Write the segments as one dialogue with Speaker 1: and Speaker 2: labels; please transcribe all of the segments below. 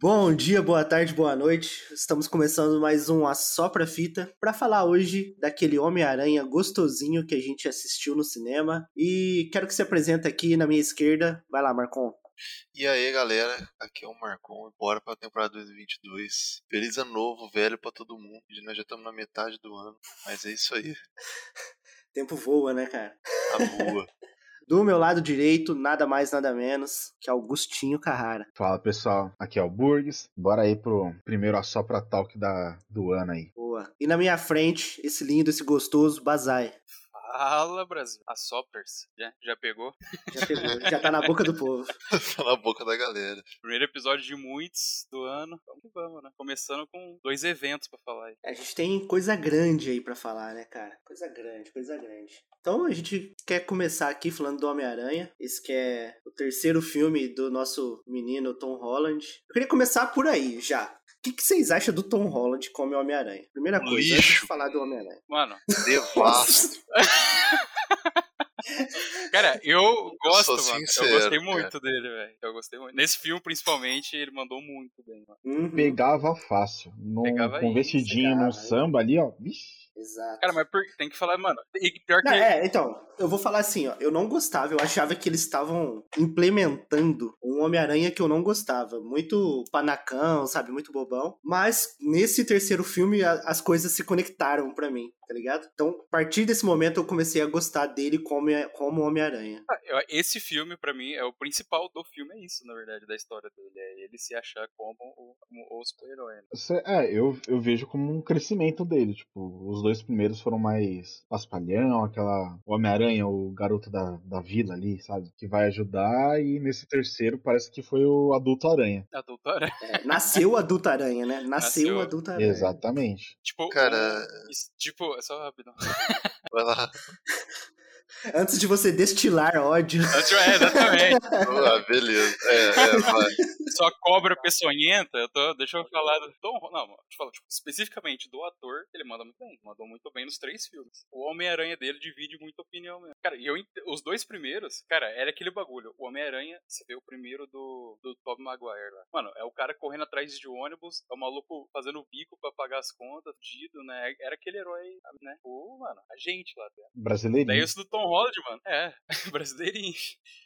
Speaker 1: Bom dia, boa tarde, boa noite. Estamos começando mais um Assopra Fita para falar hoje daquele Homem-Aranha gostosinho que a gente assistiu no cinema. E quero que se apresente aqui na minha esquerda. Vai lá, Marcon.
Speaker 2: E aí galera, aqui é o Marcon e bora pra temporada 2022. Feliz ano novo, velho, pra todo mundo. Nós já estamos na metade do ano, mas é isso aí.
Speaker 1: Tempo voa, né, cara?
Speaker 2: A boa.
Speaker 1: Do meu lado direito, nada mais, nada menos que Augustinho Carrara.
Speaker 3: Fala pessoal, aqui é o Burgs. Bora aí pro primeiro assopra talk da, do ano aí.
Speaker 1: Boa. E na minha frente, esse lindo, esse gostoso Bazai.
Speaker 4: Fala, Brasil. A Soppers, já, já pegou?
Speaker 1: Já, pegou, já tá na boca do povo.
Speaker 2: Tá na boca da galera.
Speaker 4: Primeiro episódio de muitos do ano. Vamos que vamos, né? Começando com dois eventos pra falar aí.
Speaker 1: A gente tem coisa grande aí pra falar, né, cara? Coisa grande, coisa grande. Então a gente quer começar aqui falando do Homem-Aranha. Esse que é o terceiro filme do nosso menino Tom Holland. Eu queria começar por aí já. O que, que vocês acham do Tom Holland como Homem-Aranha? Primeira coisa, antes de
Speaker 2: Lixo.
Speaker 1: falar do Homem-Aranha.
Speaker 4: Mano,
Speaker 2: Devasto.
Speaker 4: cara, eu gosto,
Speaker 2: sou
Speaker 4: mano.
Speaker 2: sincero,
Speaker 4: eu gostei
Speaker 2: cara.
Speaker 4: muito dele, velho. Eu gostei muito. Nesse filme, principalmente, ele mandou muito bem, mano.
Speaker 1: Uhum.
Speaker 3: Pegava fácil. Num,
Speaker 4: Pegava
Speaker 3: com
Speaker 4: aí,
Speaker 3: um vestidinho
Speaker 1: pegava
Speaker 3: num
Speaker 1: aí.
Speaker 3: samba ali, ó. Vixe.
Speaker 1: Exato.
Speaker 4: Cara, mas por... tem que falar, mano. E pior que.
Speaker 1: Não, é, então, eu vou falar assim, ó, eu não gostava, eu achava que eles estavam implementando um Homem-Aranha que eu não gostava, muito panacão, sabe, muito bobão, mas nesse terceiro filme a- as coisas se conectaram pra mim, tá ligado? Então, a partir desse momento eu comecei a gostar dele como, é, como Homem-Aranha.
Speaker 4: Eu- Esse filme, pra mim, é o principal do filme, é isso, na verdade, da história dele. É ele se achar como o, como o super-herói. né?
Speaker 3: Cê- É, eu, eu vejo como um crescimento dele. Tipo, os dois primeiros foram mais paspalhão, aquela o Homem-Aranha, o garoto da, da vila ali, sabe? Que vai ajudar. E nesse terceiro parece que foi o adulto aranha.
Speaker 4: Adulto Aranha.
Speaker 1: É, nasceu o Adulto Aranha, né? Nasceu
Speaker 4: Nasceu.
Speaker 1: o Adulto Aranha.
Speaker 3: Exatamente.
Speaker 4: Tipo,
Speaker 2: Cara-
Speaker 4: o- isso- tipo, só rápido.
Speaker 2: Vai lá.
Speaker 1: Antes de você destilar ódio.
Speaker 4: É, exatamente.
Speaker 2: Ah, beleza. É, é, vai.
Speaker 4: Só cobra peçonhenta, eu tô, deixa eu falar do Tom Holland. Não, deixa eu falar, tipo, especificamente do ator, ele manda muito bem. Mandou muito bem nos três filmes. O Homem-Aranha dele divide muita opinião mesmo. Cara, e eu, ent- os dois primeiros, cara, era aquele bagulho. O Homem-Aranha, você vê o primeiro do, do Tobey Maguire lá. Mano, é o cara correndo atrás de ônibus, é o maluco fazendo o bico pra pagar as contas, fudido, né? Era aquele herói, né? O, mano, a gente lá dentro. Daí
Speaker 3: Brasileirinho.
Speaker 4: esse do Tom Holland, mano. É, brasileirinho.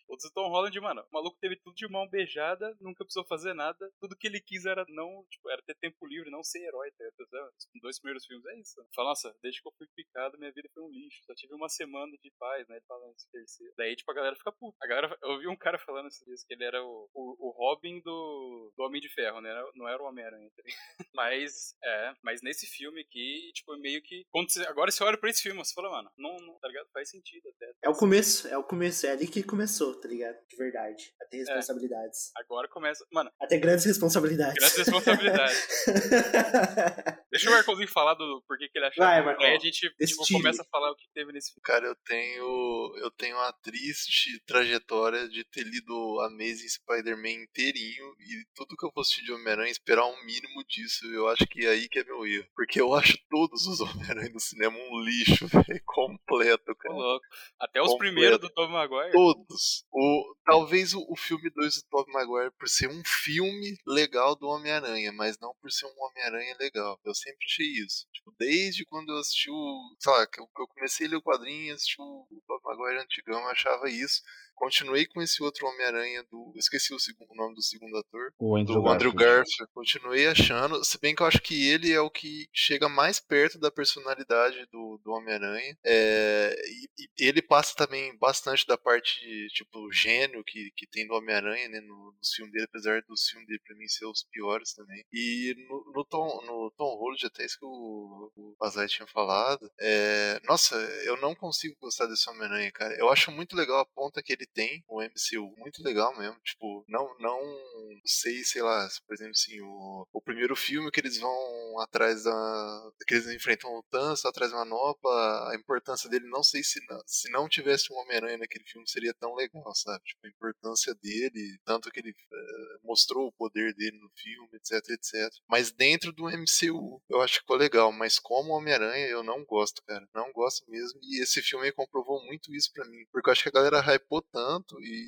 Speaker 4: Outro do Tom Holland, mano. O maluco teve tudo de mão beijada, nunca precisou fazer nada. Tudo que ele quis era não, tipo, era ter tempo livre, não ser herói, tá ligado? Tá ligado? Os dois primeiros filmes é isso. Ele Fala, nossa, desde que eu fui picado, minha vida foi um lixo. Só tive uma semana de paz, né? Ele fala nesse terceiro. Daí, tipo, a galera fica puta. A galera, eu vi um cara falando esses dias que ele era o, o, o Robin do, do Homem de Ferro, né? Não era o Homem-Aranha, tá ligado? Mas, é, mas nesse filme aqui, tipo, meio que. Quando você, agora você olha pra esse filme, você fala, mano, não, não, tá ligado? Faz sentido até.
Speaker 1: É o começo, é o começo, é ali que começou, tá ligado? De verdade. A ter responsabilidades.
Speaker 4: Agora começa. Mano,
Speaker 1: A ter grandes responsabilidades.
Speaker 4: grande responsabilidade. Deixa o Marcozinho falar do porquê que ele achou.
Speaker 1: Vai, Marcão.
Speaker 4: Aí a gente tipo,
Speaker 1: Destile.
Speaker 4: começa a falar o que teve nesse filme.
Speaker 2: Cara, eu tenho. Eu tenho uma triste trajetória de ter lido Amazing Spider-Man inteirinho e tudo que eu fosse assistir de Homem-Aranha, esperar um mínimo disso. Eu acho que é aí que é meu erro. Porque eu acho todos os Homem-Aranha do cinema um lixo, velho. Completo,
Speaker 4: Ô,
Speaker 2: cara.
Speaker 4: louco. Até os
Speaker 2: Completo.
Speaker 4: primeiros do Tom Maguire.
Speaker 2: Todos. O, talvez o, o filme 2 do Tobey Maguire por ser um filme legal do Homem-Aranha, mas não por ser um Homem-Aranha legal. Eu sempre achei isso. Tipo, desde quando eu assisti o. Sei lá, que eu, que eu comecei a ler o quadrinho, assisti o, o Tobey Maguire antigão, eu achava isso. Continuei com esse outro Homem-Aranha do. Eu esqueci o, segundo, o nome do segundo ator.
Speaker 3: O
Speaker 2: Do Andrew Garfield. Continuei achando, se bem que eu acho que ele é o que chega mais perto da personalidade do, do Homem-Aranha. É, e, e ele passa também bastante da parte, tipo, gênio que, que tem do Homem-Aranha, né, no, no filme dele, apesar do filme dele pra mim ser os piores também. E no, no Tom, no Tom Holland, até isso que o, o Bazai tinha falado, é, nossa, eu não consigo gostar desse Homem-Aranha, cara. Eu acho muito legal a ponta que ele tem, o MCU, muito legal mesmo. Tipo, não, não sei, sei lá, por exemplo, assim, o, o primeiro filme que eles vão atrás da. que eles enfrentam o Thanos, atrás da manopla, a importância dele, não sei se não, se não tivesse um Homem-Aranha naquele filme seria tão legal, sabe? Tipo, a importância dele, tanto que ele eh, mostrou o poder dele no filme, etc, etc. Mas dentro do MCU, eu acho que ficou legal, mas como Homem-Aranha, eu não gosto, cara. Não gosto mesmo, e esse filme aí comprovou muito isso pra mim, porque eu acho que a galera hypou tanto tanto e,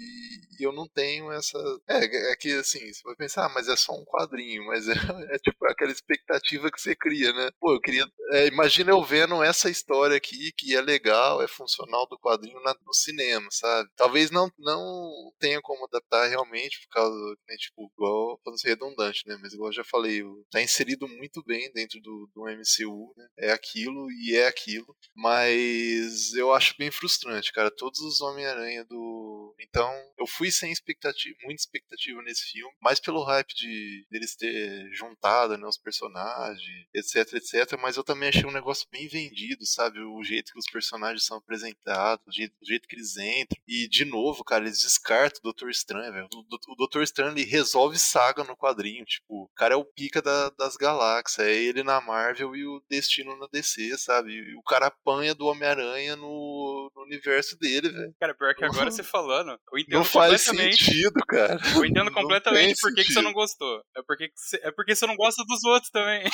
Speaker 2: e eu não tenho essa. É, é que assim, você vai pensar, ah, mas é só um quadrinho, mas é, é tipo aquela expectativa que você cria, né? Pô, eu queria. é, imagina eu vendo essa história aqui, que é legal, é funcional do quadrinho na- no cinema, sabe? Talvez não, não tenha como adaptar realmente, por causa, né, tipo, igual, pra não ser redundante, né? Mas igual eu já falei, o- tá inserido muito bem dentro do, do MCU, né? É aquilo e é aquilo. Mas eu acho bem frustrante, cara. Todos os Homem-Aranha do. Então, eu fui sem expectativa, muita expectativa nesse filme, mais pelo hype de deles ter juntado né, os personagens, etc, etc. Mas eu também achei um negócio bem vendido, sabe? O jeito que os personagens são apresentados, o jeito, o jeito que eles entram. E, de novo, cara, eles descartam o Doutor Estranho, velho. O Dou- O Doutor Estranho ele resolve saga no quadrinho. Tipo, o cara é o pica da- das galáxias. É ele na Marvel e o Destino na DC, sabe? E o cara apanha do Homem-Aranha no, no universo dele, velho.
Speaker 4: Cara, pior que agora
Speaker 2: Não-
Speaker 4: você falando, eu entendo
Speaker 2: Não faz
Speaker 4: completamente.
Speaker 2: sentido, cara.
Speaker 4: Eu entendo
Speaker 2: Não tem
Speaker 4: completamente por que, que você
Speaker 2: sentido.
Speaker 4: não gostou. É porque, que você- é porque você não gosta dos outros também.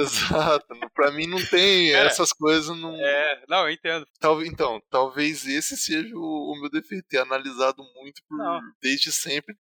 Speaker 2: Exato. Pra mim não tem.
Speaker 4: Cara,
Speaker 2: essas coisas não.
Speaker 4: É, não, eu entendo.
Speaker 2: Tal- então, talvez esse seja o, o meu defeito, ter analisado muito por
Speaker 4: Não.
Speaker 2: desde sempre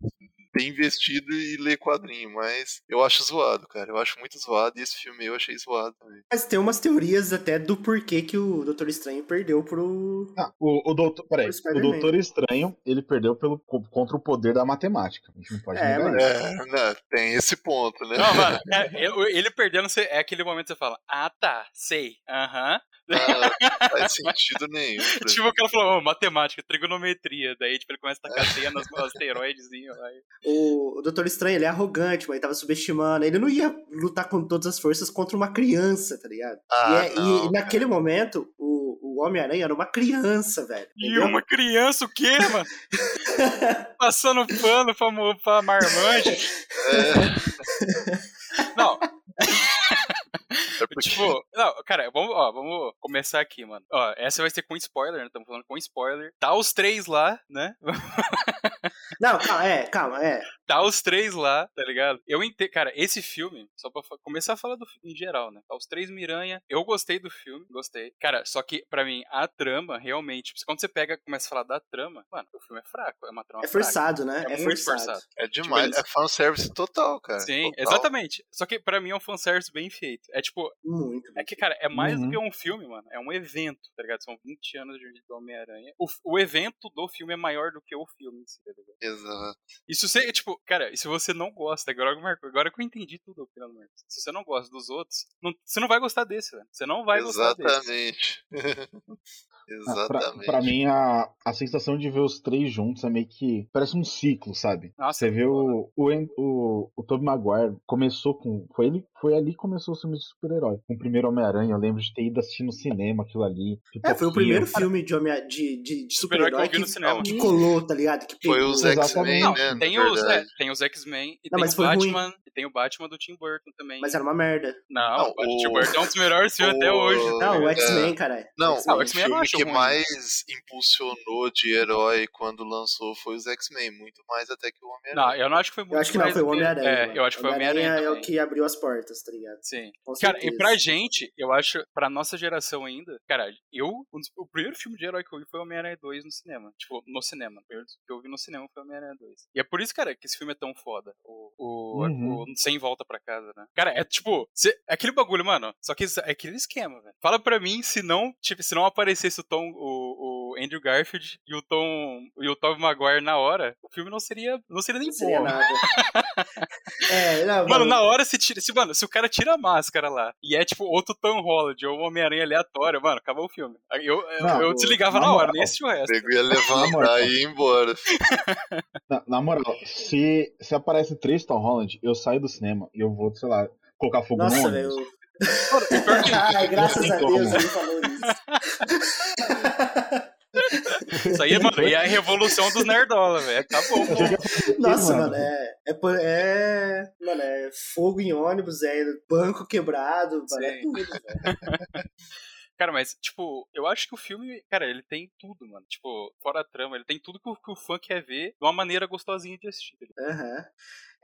Speaker 2: ter investido e ler quadrinho, mas eu acho zoado, cara. Eu acho muito zoado e esse filme eu achei zoado também.
Speaker 1: Mas tem umas teorias até do porquê que o Doutor Estranho perdeu pro.
Speaker 3: Ah, o, o doutor, peraí,
Speaker 1: Pro
Speaker 3: o
Speaker 1: Spider-Man.
Speaker 3: doutor estranho, ele perdeu pelo co- contra o poder da matemática. A gente não pode
Speaker 1: É,
Speaker 3: negar
Speaker 1: mano.
Speaker 3: isso.
Speaker 2: É, né, tem esse ponto, né?
Speaker 4: Não, mano, é, eu- ele perdendo, você- é aquele momento que você fala, ah tá, sei, aham.
Speaker 2: Ah, não faz sentido nenhum. pra
Speaker 4: Tipo, o cara falou, "Ô, matemática, trigonometria. Daí, tipo, ele começa a tacar teia nas asteroides.
Speaker 1: O, o Doutor Estranho, ele é arrogante, mas ele tava subestimando. Ele não ia lutar com todas as forças contra uma criança, tá ligado? e,
Speaker 2: Ah,
Speaker 1: é- e-
Speaker 2: não,
Speaker 1: e naquele momento, o, o Homem-Aranha era uma criança, velho.
Speaker 4: E
Speaker 1: Entendeu?
Speaker 4: uma criança, o quê, mano? Passando pano pra, mo- pra marmanjo.
Speaker 2: É,
Speaker 4: Não,
Speaker 2: é porque
Speaker 4: Tipo, não, cara, vamos, ó, vamos começar aqui, mano. Ó, essa vai ser com spoiler, né? Estamos falando com spoiler. Tá os três lá, né?
Speaker 1: Não, calma, é, calma, é.
Speaker 4: Tá os três lá, tá ligado? Eu entendo. Cara, esse filme, só pra fa- começar a falar do filme em geral, né? Tá os três Miranha. Eu gostei do filme, gostei. Cara, só que pra mim, a trama, realmente, tipo, quando você pega e começa a falar da trama, mano, o filme é fraco, é uma trama
Speaker 1: É
Speaker 4: fraca.
Speaker 1: forçado, né?
Speaker 4: É
Speaker 1: É,
Speaker 4: muito
Speaker 1: forçado.
Speaker 4: forçado.
Speaker 2: é demais.
Speaker 4: tipo eles-
Speaker 2: É fanservice total, cara.
Speaker 4: Sim,
Speaker 2: total.
Speaker 4: exatamente. Só que pra mim é um fanservice bem feito. É tipo,
Speaker 1: Muito.
Speaker 4: É que, cara, é mais do
Speaker 3: Uhum.
Speaker 4: que um filme, mano. É um evento, tá ligado? São 20 anos de do Homem-Aranha. O, f- o evento do filme é maior do que o filme, em si, tá ligado?
Speaker 2: Exato.
Speaker 4: E se você, tipo, cara, e se você não gosta, agora, que eu marco- agora que eu entendi tudo, pelo menos. Se você não gosta dos outros, não- você não vai gostar desse, velho. Você não vai gostar desse.
Speaker 2: Exatamente.
Speaker 3: Ah, Pra,
Speaker 2: Exatamente.
Speaker 3: pra mim, a, a sensação de ver os três juntos é meio que. Parece um ciclo, sabe?
Speaker 4: Nossa,
Speaker 3: Você vê
Speaker 4: foda.
Speaker 3: o, o, An- o, o Tobey Maguire começou com. Foi, ele, foi ali que começou o filme de super-herói. Com o primeiro Homem-Aranha, eu lembro de ter ido assistir no cinema aquilo ali.
Speaker 1: É, foi o
Speaker 3: pipoquinha.
Speaker 1: primeiro filme de, homem, de, de, de
Speaker 4: Super-herói que eu
Speaker 1: super-herói
Speaker 4: vi
Speaker 1: que,
Speaker 4: no cinema.
Speaker 1: que colou, tá ligado? Que
Speaker 2: Foi
Speaker 1: pegou.
Speaker 2: os
Speaker 3: Exatamente.
Speaker 2: tipo, X-Men,
Speaker 4: Não,
Speaker 2: né? na
Speaker 4: tem os, é,
Speaker 2: verdade.
Speaker 4: tem os X-Men e
Speaker 1: Não,
Speaker 4: tem
Speaker 1: mas
Speaker 4: o
Speaker 1: foi ruim.
Speaker 4: Batman. E tem o Batman do Tim Burton também.
Speaker 1: Mas é- era uma merda.
Speaker 4: Não,
Speaker 2: Não,
Speaker 4: o Batman do Tim
Speaker 2: o-
Speaker 4: Burton é um dos melhores filmes até hoje. tá
Speaker 1: Não, o
Speaker 4: ligado?
Speaker 1: X-Men, cara.
Speaker 2: é. Não,
Speaker 4: Ah, o
Speaker 2: o
Speaker 4: X-Men eu
Speaker 2: filme
Speaker 4: não acho
Speaker 2: que
Speaker 4: ruim.
Speaker 2: mais impulsionou de herói quando lançou foi os X-Men, muito mais até que o
Speaker 4: Não,
Speaker 2: Homem-Aranha.
Speaker 4: eu não acho que foi muito
Speaker 1: Eu acho que não,
Speaker 4: mais
Speaker 1: foi o
Speaker 4: do que-
Speaker 1: Homem-Aranha.
Speaker 4: É,
Speaker 1: mano.
Speaker 4: eu acho que foi o Homem-Aranha.
Speaker 1: Homem-Aranha é o
Speaker 4: também.
Speaker 1: que abriu as portas, tá ligado?
Speaker 4: Sim.
Speaker 1: Com
Speaker 4: Cara,
Speaker 1: certeza.
Speaker 4: e pra gente, eu acho, pra nossa geração ainda, cara, eu, um dos- o primeiro filme de herói que eu vi foi Homem-Aranha 2 no cinema. Tipo, no cinema. O primeiro que eu vi no cinema foi Homem-Aranha 2. E é por isso, cara, que esse filme é tão foda. O, o,
Speaker 3: Uhum.
Speaker 4: o Sem Volta Pra Casa, né? Cara, é tipo, cê- é aquele bagulho, mano. Só que isso- é aquele esquema, velho. Fala pra mim se não, tipo, se não aparecesse o Tom, o, o Andrew Garfield e o Tom, e o Tobey Maguire na hora, o filme não seria, não seria nem
Speaker 1: Não seria
Speaker 4: bom. né?
Speaker 1: nada. é,
Speaker 3: Tá
Speaker 1: não,
Speaker 4: Mano, na hora se tira. Se, mano, se o cara tira a máscara lá e é tipo outro Tom Holland ou um Homem-Aranha aleatório, mano, acabou o filme. Aí Eu, eu,
Speaker 3: Não,
Speaker 4: eu
Speaker 1: o-
Speaker 4: desligava
Speaker 3: na
Speaker 4: na hora,
Speaker 3: moral.
Speaker 4: nem assisti o
Speaker 2: O
Speaker 4: resto.
Speaker 2: nego ia
Speaker 3: Amor,
Speaker 2: levantar e ir embora.
Speaker 3: Na, na moral, se, se aparece três Tom Holland, eu saio do cinema e eu vou, sei lá, colocar fogo no
Speaker 1: Nossa,
Speaker 3: ônibus.
Speaker 1: velho.
Speaker 4: E pior que
Speaker 1: Ai, graças
Speaker 3: tem
Speaker 1: a
Speaker 3: como.
Speaker 1: Deus ele falou isso.
Speaker 4: isso aí, mano, e é a revolução dos nerdola, velho. Acabou,
Speaker 3: Eu cheguei
Speaker 4: mano.
Speaker 3: a fazer
Speaker 1: Nossa,
Speaker 3: isso,
Speaker 1: mano, é, é, pan- é- Mano, é fogo em ônibus, é banco quebrado, mano, é
Speaker 4: Sim.
Speaker 1: tudo, velho.
Speaker 4: Cara, mas, tipo, eu acho que o filme, cara, ele tem tudo, mano. Tipo, fora a trama, ele tem tudo que o, que o fã quer ver de uma maneira gostosinha de assistir. tá ligado?
Speaker 1: Aham.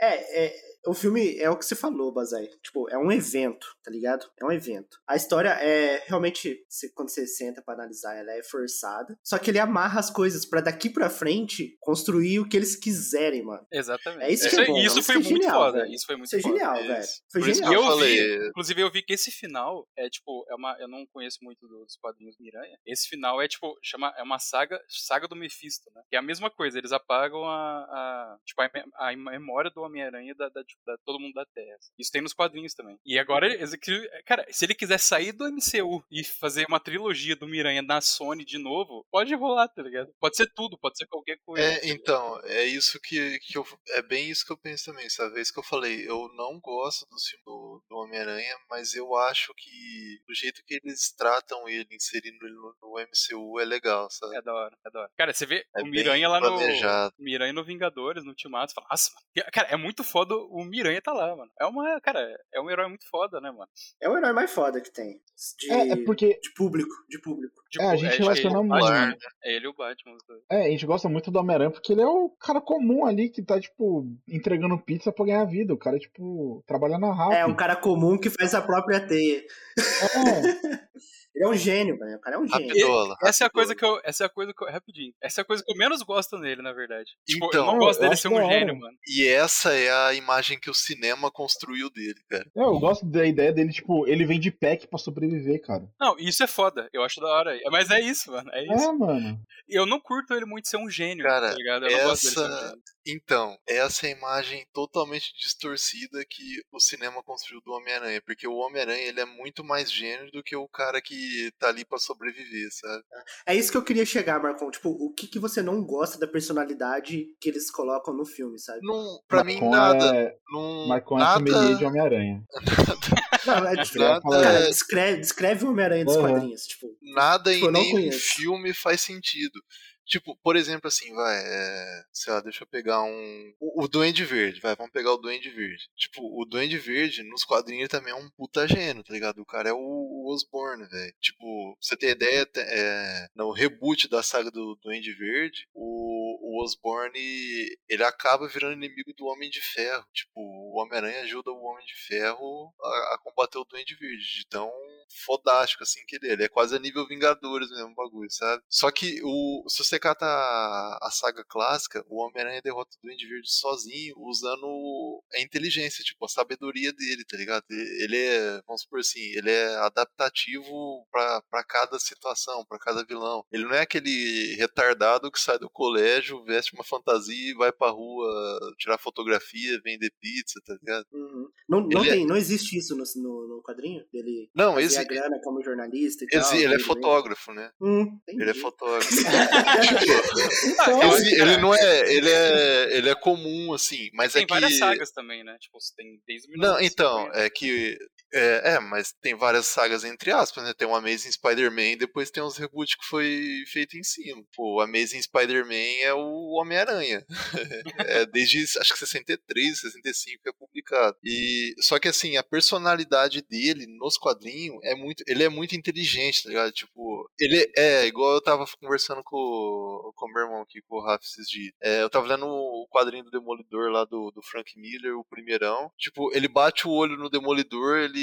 Speaker 1: É, é, o filme é o que você falou, Bazai. Tipo, é um evento, tá ligado? É um evento. A história é realmente, você- quando você senta pra analisar, ela é forçada. Só que ele amarra as coisas pra daqui pra frente construir o que eles quiserem, mano.
Speaker 4: Exatamente.
Speaker 1: É isso que é bom,
Speaker 4: Isso
Speaker 1: isso
Speaker 4: foi
Speaker 1: que é
Speaker 4: muito
Speaker 1: genial,
Speaker 4: foda.
Speaker 1: velho.
Speaker 4: Isso foi muito
Speaker 1: Isso é
Speaker 4: foda.
Speaker 1: genial,
Speaker 2: isso.
Speaker 1: velho. Foi
Speaker 2: Por isso
Speaker 1: genial.
Speaker 2: que eu,
Speaker 4: Eu vi-
Speaker 2: falei. é,
Speaker 4: Inclusive, eu vi que esse final é tipo, é uma, eu não conheço muito dos quadrinhos do Miranha. Esse final é tipo, chama, é uma saga, saga do Mephisto, né? Que é a mesma coisa, eles apagam a, a- tipo, a, me- a memória do Homem-Aranha da, da, tipo, da todo mundo da Terra. Isso tem nos quadrinhos também. E agora,
Speaker 2: Uhum.
Speaker 4: eles- que- cara, se ele quiser sair do MCU e fazer uma trilogia do Miranha na Sony de novo, pode rolar, tá ligado? Pode ser tudo, pode ser qualquer coisa. tá
Speaker 2: É,
Speaker 4: ligado?
Speaker 2: então, é isso que, que eu. É bem isso que eu penso também, sabe? É isso que eu falei. Eu não gosto do filme do, do Homem-Aranha, mas eu acho que o jeito que eles tratam ele, inserindo ele no, no MCU, é legal, sabe?
Speaker 4: É da hora, é da hora. Cara, você vê
Speaker 2: É
Speaker 4: o
Speaker 2: bem
Speaker 4: Miranha lá
Speaker 2: planejado.
Speaker 4: no. Miranha no Vingadores, no Ultimato, você fala, nossa, mano. Cara, é muito foda o Miranha tá lá, mano. É uma. Cara, é um herói muito foda, né, mano?
Speaker 1: É o herói mais foda que tem. De,
Speaker 3: É, é porque
Speaker 1: de público, de público.
Speaker 4: Tipo,
Speaker 3: a gente
Speaker 4: tipo
Speaker 3: relaciona
Speaker 4: o
Speaker 3: muito.
Speaker 4: Batman,
Speaker 2: Claro.
Speaker 4: né? É ele e o Batman. os dois.
Speaker 3: é, a gente gosta muito do Homem-Aranha porque ele é o cara comum ali que tá, tipo, entregando pizza pra ganhar vida. O cara, tipo, trabalha na
Speaker 1: É,
Speaker 3: rádio.
Speaker 1: um cara comum que faz a própria teia. Ele é um gênio, velho. O cara é um gênio.
Speaker 2: Rapidola.
Speaker 4: Essa é a
Speaker 2: rapidola.
Speaker 4: coisa que eu. Essa é a coisa que eu. Rapidinho. Essa é a coisa que eu menos gosto nele, na verdade. Tipo, eu
Speaker 2: Então,
Speaker 4: não gosto
Speaker 3: eu
Speaker 4: dele
Speaker 3: acho
Speaker 4: ser
Speaker 3: da
Speaker 4: um
Speaker 3: hora.
Speaker 4: gênio, mano.
Speaker 2: E essa é a imagem que o cinema construiu dele, cara.
Speaker 3: É, eu gosto da ideia dele, tipo, ele vem de pack pra sobreviver, cara.
Speaker 4: Não, isso é foda. Eu acho da hora. Mas é isso, mano. É isso.
Speaker 3: É, mano.
Speaker 4: Eu não curto ele muito ser um gênio,
Speaker 2: Cara,
Speaker 4: tá ligado? Eu não gosto dele ser um
Speaker 2: essa-
Speaker 4: gênio.
Speaker 2: Então, essa é a imagem totalmente distorcida que o cinema construiu do Homem-Aranha, porque o Homem-Aranha ele é muito mais gênio do que o cara que tá ali pra sobreviver, sabe?
Speaker 1: É isso que eu queria chegar, Marcon. Tipo, o que, que você não gosta da personalidade que eles colocam no filme, sabe?
Speaker 2: Não, pra mim
Speaker 3: Marcon
Speaker 2: nada,
Speaker 3: É...
Speaker 2: não,
Speaker 3: Marcon é sommelier
Speaker 2: nada,
Speaker 3: de Homem-Aranha.
Speaker 1: Não, é, tipo,
Speaker 3: Obrigado.
Speaker 2: nada,
Speaker 1: cara, descreve, descreve o Homem-Aranha dos
Speaker 3: Uhum.
Speaker 1: quadrinhos. Tipo,
Speaker 2: nada
Speaker 1: Tipo,
Speaker 2: em
Speaker 1: eu não
Speaker 2: nenhum
Speaker 1: conheço.
Speaker 2: filme faz sentido. Tipo, por exemplo, assim, vai, é, sei lá, deixa eu pegar um. O, o Duende Verde, vai, vamos pegar o Duende Verde. Tipo, o Duende Verde, nos quadrinhos, ele também é um puta gênio, tá ligado? O cara é o, o Osborne, velho. Tipo, pra você ter ideia, te- é, no reboot da saga do Duende Verde, o, o Osborne, ele acaba virando inimigo do Homem de Ferro. Tipo, o Homem-Aranha ajuda o Homem de Ferro a, a combater o Duende Verde. Então, fodástico, assim, que ele é. Ele é quase a nível Vingadores mesmo, o bagulho, sabe? Só que o, se você cata a, a saga clássica, o Homem-Aranha derrota o Duende Verde sozinho, usando a inteligência, tipo, a sabedoria dele, tá ligado? E- Ele é, vamos supor assim, ele é adaptativo pra pra cada situação, pra cada vilão. Ele não é aquele retardado que sai do colégio, veste uma fantasia e vai pra rua tirar fotografia, vender pizza, tá ligado?
Speaker 1: uhum. não, não,
Speaker 2: Ele é-
Speaker 1: tem, não existe isso no, no, no quadrinho? Dele
Speaker 2: Não,
Speaker 1: fazer
Speaker 2: esse,
Speaker 1: a grana como jornalista e
Speaker 2: esse-
Speaker 1: tal.
Speaker 2: ele
Speaker 1: tudo,
Speaker 2: é
Speaker 1: né?
Speaker 2: fotógrafo, né?
Speaker 1: Hum, entendi.
Speaker 2: Ele é fotógrafo.
Speaker 3: Então,
Speaker 4: Ah, eu acho
Speaker 2: Esse-
Speaker 4: que, cara,
Speaker 2: ele não é ele, é. ele é comum, assim, mas
Speaker 4: Tem
Speaker 2: é que.
Speaker 4: várias sagas também, né? Tipo, você tem desde
Speaker 2: Não, então,
Speaker 4: 1950.
Speaker 2: é que. É, é, mas tem várias sagas entre aspas, né? Tem o Amazing Spider-Man e depois tem uns reboot que foi feito em cima. Pô, o Amazing Spider-Man é o Homem-Aranha. É, desde acho que 63, 65 que é publicado. E só que assim, a personalidade dele nos quadrinhos é muito, ele é muito inteligente, tá ligado? Tipo, ele é igual eu tava conversando com o- com o meu irmão aqui, com o Rafa esses dias. É, eu tava lendo o quadrinho do Demolidor lá do, do Frank Miller, o primeirão. Tipo, ele bate o olho no Demolidor, ele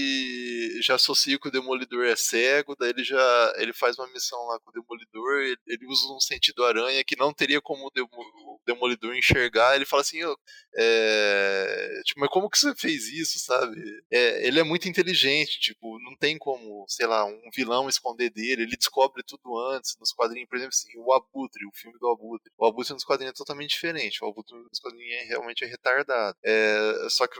Speaker 2: já associa que o Demolidor é cego, daí ele já ele faz uma missão lá com o Demolidor, ele, ele usa um sentido aranha que não teria como o Demo- o Demolidor enxergar. Ele fala assim, "Ô, é, tipo, mas como que você fez isso, sabe? É, ele é muito inteligente, tipo, não tem como, sei lá, um vilão esconder dele, ele descobre tudo antes, nos quadrinhos, por exemplo, assim, o Abutre, o filme do Abutre. O Abutre nos quadrinhos é totalmente diferente, o Abutre nos quadrinhos é, realmente é retardado. É, só que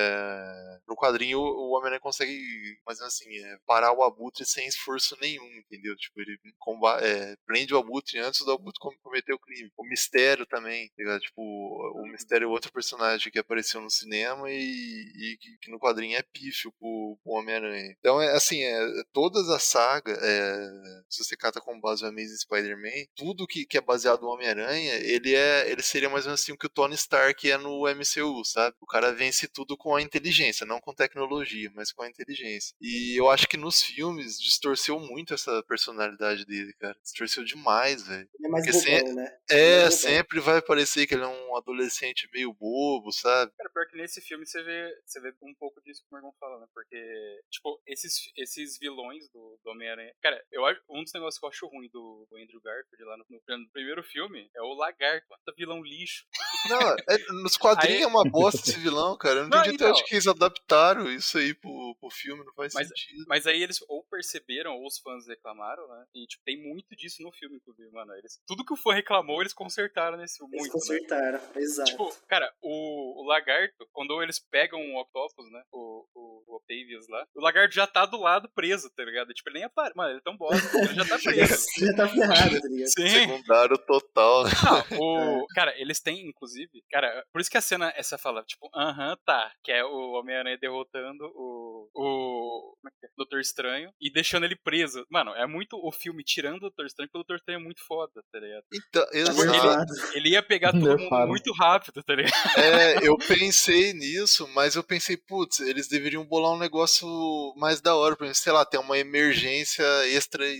Speaker 2: é, no quadrinho o Homem-Aranha consegue, mas assim, é, parar o Abutre sem esforço nenhum, entendeu? Tipo, ele comba- é, prende o Abutre antes do Abutre com- cometer o crime. O Mistério também, tá ligado? Tipo, o Mistério é outro outro personagem que apareceu no cinema e, e que, que no quadrinho é pífio pro, pro Homem-Aranha. Então, é assim, é, todas as sagas, é, se você cata com base o Amazing Spider-Man, tudo que, que é baseado no Homem-Aranha, ele é ele seria mais ou menos assim o que o Tony Stark é no MCU, sabe? O cara vence tudo com a inteligência, não com tecnologia, mas com a inteligência. E eu acho que nos filmes distorceu muito essa personalidade dele, cara. Distorceu demais, velho.
Speaker 1: Ele é mais
Speaker 2: Porque
Speaker 1: bobão,
Speaker 2: se-
Speaker 1: né? Ele
Speaker 2: É,
Speaker 1: bobão.
Speaker 2: sempre vai parecer que ele é um adolescente meio bobo, sabe?
Speaker 4: Cara, pior que nesse filme você vê, você vê um pouco disso que o meu irmão fala, né? Porque, tipo, esses, esses vilões do, do Homem-Aranha. Cara, eu acho, um dos negócios que eu acho ruim do, do Andrew Garfield lá no, no- no primeiro filme é o Lagarto, puta vilão lixo.
Speaker 2: Não, é- nos quadrinhos
Speaker 4: Aí-
Speaker 2: é uma bosta esse vilão, cara. Eu não
Speaker 4: Não,
Speaker 2: entendi até
Speaker 4: então.
Speaker 2: onde que eles adaptaram isso aí pro, pro filme, não faz
Speaker 4: Mas-
Speaker 2: sentido.
Speaker 4: Mas aí eles ou perceberam, ou os fãs reclamaram, né? E, tipo, tem muito disso no filme, inclusive, mano. Eles, tudo que o fã reclamou, eles consertaram nesse filme.
Speaker 1: Eles
Speaker 4: Muito, né?
Speaker 1: consertaram, exato.
Speaker 4: Tipo, cara, o, o lagarto, quando eles pegam o Octopus, né? O, o, o Octavius lá, o lagarto já tá do lado preso, tá ligado? Tipo, ele nem apare... Mano, ele é tão bosta, ele já tá preso.
Speaker 1: já tá ferrado, tá ligado?
Speaker 4: Sim.
Speaker 2: Secundário total. né?
Speaker 4: Não, o... Cara, eles têm, inclusive. Cara, por isso que a cena essa fala, tipo, aham, tá. Que é o Homem-Aranha derrotando o. o. como é que é? Doutor Estranho e deixando ele preso. Mano, é muito o filme tirando o Doutor Estranho, porque o Doutor Estranho é muito foda, tá ligado?
Speaker 2: Então,
Speaker 1: Tá
Speaker 2: exato.
Speaker 1: ferrado.
Speaker 4: Ele ia pegar todo mundo
Speaker 3: Nerfaram.
Speaker 4: muito rápido, tá ligado?
Speaker 2: É, eu pensei nisso, mas eu pensei, putz, eles deveriam bolar um negócio mais da hora, por exemplo, sei lá, ter uma emergência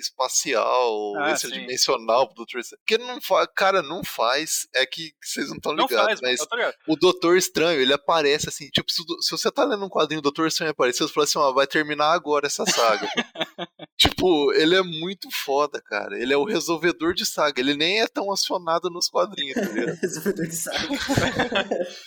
Speaker 2: extra-espacial,
Speaker 4: Ah,
Speaker 2: extradimensional pro Doutor Estranho. Porque não faz, cara, não faz, é que vocês não estão
Speaker 4: Não faz,
Speaker 2: ligados, né?
Speaker 4: mano.
Speaker 2: mas
Speaker 4: Eu tô ligado.
Speaker 2: o Doutor Estranho, ele aparece assim, tipo, se, o- se você tá lendo um quadrinho, o Doutor Estranho apareceu, você fala assim, ó, vai terminar agora essa saga. tipo, ele é muito foda, cara. Ele é o resolvedor de saga. Ele nem é tão acionado nos quadrinhos, tá ligado?
Speaker 1: Resolvedor de saco.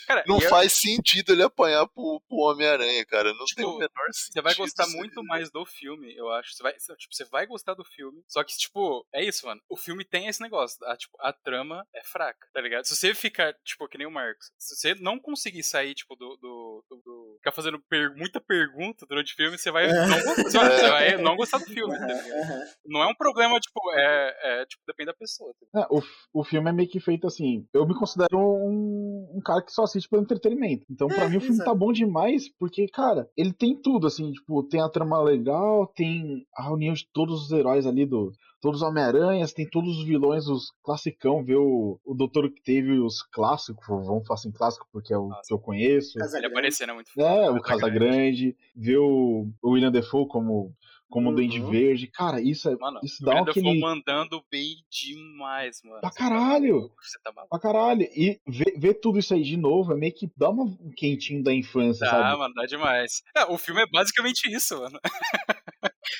Speaker 4: Cara,
Speaker 2: Não
Speaker 4: e é eu-
Speaker 2: faz sentido ele apanhar pro, pro Homem-Aranha, cara. Não tem o
Speaker 4: Tipo,
Speaker 2: menor sentido.
Speaker 4: Você vai gostar
Speaker 2: isso aí.
Speaker 4: muito mais do filme, eu acho. Você vai, você- tipo, você vai gostar do filme. Só que, tipo, é isso, mano. O filme tem esse negócio. A, tipo, a trama é fraca, tá ligado? Se você ficar, tipo, que nem o Marcos, se você não conseguir sair, tipo, do. do, do- do- ficar fazendo per- muita pergunta durante o filme, você vai,
Speaker 1: É.
Speaker 4: não, gostar- você vai não gostar do filme, tá
Speaker 1: Aham,
Speaker 4: ligado?
Speaker 1: aham.
Speaker 4: Não é um problema, tipo, é. é, tipo, depende da pessoa. tá ligado?
Speaker 3: É, o, f- o filme é meio que feito assim. Eu me considero um, um cara que só assiste pelo entretenimento. Então, pra
Speaker 1: É,
Speaker 3: mim, o filme
Speaker 1: exato.
Speaker 3: tá bom demais, porque, cara, ele tem tudo, assim, tipo, tem a trama legal, tem a reunião de todos os heróis ali do. Todos os Homem-Aranhas, tem todos os vilões, os classicão, vê o, o Doutor que teve os clássicos, vamos falar assim, clássico, porque é o
Speaker 4: Nossa.
Speaker 3: que eu conheço.
Speaker 4: Ele
Speaker 1: Casagrande.
Speaker 4: aparecendo é muito
Speaker 3: É, o
Speaker 4: Casagrande.
Speaker 3: Casagrande, ver o o William Defoe como, como
Speaker 1: Uhum.
Speaker 3: Duende Verde. Cara, isso, é,
Speaker 4: Mano,
Speaker 3: isso
Speaker 4: o
Speaker 3: dá
Speaker 4: William Dafoe
Speaker 3: aquele.
Speaker 4: mandando bem demais, mano.
Speaker 3: Pra
Speaker 4: Você tá
Speaker 3: caralho!
Speaker 4: maluco, Você tá maluco.
Speaker 3: Pra caralho. E ver, ver tudo isso aí de novo é meio que dá uma- um quentinho da infância,
Speaker 4: Dá,
Speaker 3: sabe?
Speaker 4: Ah, mano, dá demais. É, o filme é basicamente isso, mano.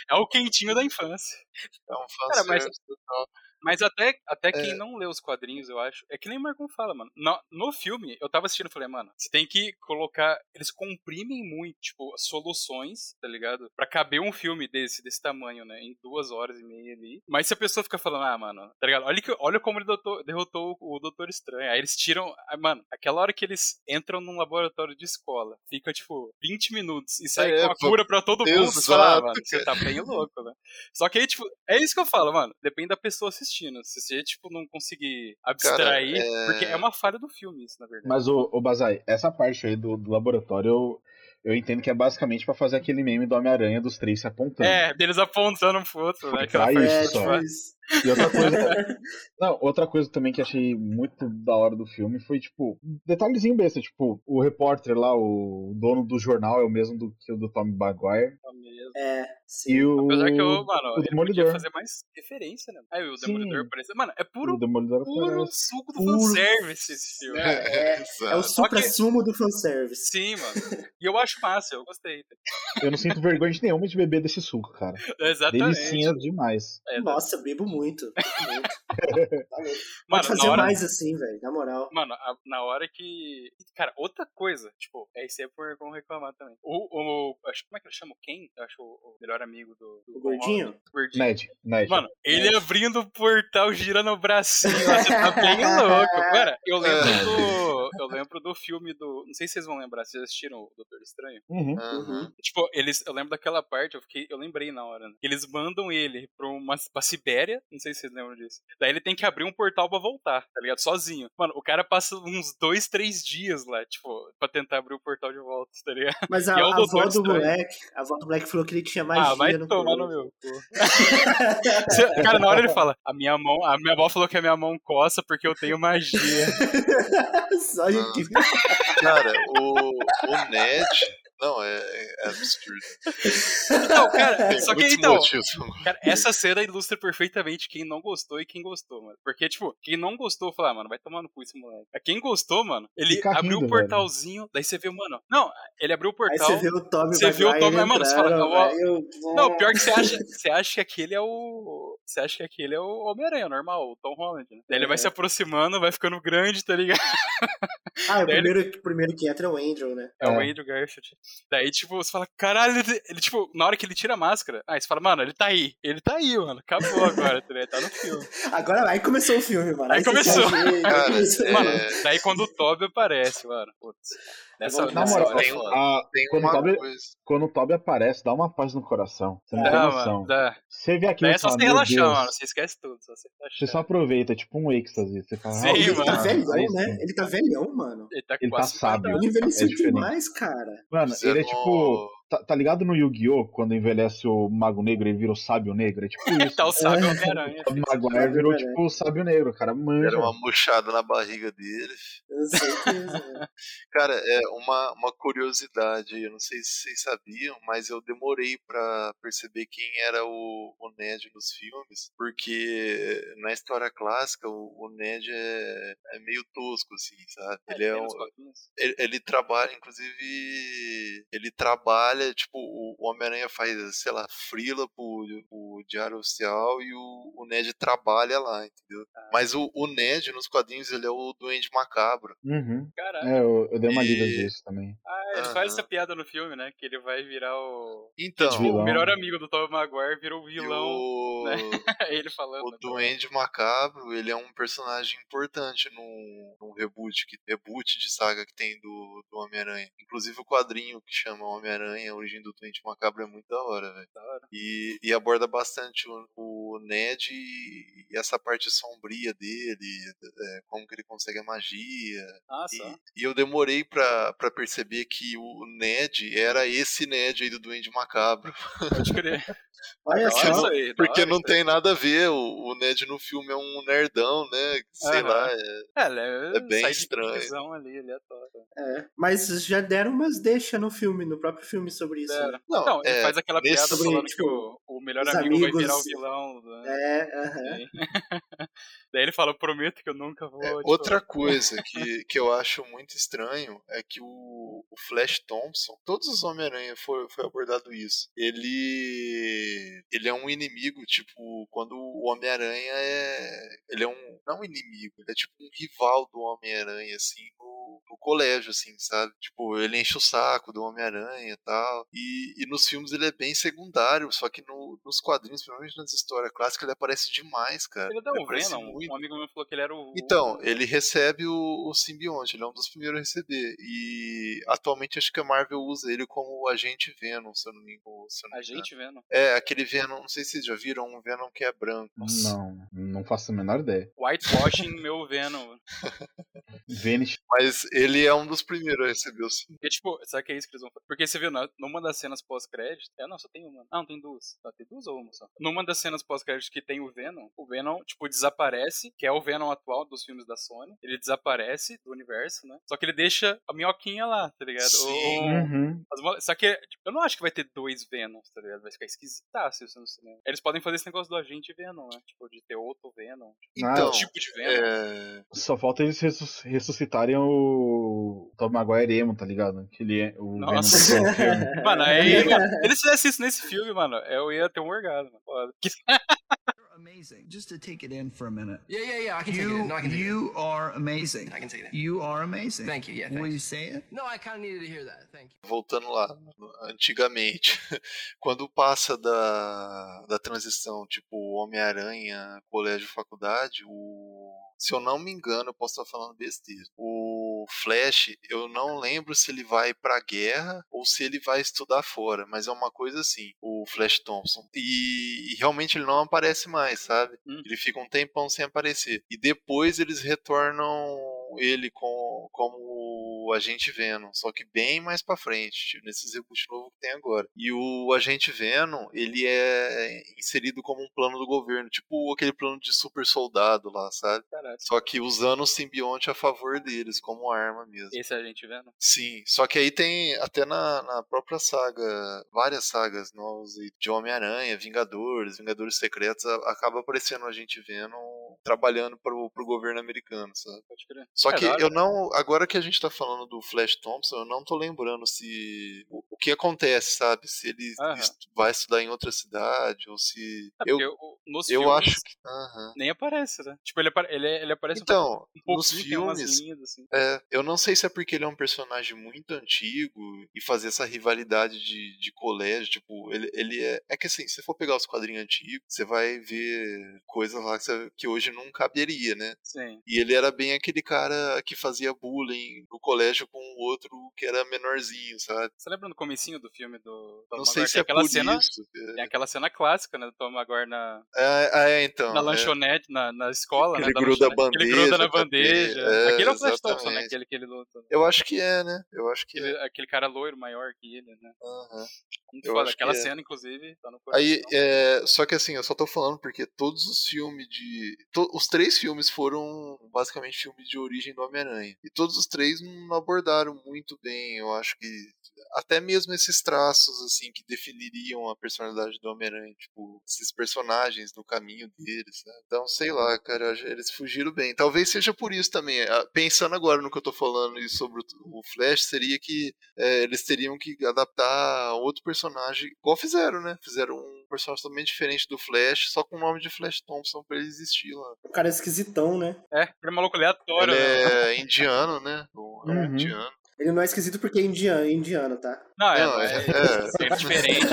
Speaker 4: é o quentinho da infância.
Speaker 2: É um
Speaker 4: Cara, mas-
Speaker 2: fanservice total.
Speaker 4: Mas até, até
Speaker 2: É.
Speaker 4: quem não lê os quadrinhos, eu acho, é que nem o Marcon fala, mano. No, no filme, eu tava assistindo e falei, mano, você tem que colocar. Eles comprimem muito, tipo, soluções, tá ligado? Pra caber um filme desse, desse tamanho, né? Em duas horas e meia ali. Mas se a pessoa fica falando, ah, mano, tá ligado? Olha, que, olha como ele dotou- derrotou o Doutor Estranho. Aí eles tiram. ah, Mano, aquela hora que eles entram num laboratório de escola, fica, tipo, 20 minutos e sai
Speaker 2: É,
Speaker 4: com a
Speaker 2: pô,
Speaker 4: cura pra todo mundo. Você
Speaker 2: exato,
Speaker 4: fala, ah, mano, você
Speaker 2: cara.
Speaker 4: tá bem louco, né? Só que aí, tipo, é isso que eu falo, mano. Depende da pessoa assistindo. Se você, tipo, não conseguir abstrair.
Speaker 2: é-
Speaker 4: Porque é uma falha do filme, isso, na verdade.
Speaker 3: Mas, ô, ô Bazai, essa parte aí do, do laboratório eu, eu entendo que é basicamente pra fazer aquele meme do Homem-Aranha dos três se apontando.
Speaker 4: É, deles apontando pro outro, né? Aquela
Speaker 3: Tá
Speaker 4: parte.
Speaker 1: É,
Speaker 3: isso só.
Speaker 1: tipo isso.
Speaker 3: E outra coisa. Não, outra coisa também que achei muito da hora do filme foi, tipo, detalhezinho besta, tipo, o repórter lá, o dono do jornal é o mesmo do que o do Tommy Maguire.
Speaker 4: mesmo.
Speaker 1: É, sim.
Speaker 3: E o.
Speaker 4: Apesar que eu, mano,
Speaker 3: o
Speaker 4: ele
Speaker 3: Demolidor.
Speaker 4: podia fazer mais referência, né? Aí o
Speaker 3: Sim.
Speaker 4: Demolidor apareceu. Mano, é
Speaker 3: O
Speaker 4: puro,
Speaker 3: Demolidor
Speaker 4: puro
Speaker 3: aparece.
Speaker 4: suco do
Speaker 1: Puro.
Speaker 4: fanservice esse filme.
Speaker 1: Cara, é, é o
Speaker 2: Exato.
Speaker 4: Só que-
Speaker 1: supra-sumo do fanservice.
Speaker 4: Sim, mano. E eu acho massa, eu gostei.
Speaker 3: Eu não sinto vergonha de nenhuma de beber desse suco, cara.
Speaker 4: Exatamente.
Speaker 3: Delicinha demais.
Speaker 4: É, exatamente.
Speaker 1: Nossa, bebo muito. muito. Tá louco.
Speaker 4: Mano,
Speaker 1: Pode
Speaker 4: na
Speaker 1: fazer
Speaker 4: hora-
Speaker 1: mais assim, velho, na moral.
Speaker 4: Mano, a- na hora que. Cara, outra coisa, tipo, é isso aí pro Ergon reclamar também. O, o, acho, como é que ele chama? Quem? Eu acho o, o melhor amigo do. do
Speaker 1: O gordinho?
Speaker 4: O gordinho.
Speaker 3: Ned, Ned.
Speaker 4: Mano, ele abrindo o portal, girando o bracinho, ó, você tá bem louco. Cara, eu lembro
Speaker 2: É.
Speaker 4: do. Eu lembro do filme do. Não sei se vocês vão lembrar, vocês assistiram o Doutor Estranho?
Speaker 3: Uhum.
Speaker 2: Aham.
Speaker 4: Tipo, eles, eu lembro daquela parte, eu, fiquei, eu lembrei na hora. né? Eles mandam ele pra, uma, pra Sibéria, Não sei se vocês lembram disso. Daí ele tem que abrir um portal pra voltar, tá ligado? Sozinho. Mano, o cara passa uns dois, três dias lá, tipo, pra tentar abrir o portal de volta, tá ligado?
Speaker 1: Mas a,
Speaker 4: E é o
Speaker 1: a
Speaker 4: Doutor
Speaker 1: avó do
Speaker 4: Estranho.
Speaker 1: moleque, a avó do moleque falou que ele tinha magia
Speaker 4: Ah, vai
Speaker 1: no
Speaker 4: tomar
Speaker 1: corpo.
Speaker 4: no meu cu. Você- cara, na hora ele fala, a minha mão, a minha avó falou que a minha mão coça porque eu tenho magia.
Speaker 1: Só
Speaker 5: Ah.
Speaker 1: de que
Speaker 2: Cara, o, o Ned. Não, é, é absurdo.
Speaker 4: Então,
Speaker 3: É,
Speaker 4: cara,
Speaker 2: Tem
Speaker 4: só que
Speaker 2: muitos
Speaker 4: então,
Speaker 2: motivos.
Speaker 4: Cara, essa cena ilustra perfeitamente quem não gostou e quem gostou, mano. Porque, tipo, quem não gostou, fala, ah, mano, vai tomar no cu esse moleque. Quem gostou, mano, ele
Speaker 3: Fica
Speaker 4: abriu
Speaker 3: rindo,
Speaker 4: o portalzinho, daí você vê, mano. Não, ele abriu o
Speaker 1: Aí
Speaker 4: portal.
Speaker 1: você vê o Tommy
Speaker 4: Você
Speaker 1: vai
Speaker 4: vê o
Speaker 1: lá,
Speaker 4: Tommy,
Speaker 1: ele
Speaker 4: mano, você fala,
Speaker 1: entraram,
Speaker 4: ó,
Speaker 1: aí eu-
Speaker 4: Não, pior que você acha, você acha que aquele é o. Você acha que aquele é o Homem-Aranha, normal, o Tom Holland, né? Daí ele vai
Speaker 1: É.
Speaker 4: se aproximando, vai ficando grande, tá ligado?
Speaker 1: Ah, o
Speaker 4: Daí ele-
Speaker 1: primeiro, o primeiro que entra é o Andrew, né?
Speaker 4: É, o
Speaker 3: É.
Speaker 4: Andrew Garfield. Daí, tipo, você fala, caralho, ele, ele, tipo, na hora que ele tira a máscara, aí você fala, mano, ele tá aí. Ele tá aí, mano. Acabou agora, tá ligado? Tá no filme.
Speaker 1: Agora aí começou o filme, mano.
Speaker 4: Aí
Speaker 1: você já
Speaker 4: começou.
Speaker 1: vê, aí
Speaker 2: Cara,
Speaker 1: começou.
Speaker 2: é-
Speaker 4: Mano, daí quando o Toby aparece, mano. Putz. Nessa,
Speaker 1: Vamos-
Speaker 3: Na
Speaker 4: nessa
Speaker 3: moral,
Speaker 4: hora é
Speaker 2: tem um-
Speaker 4: foda.
Speaker 3: a-
Speaker 2: Tem
Speaker 3: Quando
Speaker 2: uma
Speaker 3: sobe-
Speaker 2: coisa.
Speaker 3: quando o Toby aparece, dá uma paz no coração. Você não tem
Speaker 4: Dá,
Speaker 3: noção.
Speaker 4: Ah, mano, dá.
Speaker 3: Você vê aquilo
Speaker 4: Daí
Speaker 3: e
Speaker 4: é só
Speaker 3: fala,
Speaker 4: você
Speaker 3: meu
Speaker 4: relaxar,
Speaker 3: Deus.
Speaker 4: mano. Você esquece tudo, só você tá
Speaker 3: Você só
Speaker 4: relaxar.
Speaker 3: aproveita, é tipo um êxtase. Você fala,
Speaker 4: Sim,
Speaker 3: ah,
Speaker 1: ele tá
Speaker 4: mano.
Speaker 3: Aí
Speaker 1: velhão, né?
Speaker 3: sim.
Speaker 1: Ele tá velhão, mano.
Speaker 4: Ele tá com
Speaker 3: Ele tá
Speaker 4: quase 50
Speaker 3: sábio.
Speaker 4: anos.
Speaker 1: Ele envelheceu
Speaker 3: É diferente.
Speaker 1: demais, cara.
Speaker 3: Mano,
Speaker 2: Você
Speaker 3: ele é
Speaker 2: não-
Speaker 3: tipo. Tá, tá ligado no Yu-Gi-Oh! Quando envelhece o Mago Negro, ele vira o Sábio Negro? É tipo
Speaker 4: Ele
Speaker 3: isso.
Speaker 4: tá o sábio
Speaker 1: É.
Speaker 4: Homem-Aranha.
Speaker 3: O
Speaker 4: filho.
Speaker 3: Maguire virou tipo o Sábio Negro, o cara manja.
Speaker 2: Era uma murchada na barriga dele.
Speaker 1: Com certeza, mano.
Speaker 2: Cara, é uma, uma curiosidade, eu não sei se vocês sabiam, mas eu demorei pra perceber quem era o, o Ned nos filmes, porque na história clássica o, o Ned é, é meio tosco, assim, sabe? Ele é
Speaker 4: tem
Speaker 2: um,
Speaker 4: uns papinhos.
Speaker 2: ele, ele trabalha, inclusive, ele trabalha, tipo, o o Homem-Aranha faz, sei lá, frila pro, pro Diário Oficial e o, o Ned trabalha lá, entendeu?
Speaker 4: Ah.
Speaker 2: Mas o, o Ned, nos quadrinhos, ele é o Duende Macabro.
Speaker 3: Uhum.
Speaker 4: Caralho.
Speaker 3: É, eu, eu dei uma lida
Speaker 2: E-
Speaker 3: disso também.
Speaker 4: Ah, ele faz
Speaker 2: É. Aham.
Speaker 4: essa piada no filme, né? Que ele vai virar o.
Speaker 2: Então,
Speaker 3: Tipo,
Speaker 4: O
Speaker 3: Vilão.
Speaker 4: melhor amigo do Tom Maguire vira o
Speaker 2: e
Speaker 4: vilão.
Speaker 2: o,
Speaker 4: É ele falando.
Speaker 2: o Duende Macabro, ele é um personagem importante num, num reboot, que, reboot de saga que tem do, do Homem-Aranha. Inclusive o quadrinho que chama Homem-Aranha, a origem do Duende Macabro é muito da hora, velho.
Speaker 4: Da hora.
Speaker 2: E, e aborda bastante o, o Ned e, e essa parte sombria dele, é, como que ele consegue a magia.
Speaker 4: Ah,
Speaker 2: E,
Speaker 4: só.
Speaker 2: e eu demorei pra, pra perceber que o Ned era esse Ned aí do Duende Macabro.
Speaker 4: Pode crer.
Speaker 1: Olha
Speaker 4: Da hora isso
Speaker 1: só.
Speaker 4: aí. da
Speaker 2: É, Porque
Speaker 4: hora
Speaker 2: não
Speaker 4: isso
Speaker 2: tem nada a ver, o, o Ned no filme é um nerdão, né? Sei
Speaker 4: Aham.
Speaker 2: lá, é-
Speaker 4: aí. É, ele é,
Speaker 2: É bem
Speaker 4: sai de
Speaker 2: estranho.
Speaker 4: prisão ali, ele adora.
Speaker 1: É. Mas já deram umas deixas no filme, no próprio filme sobre isso.
Speaker 4: Era.
Speaker 1: né?
Speaker 2: Não,
Speaker 4: Então, ele
Speaker 2: é,
Speaker 4: faz aquela
Speaker 2: nesse-
Speaker 4: piada
Speaker 1: sobre,
Speaker 4: falando
Speaker 1: tipo,
Speaker 4: que o, o melhor
Speaker 1: os
Speaker 4: amigo vai virar o
Speaker 1: amigos-
Speaker 4: vilão. Né?
Speaker 1: É, aham.
Speaker 4: Sim. Daí ele fala, prometo que eu nunca vou.
Speaker 2: é,
Speaker 4: tipo,
Speaker 2: outra coisa que, que eu acho muito estranho é que o, o Flash Thompson, todos os Homem-Aranha foi, foi abordado isso. Ele ele é um inimigo, tipo, quando o Homem-Aranha é ele é um não um inimigo, ele é tipo um rival do Homem-Aranha assim, no, no colégio assim, sabe? Tipo, ele enche o saco do Homem-Aranha e tal. E, e nos filmes ele é bem secundário, só que no- nos quadrinhos, principalmente nas histórias clássicas, ele aparece demais, cara.
Speaker 4: Ele dá um
Speaker 2: aparece
Speaker 4: Venom.
Speaker 2: muito.
Speaker 4: Um amigo meu falou que ele era o.
Speaker 2: Então, ele recebe o, o simbionte, ele é um dos primeiros a receber. E atualmente acho que a Marvel usa ele como o agente Venom, se eu não me engano. se eu não
Speaker 4: A
Speaker 2: me engano.
Speaker 4: gente Venom.
Speaker 2: É, aquele Venom, não sei se vocês já viram, um Venom que é branco.
Speaker 4: Nossa.
Speaker 3: Não, não faço a menor ideia.
Speaker 4: Whitewashing meu Venom.
Speaker 3: Vênus
Speaker 2: Mas ele é um dos primeiros a receber o simbionte.
Speaker 4: Porque, tipo, será que é isso que eles vão fazer? Porque você viu, na- numa das cenas pós-crédito. É, não, só tem uma. Ah, não, tem duas. Tá, tem duas ou uma só? Numa das cenas pós-crédito que tem o Venom, o Venom, tipo, desaparece, que é o Venom atual dos filmes da Sony. Ele desaparece do universo, né? Só que ele deixa a minhoquinha lá, tá ligado?
Speaker 2: Sim.
Speaker 4: Ou-
Speaker 3: Uhum.
Speaker 4: As mo- Só que tipo, eu não acho que vai ter dois Venoms, tá ligado? Vai ficar esquisitaço isso no cinema. Eles podem fazer esse negócio do agente Venom, né? Tipo, de ter outro Venom. Tipo,
Speaker 2: Então,
Speaker 3: Não.
Speaker 4: um tipo de Venom.
Speaker 2: é,
Speaker 3: Só falta eles ressus- ressuscitarem o Tom Maguire emo, tá ligado? Que ele é o
Speaker 4: Nossa.
Speaker 3: Venom que foi no
Speaker 2: é.
Speaker 3: filme.
Speaker 4: Mano, aí, mano, se eles fizessem isso nesse filme, mano, eu ia ter um orgasmo. Foda. Que-
Speaker 5: You're amazing. Just to take it in for a minute.
Speaker 6: Yeah, yeah, yeah. I can take it.
Speaker 5: You,
Speaker 6: in. No, I can take it. in.
Speaker 5: you are amazing.
Speaker 6: I can take it. in.
Speaker 5: You are amazing.
Speaker 6: Thank you. Yeah,
Speaker 5: Will
Speaker 6: thanks.
Speaker 5: you say it?
Speaker 6: No, I kind of needed to hear that. Thank you.
Speaker 2: voltando lá, antigamente, quando passa da, da transição, tipo, Homem-Aranha, colégio, faculdade, o. Se eu não me engano, eu posso estar falando besteira. O o Flash, eu não lembro se ele vai pra guerra ou se ele vai estudar fora, mas é uma coisa assim, o Flash Thompson. E, e realmente ele não aparece mais, sabe?
Speaker 4: Hum.
Speaker 2: Ele fica um tempão sem aparecer. E depois eles retornam ele com, como o Agente Venom, só que bem mais pra frente, tipo, nesse reboot novo que tem agora. E o Agente Venom, ele é inserido como um plano do governo, tipo aquele plano de super soldado lá, sabe?
Speaker 4: Caralho.
Speaker 2: Só que usando o simbionte a favor deles, como arma mesmo.
Speaker 4: Esse a gente vendo.
Speaker 2: Sim, só que aí tem até na, na própria saga, várias sagas novas aí, de Homem-Aranha, Vingadores, Vingadores Secretos, a- acaba aparecendo a gente vendo trabalhando pro, pro governo americano, sabe?
Speaker 4: Pode crer. É
Speaker 2: Só que
Speaker 4: Caralho.
Speaker 2: eu não, agora que a gente tá falando do Flash Thompson, eu não tô lembrando se o, o que acontece, sabe? Se ele
Speaker 4: Aham.
Speaker 2: est- vai estudar em outra cidade ou se
Speaker 4: É,
Speaker 2: eu
Speaker 4: porque o- nos
Speaker 2: eu
Speaker 4: filmes
Speaker 2: acho que aham.
Speaker 4: nem aparece, né? Tipo, ele, apare- ele, ele aparece um
Speaker 2: Então,
Speaker 4: um pouquinho,
Speaker 2: nos
Speaker 4: tem umas
Speaker 2: filmes,
Speaker 4: linhas assim.
Speaker 2: É, eu não sei se é porque ele é um personagem muito antigo e fazer essa rivalidade de, de colégio, tipo, ele, ele é. É que assim, se você for pegar os quadrinhos antigos, você vai ver coisas lá que, você- que hoje não caberia, né?
Speaker 4: Sim.
Speaker 2: E ele era bem aquele cara que fazia bullying no colégio com o outro que era menorzinho, sabe?
Speaker 4: Você lembra no comecinho do filme do Tom
Speaker 2: Não
Speaker 4: Maguire?
Speaker 2: sei se
Speaker 4: Tem
Speaker 2: é
Speaker 4: aquela
Speaker 2: por
Speaker 4: cena,
Speaker 2: isso.
Speaker 4: Tem aquela cena clássica, né? Do Tom Maguire na,
Speaker 2: É, é, é, então.
Speaker 4: na
Speaker 2: é.
Speaker 4: lanchonete, na, na escola,
Speaker 2: Que
Speaker 4: né?
Speaker 2: ele
Speaker 4: da
Speaker 2: gruda a
Speaker 4: lanchonete, que ele
Speaker 2: bandeja,
Speaker 4: gruda na
Speaker 2: com a
Speaker 4: bandeja.
Speaker 2: teia. É,
Speaker 4: aquele é o Flash Thompson, né?
Speaker 2: exatamente.
Speaker 4: Aquele que ele luta. né?
Speaker 2: Eu acho que é, né? Eu acho que é.
Speaker 4: Aquele, aquele cara loiro maior que ele, né?
Speaker 2: Aham.
Speaker 4: Muito
Speaker 2: Eu
Speaker 4: foda.
Speaker 2: acho que
Speaker 4: Aquela
Speaker 2: é.
Speaker 4: cena, inclusive, tá no coração.
Speaker 2: Aí, é, só que assim, eu só tô falando porque todos os filmes de. to- os três filmes foram basicamente filmes de origem do Homem-Aranha. E todos os três não abordaram muito bem, eu acho que. Até mesmo esses traços, assim, que definiriam a personalidade do Homem-Aranha. Tipo, esses personagens no caminho deles, né? Então, sei lá, cara, eu acho- eles fugiram bem. Talvez seja por isso também. ah, Pensando agora no que eu tô falando e sobre o o Flash, seria que é, eles teriam que adaptar outro personagem, igual fizeram, né? Fizeram um personagem totalmente diferente do Flash, só com o nome de Flash Thompson pra ele existir lá.
Speaker 1: O cara é esquisitão, né?
Speaker 4: É, aquele maluco aleatório,
Speaker 2: Ele
Speaker 4: né?
Speaker 2: é indiano, né? Bom, É um
Speaker 3: Uhum.
Speaker 2: indiano.
Speaker 1: Ele não é esquisito porque é indiano, indiano tá?
Speaker 4: Não, é,
Speaker 2: Não,
Speaker 4: não é,
Speaker 2: é-
Speaker 4: é, diferente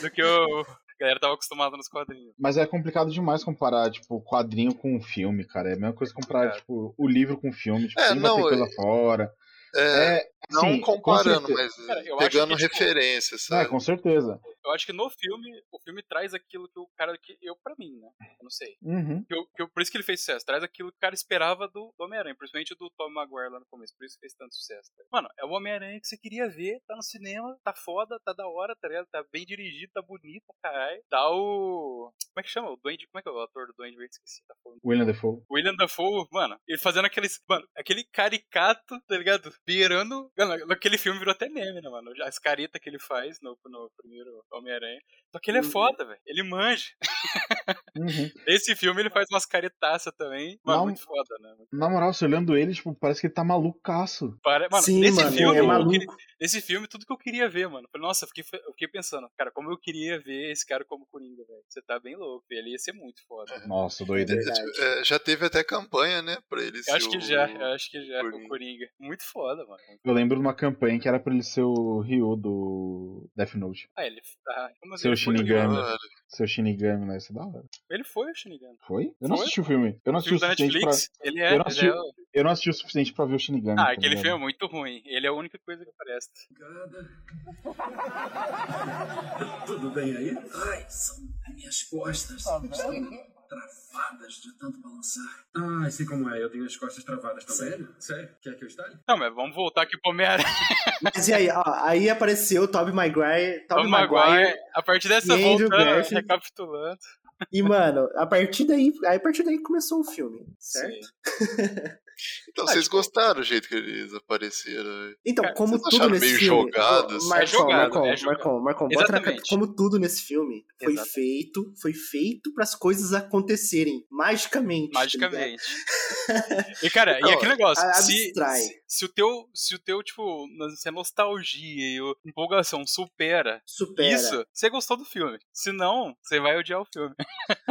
Speaker 4: do que o, a galera tava acostumada nos quadrinhos.
Speaker 3: Mas é complicado demais comparar, tipo, quadrinho com filme, cara. É a mesma coisa que comparar,
Speaker 4: Complicado.
Speaker 3: tipo, o livro com o filme. Tipo,
Speaker 2: É,
Speaker 3: sempre vai
Speaker 2: não,
Speaker 3: ter coisa fora.
Speaker 2: É,
Speaker 3: É,
Speaker 2: não
Speaker 3: assim,
Speaker 2: comparando,
Speaker 3: com certeza,
Speaker 2: mas
Speaker 4: Cara, eu acho
Speaker 2: pegando
Speaker 4: que, tipo,
Speaker 2: referência,
Speaker 3: É,
Speaker 2: sabe?
Speaker 3: com certeza.
Speaker 4: Eu acho que no filme, o filme traz aquilo que o cara que. Eu, pra mim, né? Eu não sei.
Speaker 3: Uhum.
Speaker 4: Que eu- que eu- por isso que ele fez sucesso. Traz aquilo que o cara esperava do, do Homem-Aranha, principalmente do Tom Maguire lá no começo. Por isso que fez tanto sucesso. tá? Mano, é o Homem-Aranha que você queria ver, tá no cinema, tá foda, tá da hora, tá ligado? Tá bem dirigido, tá bonito, caralho. Dá o. Como é que chama? O Duende. Como é que é o ator do Duende Verde? Esqueci, tá falando.
Speaker 3: William Defoe.
Speaker 4: O William Dafoe, mano, ele fazendo aqueles. Mano, aquele caricato, tá ligado? Beirando. Mano, naquele filme virou até meme, né, mano? As caretas que ele faz no, no primeiro Homem-Aranha. Só que ele é
Speaker 1: Uhum.
Speaker 4: foda, velho. Ele manja.
Speaker 3: Uhum.
Speaker 4: Nesse filme ele faz umas caretaças também. Mano,
Speaker 3: Não.
Speaker 4: muito foda, né?
Speaker 3: Na moral, você olhando ele, tipo, parece que ele tá malucaço.
Speaker 4: Para... Mano,
Speaker 1: Sim,
Speaker 4: nesse
Speaker 1: mano,
Speaker 4: filme, né?
Speaker 1: é
Speaker 4: eu
Speaker 1: maluco.
Speaker 4: queria- nesse filme, tudo que eu queria ver, mano. Falei, Nossa, eu fiquei, eu fiquei pensando, cara, como eu queria ver esse cara como Coringa, velho. Você tá bem louco, ele ia ser muito foda.
Speaker 3: Nossa, doido.
Speaker 1: É.
Speaker 3: hein?
Speaker 1: verdade.
Speaker 2: É, já teve até campanha, né? Pra ele ser
Speaker 4: Eu acho que
Speaker 2: o-
Speaker 4: já, é. eu acho que já,
Speaker 2: Coringa.
Speaker 4: o Coringa. Muito foda, mano.
Speaker 3: Eu lembro de uma campanha que era pra ele ser o Ryu do Death Note.
Speaker 4: Ah, ele tá. Como assim,
Speaker 3: Seu
Speaker 4: ele foi o
Speaker 3: Shinigami.
Speaker 4: Ryu?
Speaker 2: Mano,
Speaker 3: Seu Shinigami, né? Isso é da hora.
Speaker 4: Ele foi o Shinigami.
Speaker 3: Foi? Eu não
Speaker 4: Foi?
Speaker 3: assisti o filme. Eu não
Speaker 4: O
Speaker 3: assisti o
Speaker 4: filme da
Speaker 3: suficiente pra.
Speaker 4: Netflix, ele é.
Speaker 3: Eu não
Speaker 4: Ele é o...
Speaker 3: Eu não assisti o suficiente pra ver o Shinigami.
Speaker 4: Ah,
Speaker 3: tá
Speaker 4: aquele
Speaker 3: ligado?
Speaker 4: filme é muito ruim. Ele é a única coisa que aparece.
Speaker 5: Tudo bem aí? Ai, são as minhas costas. Estão travadas de tanto balançar.
Speaker 7: Ah, sei como é, eu tenho as costas travadas também.
Speaker 5: Sério?
Speaker 7: Sério? Quer que eu estalle?
Speaker 4: Não, mas vamos voltar aqui pro Homem-Aranha.
Speaker 1: Mas e aí, ó, aí apareceu o Tobey Maguire, Tobey
Speaker 4: Tom
Speaker 1: Tá Maguire,
Speaker 4: Maguire. A partir dessa
Speaker 1: e Andrew
Speaker 4: volta,
Speaker 1: Garfield.
Speaker 4: recapitulando.
Speaker 1: e mano, a partir daí, aí a partir daí começou o filme, certo?
Speaker 4: Sim.
Speaker 2: Então,
Speaker 4: Ah,
Speaker 2: vocês
Speaker 4: tipo-
Speaker 2: gostaram do jeito que eles apareceram? né? velho?
Speaker 1: Então,
Speaker 4: Cara,
Speaker 1: como
Speaker 2: vocês
Speaker 1: tudo
Speaker 2: acharam
Speaker 1: nesse
Speaker 2: meio
Speaker 1: filme,
Speaker 2: jogado, assim?
Speaker 1: Ô, Marcon,
Speaker 4: É jogado,
Speaker 1: Marcon,
Speaker 4: é jogado.
Speaker 1: Marcon, Marcon, bota na cabeça,
Speaker 4: Exatamente.
Speaker 1: como tudo nesse filme foi
Speaker 4: Exatamente.
Speaker 1: feito, foi feito para as coisas acontecerem magicamente, tá ligado?
Speaker 4: Magicamente. E, cara, e
Speaker 2: Então,
Speaker 4: aquele negócio,
Speaker 1: a-
Speaker 4: se,
Speaker 1: abstrai.
Speaker 4: se, se o teu, se o teu, tipo, se a nostalgia e a empolgação supera
Speaker 1: Supera.
Speaker 4: isso, você gostou do filme. Se não, você vai odiar o filme.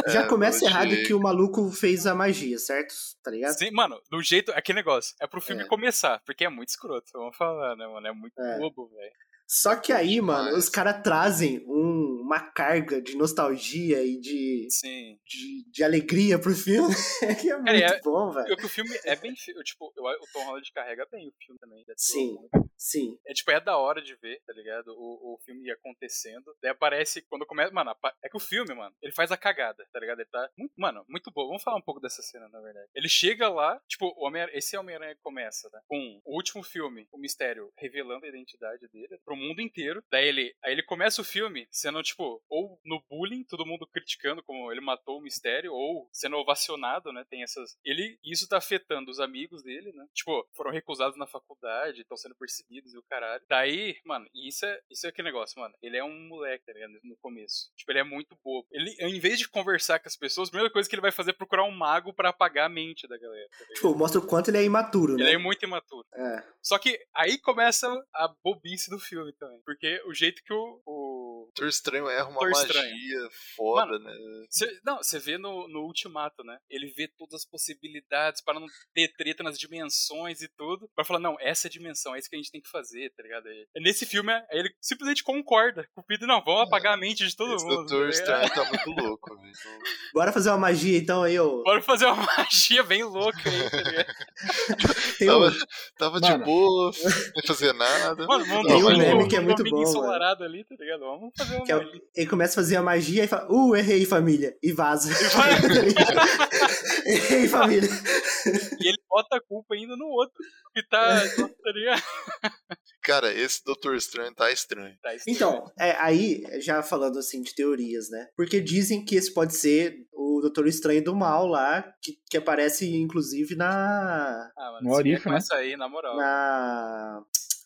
Speaker 1: Já
Speaker 2: É,
Speaker 1: começa
Speaker 2: eu
Speaker 1: errado
Speaker 2: achei.
Speaker 1: que o maluco fez a magia, certo? Tá ligado?
Speaker 4: Sim, mano, do jeito, aquele negócio, assim. é pro filme
Speaker 1: É.
Speaker 4: começar, porque é muito escroto, vamos falar, né, mano, é muito
Speaker 1: É.
Speaker 4: bobo, velho.
Speaker 1: Só que aí, mano,
Speaker 2: demais.
Speaker 1: os caras trazem um- uma carga de nostalgia e de,
Speaker 4: Sim.
Speaker 1: de, de alegria pro filme. que é muito
Speaker 4: é-
Speaker 1: bom, velho.
Speaker 4: Eu que o filme é bem. fe- eu, Tipo, eu- o Tom Holland carrega bem o filme também. né?
Speaker 1: Sim. Sim.
Speaker 4: É tipo, é da hora de ver, tá ligado? O, o filme ia acontecendo. Daí aparece quando começa. Mano, apa- é que o filme, mano, ele faz a cagada, tá ligado? Ele tá. Muito, mano, muito bom. Vamos falar um pouco dessa cena, na verdade. Ele chega lá, tipo, o Homem esse Homem-Aranha começa, né? Com o último filme, o mistério revelando a identidade dele pro mundo inteiro. Daí ele. Aí ele começa o filme sendo, tipo, ou no bullying, todo mundo criticando como ele matou o mistério, ou sendo ovacionado, né? Tem essas. Ele. Isso tá afetando os amigos dele, né? Tipo, foram recusados na faculdade, estão sendo perseguidos e o caralho. Daí, mano, e isso é, isso é que negócio, mano. Ele é um moleque, tá ligado? No começo. Tipo, ele é muito bobo. Ele, em vez de conversar com as pessoas, a primeira coisa que ele vai fazer é procurar um mago pra apagar a mente da galera. tá ligado?
Speaker 1: Tipo, mostra o quanto ele é imaturo,
Speaker 4: Ele
Speaker 1: né?
Speaker 4: é muito imaturo.
Speaker 1: É.
Speaker 4: Só que aí começa a bobice do filme também. Porque o jeito que o- o,
Speaker 2: Doutor Estranho erra uma
Speaker 4: Doutor
Speaker 2: magia
Speaker 4: Estranho.
Speaker 2: foda, né?
Speaker 4: Cê- não, você vê no, no Ultimato, né? Ele vê todas as possibilidades para não ter treta nas dimensões e tudo. Pra falar, não, essa é a dimensão, é isso que a gente tem que fazer, tá ligado? E Nesse filme, aí ele simplesmente concorda. Cupido, não, vamos apagar a mente de todo
Speaker 2: É. Esse
Speaker 4: mundo.
Speaker 2: Doutor
Speaker 4: tá ligado?
Speaker 2: Estranho tá muito louco, velho. Não-
Speaker 1: Bora fazer uma magia então aí, ô.
Speaker 4: Bora fazer uma magia bem louca aí, tá ligado?
Speaker 1: Tem um,
Speaker 2: Tava, tava de
Speaker 3: Mano.
Speaker 2: boa, sem fazer nada.
Speaker 4: Mano, vamos
Speaker 1: Tem um
Speaker 4: fazer
Speaker 1: meme que é
Speaker 4: um
Speaker 1: muito
Speaker 4: domingo
Speaker 1: bom,
Speaker 4: ensolarado ali, tá ligado? Vamos fazer uma
Speaker 1: que é o-
Speaker 4: magia.
Speaker 1: ele começa a fazer a magia e fala, uh, errei, família. E vaza. Tá ligado? errei, família.
Speaker 4: E ele bota a culpa ainda no outro. Que tá. tá ligado?
Speaker 2: Cara, esse Doutor Estranho tá estranho.
Speaker 4: Tá, isso
Speaker 1: Então, é, aí, já falando assim de teorias, né? Porque dizem que esse pode ser o Doutor Estranho do Mal lá, que, que aparece inclusive na.
Speaker 4: Ah, mano,
Speaker 3: No
Speaker 4: você
Speaker 3: Orif,
Speaker 4: com
Speaker 3: né?
Speaker 4: essa aí, na moral.
Speaker 1: na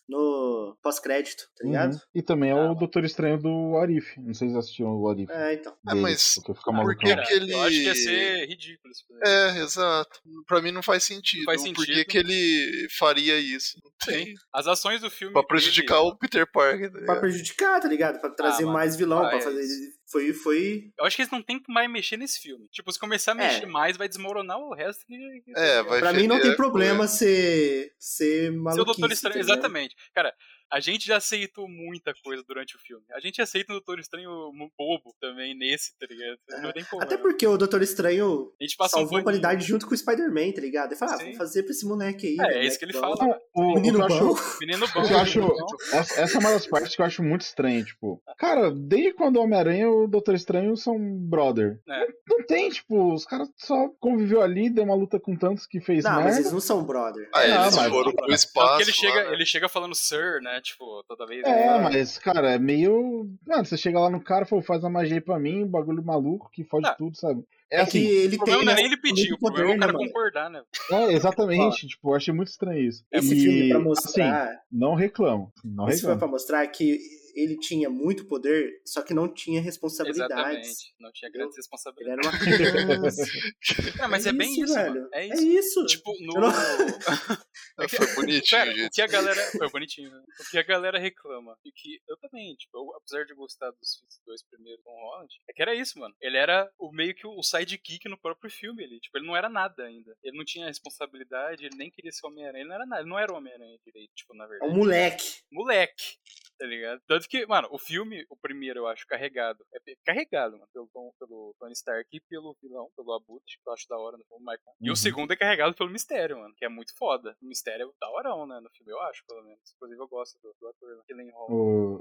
Speaker 1: no pós-crédito, tá ligado?
Speaker 3: Uhum. E também é
Speaker 4: Ah,
Speaker 3: o
Speaker 4: mano.
Speaker 3: Doutor Estranho do Arif. Não sei se assistiam o Arif.
Speaker 1: É, então.
Speaker 2: Ah, mas
Speaker 3: Porque fica
Speaker 4: Ah,
Speaker 2: por
Speaker 3: maluco.
Speaker 2: que
Speaker 4: cara,
Speaker 2: que ele-
Speaker 4: Eu acho que ia ser ridículo isso. né? daí.
Speaker 2: É, exato. Pra mim não faz sentido.
Speaker 4: faz
Speaker 2: Por que,
Speaker 4: sentido.
Speaker 2: que ele faria isso? Não tem.
Speaker 4: As ações do filme.
Speaker 2: Pra prejudicar o Peter Parker. tá
Speaker 1: Pra
Speaker 2: ligado?
Speaker 1: prejudicar, tá ligado? Pra trazer
Speaker 4: Ah, mano,
Speaker 1: mais vilão, pra
Speaker 4: faz.
Speaker 1: fazer. Foi, foi.
Speaker 4: Eu acho que eles não tem que mais mexer nesse filme. Tipo, se começar
Speaker 1: É.
Speaker 4: a mexer mais, vai desmoronar o resto que. que-
Speaker 2: É, vai
Speaker 1: Pra mim não
Speaker 2: feder
Speaker 1: tem
Speaker 2: a
Speaker 3: né?
Speaker 1: problema ser. ser
Speaker 4: Seu
Speaker 1: maluquice.
Speaker 4: Doutor Estranho.
Speaker 1: tá ligado?
Speaker 4: Exatamente. Cara, a gente já aceitou muita coisa durante o filme. A gente aceita um Doutor Estranho mu- bobo também nesse, tá ligado? Não tem como.
Speaker 1: É. Até porque o Doutor Estranho
Speaker 4: A gente passa um
Speaker 1: salvou a
Speaker 4: paninho.
Speaker 1: qualidade junto com o Spider-Man, tá ligado? Ele fala, ah,
Speaker 4: Sim.
Speaker 1: vamos fazer pra esse moleque aí.
Speaker 4: É,
Speaker 1: velho,
Speaker 4: é isso que ele
Speaker 1: moleque
Speaker 4: fala.
Speaker 1: bom.
Speaker 3: Não, o, o que
Speaker 1: Menino
Speaker 3: eu acho
Speaker 1: bom.
Speaker 4: Menino bom.
Speaker 3: O que eu acho.
Speaker 4: menino bom.
Speaker 3: Essa, essa é uma das partes que eu acho muito estranha, tipo. Cara, desde quando o Homem-Aranha e o Doutor Estranho são brother.
Speaker 4: É.
Speaker 3: Não, não tem, tipo, os caras só conviveu ali, deu uma luta com tantos que fez
Speaker 1: Não, mas
Speaker 3: merda.
Speaker 1: eles não são brother.
Speaker 2: Ah,
Speaker 3: Não,
Speaker 2: eles
Speaker 3: mas-
Speaker 2: foram pro
Speaker 4: Tanto
Speaker 2: espaço.
Speaker 4: que ele chega,
Speaker 2: lá, né?
Speaker 4: ele chega falando Sir, né? Tipo, toda vez.
Speaker 3: É, mas, cara, é meio. Mano, você chega lá no cara e fala, faz a magia aí pra mim, um bagulho maluco que foge
Speaker 4: Ah.
Speaker 3: tudo, sabe?
Speaker 1: É que ele
Speaker 4: O
Speaker 1: tem.
Speaker 4: problema não é nem ele pedir,
Speaker 1: muito
Speaker 4: o problema é o
Speaker 1: poder,
Speaker 4: cara
Speaker 1: né, mano?
Speaker 4: concordar, né?
Speaker 3: É, exatamente, tipo, eu achei muito estranho isso.
Speaker 1: Esse
Speaker 3: E,
Speaker 1: filme pra
Speaker 3: Assim,
Speaker 1: mostrar.
Speaker 3: não reclamo. assim, Não
Speaker 1: esse filme é
Speaker 3: reclamo.
Speaker 1: pra mostrar que ele tinha muito poder, só que não tinha responsabilidades.
Speaker 4: Exatamente. Não tinha grandes
Speaker 1: Ele
Speaker 4: responsabilidades.
Speaker 1: era um uma criança.
Speaker 4: É, mas é, bem isso, mano. É isso. Tipo,
Speaker 1: Eu não-
Speaker 4: no. É que-
Speaker 2: né? Foi bonitinho,
Speaker 4: Cara, o
Speaker 2: gente.
Speaker 4: que a galera. Foi bonitinho, né? O que a galera reclama. E que eu também, tipo, eu, apesar de gostar dos dois primeiros com o Holland, é que era isso, mano. Ele era o meio que o sidekick no próprio filme ali. Tipo, ele não era nada ainda. Ele não tinha responsabilidade, ele nem queria ser Homem-Aranha, ele não era nada. Ele não era o Homem-Aranha direito, tipo, na
Speaker 1: É
Speaker 4: verdade
Speaker 1: um moleque.
Speaker 4: moleque. Tá ligado? Tanto que, mano, o filme, o primeiro, eu acho, carregado. É pe- carregado, mano, pelo, Tom- pelo Tony Stark e pelo vilão, pelo Abut, que eu acho da hora no filme Michael. E o
Speaker 3: Uhum.
Speaker 4: segundo é carregado pelo mistério, mano, que é muito foda. O mistério é da horão, né? No filme, eu acho, pelo menos. Inclusive, eu gosto do, do ator né, Killen Hall.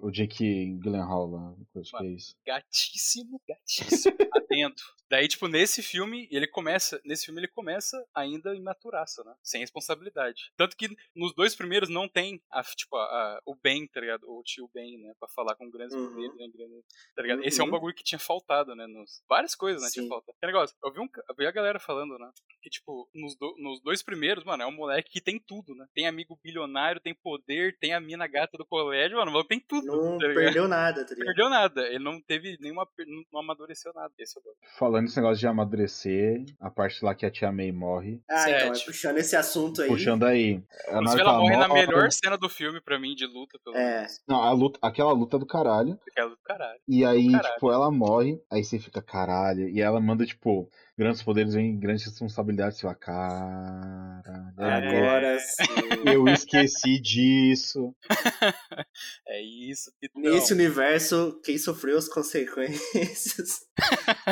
Speaker 3: O, o Jake Gyllenhaal lá, coisa que é isso.
Speaker 4: Gatíssimo, gatíssimo. Atento. Daí, tipo, nesse filme, ele começa. Nesse filme ele começa ainda imaturaça, né? Sem responsabilidade. Tanto que nos dois primeiros não tem a, tipo, a- a- o Ben, tá ligado? O tio Ben, né? Pra falar com grandes
Speaker 1: Uhum.
Speaker 4: poderes, né? Grandes- tá ligado? Esse é um
Speaker 1: Uhum.
Speaker 4: bagulho que tinha faltado, né? Nos, várias coisas, né? Tinha
Speaker 1: Sim.
Speaker 4: faltado. Que negócio, eu vi, um, ca- eu vi a galera falando, né? Que, tipo, nos, do- nos dois primeiros, mano, é um moleque que tem tudo, né? Tem amigo bilionário, tem poder, tem a mina gata do colégio, mano, o maluco tem tudo.
Speaker 1: Não
Speaker 4: tá ligado?
Speaker 1: perdeu nada, tá
Speaker 4: Não
Speaker 1: ligado?
Speaker 4: perdeu nada. Ele não teve nenhuma. per- Não amadureceu nada. Esse é o bagulho.
Speaker 3: Falando esse negócio de amadurecer, a parte lá que a tia May morre.
Speaker 1: Ah, então,
Speaker 4: Sete.
Speaker 1: é puxando esse assunto aí.
Speaker 3: Puxando aí. a hora
Speaker 4: Inclusive,
Speaker 3: que
Speaker 4: ela morre na
Speaker 3: mo-
Speaker 4: melhor cena do filme, pra mim, de luta, pelo
Speaker 1: É.
Speaker 4: menos.
Speaker 3: Não, a luta, aquela luta do caralho.
Speaker 4: Aquela do caralho.
Speaker 3: E aí,
Speaker 4: caralho.
Speaker 3: tipo, ela morre, aí você fica, caralho. E ela manda, tipo, Grandes poderes vêm grandes responsabilidades. Você fala, caralho.
Speaker 1: Agora sim.
Speaker 3: Eu esqueci disso.
Speaker 4: É isso, Titão.
Speaker 1: Nesse universo, quem sofreu as consequências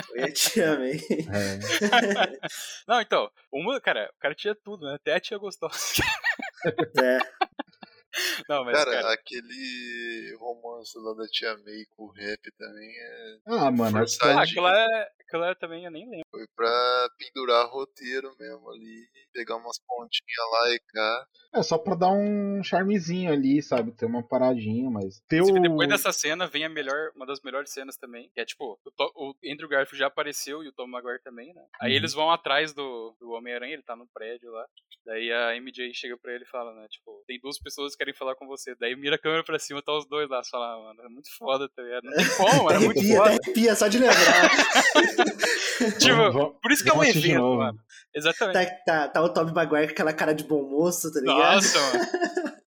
Speaker 1: foi a Tia May.
Speaker 3: É.
Speaker 4: Não, então, uma, cara, o cara tinha tudo, né? Até a tia gostosa.
Speaker 1: É.
Speaker 4: Não, mas, cara,
Speaker 2: Cara, aquele romance lá da Tia May com o rap também é...
Speaker 3: Ah, mano, é
Speaker 2: Forçadinho.
Speaker 4: ah, aquela, é- aquela é também eu nem lembro.
Speaker 2: foi pra pendurar roteiro mesmo ali, pegar umas pontinhas lá e cá.
Speaker 3: É só pra dar um charmezinho ali, sabe? Ter uma paradinha, mas. Ter
Speaker 4: Inclusive,
Speaker 3: o-
Speaker 4: Depois dessa cena vem a melhor, uma das melhores cenas também. Que é tipo, o, To- o Andrew Garfield já apareceu e o Tom Maguire também, né? Aí
Speaker 3: Uhum.
Speaker 4: eles vão atrás do, do Homem-Aranha, ele tá no prédio lá. Daí a MJ chega pra ele e fala, né? Tipo, tem duas pessoas que querem falar com você. Daí mira a câmera pra cima, tá os dois lá. Você fala, ah, mano, é muito foda, tá ligado? Não tem como, é muito
Speaker 1: Arrepia, até
Speaker 4: foda.
Speaker 1: arrepia, só de lembrar.
Speaker 4: Tipo,
Speaker 3: vamos-
Speaker 4: por isso que é um
Speaker 3: vamos assistir de
Speaker 4: evento,
Speaker 3: novo.
Speaker 4: mano.
Speaker 1: tá,
Speaker 4: Exatamente.
Speaker 1: tá, tá o Tobey Maguire com aquela cara de bom moço, tá ligado?
Speaker 4: Nossa, mano.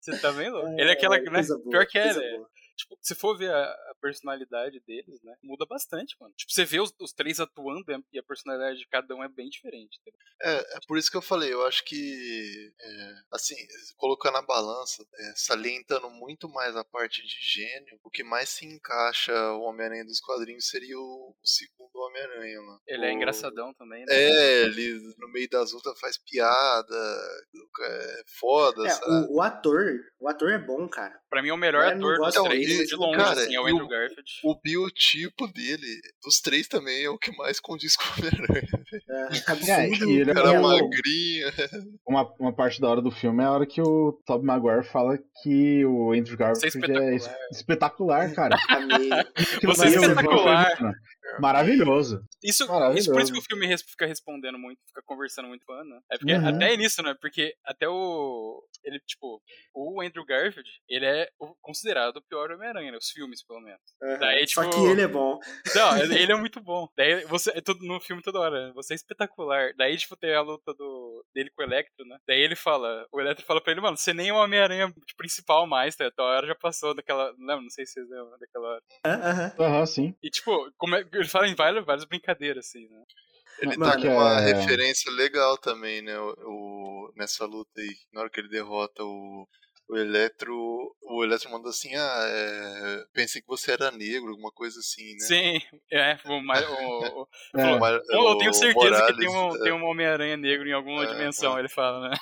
Speaker 4: Você tá vendo? Ele é aquela, né?
Speaker 1: coisa boa,
Speaker 4: Pior que é,
Speaker 1: coisa
Speaker 4: né?
Speaker 1: boa.
Speaker 4: Tipo, se for ver a, a personalidade deles, né? Muda bastante, mano. Tipo, você vê os, os três atuando e a- e a personalidade de cada um é bem diferente. tá ligado?
Speaker 2: É, é por isso que eu falei, eu acho que, é, assim, colocar na balança, é, salientando muito mais a parte de gênio, o que mais se encaixa o Homem-Aranha dos quadrinhos seria o, o segundo Homem-Aranha lá.
Speaker 4: Ele é
Speaker 2: O-
Speaker 4: engraçadão também, né?
Speaker 2: É, ele no meio das lutas faz piada, é foda,
Speaker 1: É,
Speaker 2: sabe?
Speaker 1: o, o ator, o ator é bom, cara.
Speaker 4: Pra mim é o melhor
Speaker 1: Eu não
Speaker 4: ator dos
Speaker 1: gosto
Speaker 4: três,
Speaker 2: dele.
Speaker 4: de longe,
Speaker 2: Cara,
Speaker 4: assim, é o
Speaker 2: e o-
Speaker 4: Andrew Garfield.
Speaker 2: O biotipo dele, dos três também, é o que mais condiz com o Homem-Aranha.
Speaker 1: É,
Speaker 3: É,
Speaker 1: absurdo.
Speaker 3: e ele é
Speaker 2: O cara
Speaker 1: Ele
Speaker 2: é
Speaker 1: é louco.
Speaker 2: magrinho,
Speaker 3: uma, uma parte da hora do filme é a hora que o Tobey Maguire fala que o Andrew Garfield
Speaker 4: Você é
Speaker 3: é es- espetacular, cara.
Speaker 1: Amei.
Speaker 3: Aquilo
Speaker 4: Você
Speaker 1: é
Speaker 3: daí eu lembro
Speaker 4: espetacular.
Speaker 3: que eu falei, "Mano, Maravilhoso.
Speaker 4: Isso,
Speaker 3: Maravilhoso.
Speaker 4: isso por isso que o filme res- fica respondendo muito, fica conversando muito com a Ana. É porque
Speaker 3: Uhum.
Speaker 4: até nisso, né? Porque até o. Ele, tipo, o Andrew Garfield, ele é o- considerado o pior Homem-Aranha, né? Os filmes, pelo menos.
Speaker 1: Aham.
Speaker 4: Daí,
Speaker 1: Só
Speaker 4: tipo-
Speaker 1: que ele é bom.
Speaker 4: Não, ele ele é muito bom. Daí você é tudo no filme toda hora. Você é espetacular. Daí, tipo, tem a luta do, dele com o Electro, né? Daí ele fala, o Electro fala pra ele, mano, você nem é o Homem-Aranha principal mais, tá? A tua hora já passou daquela. Não, não sei se vocês lembram daquela hora.
Speaker 1: Aham, aham.
Speaker 3: Aham, sim.
Speaker 4: E tipo, como é- ele fala em várias, várias brincadeiras, assim, né?
Speaker 2: Ele
Speaker 3: Mano,
Speaker 2: tá
Speaker 3: que
Speaker 2: com uma
Speaker 3: é-
Speaker 2: referência legal também, né? O, o- nessa luta aí, na hora que ele derrota o, o Electro, o Electro manda assim, ah, é, pensei que você era negro, alguma coisa assim, né?
Speaker 4: Sim, é, o, Ma- o, o-
Speaker 3: É,
Speaker 4: Falou,
Speaker 2: Mas
Speaker 4: Não, eu
Speaker 2: o
Speaker 4: tenho certeza que tem
Speaker 2: Morales,
Speaker 4: um, tem um Homem-Aranha negro em alguma
Speaker 2: É,
Speaker 4: dimensão, ele fala, né?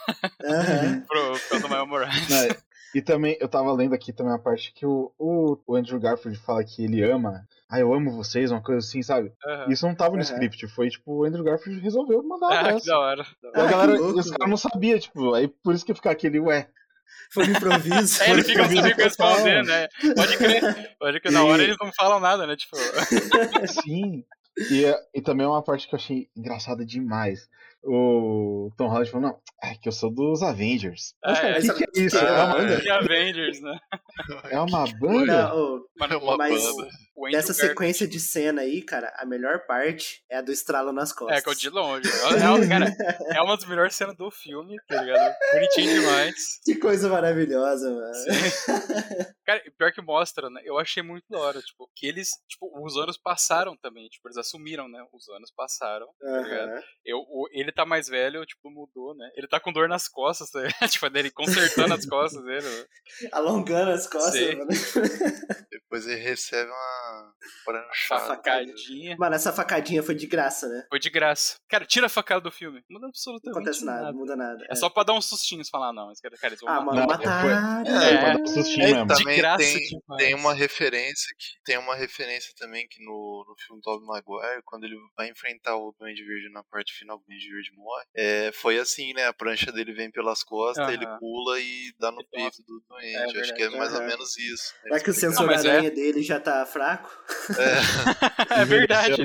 Speaker 1: aham.
Speaker 4: Pro, pro do Miles Morales.
Speaker 3: né? E também, eu tava lendo aqui também a parte que o, o, o Andrew Garfield fala que ele ama. Ah, eu amo vocês, uma coisa assim, sabe?
Speaker 4: Aham.
Speaker 3: Isso não tava no
Speaker 1: Aham.
Speaker 3: script, foi tipo, o Andrew Garfield resolveu mandar um uma
Speaker 4: É. Ah, que
Speaker 3: dessa.
Speaker 4: da hora. da hora.
Speaker 3: E a
Speaker 1: Ah,
Speaker 3: galera,
Speaker 1: que louco,
Speaker 3: e os caras não sabiam, tipo, aí por isso que fica aquele, ué.
Speaker 1: Foi um improviso. um
Speaker 4: É, ele fica
Speaker 3: Improviso
Speaker 4: sem o que
Speaker 3: total,
Speaker 4: responder, né? Pode crer. Pode crer. Na
Speaker 3: E-
Speaker 4: hora eles não falam nada, né? Tipo,
Speaker 3: Sim. E, é- e também é uma parte que eu achei engraçada demais. O Tom Holland falou, não, é que eu sou dos Avengers.
Speaker 4: Ah, é.
Speaker 3: o que, que é isso?
Speaker 2: Ah,
Speaker 3: É uma,
Speaker 2: é.
Speaker 4: de Avengers, né?
Speaker 3: é uma banda?
Speaker 1: Não, ô,
Speaker 4: Mano,
Speaker 2: É uma
Speaker 1: Mas-
Speaker 2: banda.
Speaker 4: o Andrew
Speaker 1: dessa
Speaker 4: Garfield-
Speaker 1: sequência de cena aí, cara, a melhor parte é a do estralo nas costas.
Speaker 4: É, que é o de longe. É, é uma- cara, é uma das melhores cenas do filme, tá ligado? Bonitinho demais.
Speaker 1: Que coisa maravilhosa, mano. É.
Speaker 4: Cara, e pior que mostra, né? Eu achei muito da hora, tipo, que eles, tipo, os anos passaram também, tipo, eles assumiram, né? Os anos passaram.
Speaker 1: Aham.
Speaker 4: Eu, o- ele tá mais velho, tipo, mudou, né? Ele tá com dor nas costas, tá ligado? Tipo, dele consertando as costas dele. né?
Speaker 1: Alongando as costas,
Speaker 4: Sim.
Speaker 1: mano.
Speaker 2: Depois ele recebe uma pranchada.
Speaker 4: Facadinha.
Speaker 1: Mano, essa facadinha foi de graça, né?
Speaker 4: Foi de graça. Cara, tira a facada do filme. Muda
Speaker 1: Não
Speaker 4: absolutamente
Speaker 1: acontece nada, não muda nada.
Speaker 4: É só pra dar uns sustinhos falar, "Ah, não, mas cara, cara, eles vão
Speaker 1: Ah,
Speaker 4: matar."
Speaker 1: mano,
Speaker 3: Não,
Speaker 1: mataram.
Speaker 3: É,
Speaker 2: É.
Speaker 3: pra dar um sustinho
Speaker 2: É,
Speaker 3: mesmo.
Speaker 2: tá.
Speaker 4: de
Speaker 2: também
Speaker 4: graça
Speaker 2: tem-
Speaker 4: demais.
Speaker 2: Tem uma referência que tem uma referência também que no, no filme do Tobey Maguire, quando ele vai enfrentar o Duende Verde na parte final, o Duende Verde morre, é, foi assim, né? A prancha dele vem pelas costas, ele
Speaker 4: Aham.
Speaker 2: pula e dá no
Speaker 4: Ele toma-
Speaker 2: peito do Duende.
Speaker 4: É
Speaker 2: Acho
Speaker 4: verdade.
Speaker 2: que é mais ou
Speaker 1: Aham.
Speaker 2: menos isso. né,
Speaker 1: Será que o
Speaker 2: explicando.
Speaker 1: sensor
Speaker 4: mas é.
Speaker 1: aranha dele já tá fraco?
Speaker 4: É verdade.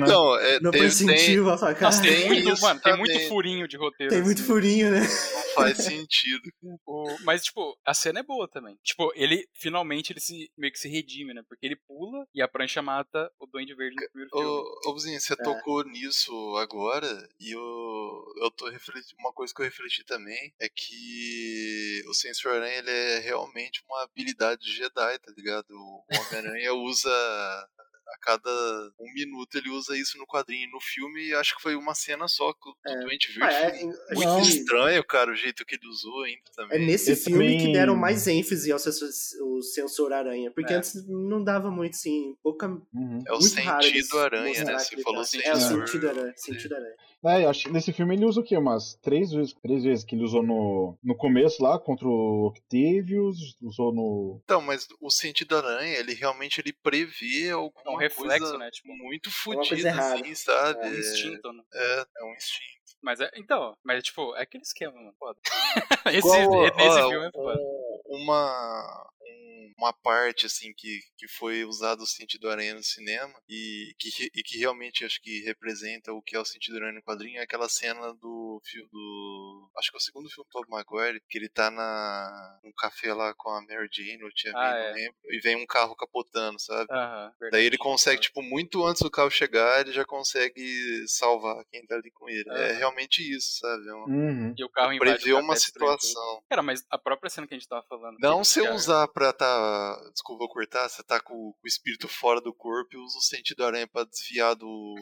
Speaker 3: Não,
Speaker 4: Não,
Speaker 2: Então,
Speaker 1: né?
Speaker 2: é,
Speaker 1: Não
Speaker 2: tem, tem,
Speaker 1: percentiva a facada.
Speaker 4: Nossa,
Speaker 2: tem
Speaker 4: tem muito,
Speaker 2: isso
Speaker 4: mano, tem muito
Speaker 2: também.
Speaker 4: furinho de roteiro.
Speaker 1: Tem muito
Speaker 4: assim.
Speaker 1: furinho, né?
Speaker 2: não faz sentido.
Speaker 4: O- mas, tipo, a cena é boa também. Tipo, ele finalmente ele se meio que se redime, né? Porque ele pula e a prancha mata o Duende Verde no primeiro filme.
Speaker 2: Ô, ô Buzinho,
Speaker 1: é.
Speaker 2: você tocou nisso agora e eu, eu tô refletindo. Uma coisa que eu refleti também é que o Sensor Aranha ele é realmente uma habilidade Jedi, tá ligado? O Homem-Aranha usa a cada um minuto ele usa isso no quadrinho. No filme, acho que foi uma cena só que o
Speaker 1: É.
Speaker 2: do Doente Verde.
Speaker 1: É,
Speaker 2: foi
Speaker 1: em- acho
Speaker 2: muito
Speaker 1: que
Speaker 2: estranho, cara, o jeito que ele usou ainda
Speaker 1: é
Speaker 2: também.
Speaker 1: nesse
Speaker 3: Esse
Speaker 1: filme que
Speaker 3: também-
Speaker 1: deram mais ênfase ao sensor, o sensor aranha. Porque
Speaker 4: É.
Speaker 1: antes não dava muito, assim, pouca.
Speaker 3: Uhum.
Speaker 2: É o
Speaker 1: muito raro eles
Speaker 2: sentido aranha,
Speaker 1: mostrar
Speaker 2: né?
Speaker 1: que
Speaker 2: Você
Speaker 1: ele
Speaker 2: falou
Speaker 1: tá-
Speaker 2: sensor.
Speaker 1: É, o sentido aranha. Sentido aranha.
Speaker 3: É, eu acho que nesse filme ele usa o quê? Umas três vezes, três vezes que ele usou no, no começo lá contra o Octavius, usou no.
Speaker 2: Então, mas o sentido aranha, ele realmente ele prevê alguma
Speaker 4: É um reflexo,
Speaker 2: coisa
Speaker 4: né? Tipo,
Speaker 2: muito
Speaker 1: coisa
Speaker 2: fodida,
Speaker 1: errada.
Speaker 2: assim, sabe?
Speaker 4: um instinto, né?
Speaker 2: É, é um instinto.
Speaker 4: Mas é, então, mas tipo, é aquele esquema, mano. Foda. esse
Speaker 2: Igual,
Speaker 4: esse
Speaker 2: ó, um,
Speaker 4: filme é foda.
Speaker 2: Uma, um- uma parte, assim, que, que foi usado o sentido aranha no cinema e que, re- e que realmente acho que representa o que é o sentido aranha no quadrinho é aquela cena do filme do... Acho que é o segundo filme do Tobey Maguire, que ele tá na, num café lá com a Mary Jane, ou Tia
Speaker 4: Ah,
Speaker 2: May,
Speaker 4: é.
Speaker 2: não lembro, e vem um carro capotando, sabe?
Speaker 4: Aham,
Speaker 2: Daí
Speaker 4: verdade.
Speaker 2: ele consegue, tipo, muito antes do carro chegar, ele já consegue salvar quem tá ali com ele. É
Speaker 4: Aham.
Speaker 2: realmente isso, sabe? É um-
Speaker 3: Uhum.
Speaker 4: E o carro invade
Speaker 2: Prever
Speaker 4: o
Speaker 2: uma
Speaker 4: café, destruiu tudo.
Speaker 2: situação.
Speaker 4: Cara, mas a própria cena que a gente tava falando.
Speaker 2: Não
Speaker 4: que
Speaker 2: se
Speaker 4: cara,
Speaker 2: usar pra tá. Desculpa eu cortar, você tá com o espírito fora do corpo e usa o sentido aranha pra desviar do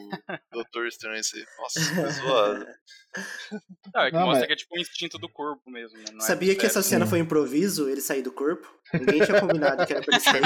Speaker 2: Doutor Estranho. Você... Nossa, isso foi zoado.
Speaker 1: É.
Speaker 4: Não, é que
Speaker 3: Não,
Speaker 4: mostra
Speaker 3: mas-
Speaker 4: que é tipo um instinto do corpo mesmo, né? Não é
Speaker 1: Sabia que essa
Speaker 4: sério.
Speaker 1: cena
Speaker 3: Sim.
Speaker 1: foi improviso, ele sair do corpo? Ninguém tinha combinado que era pra ele sair.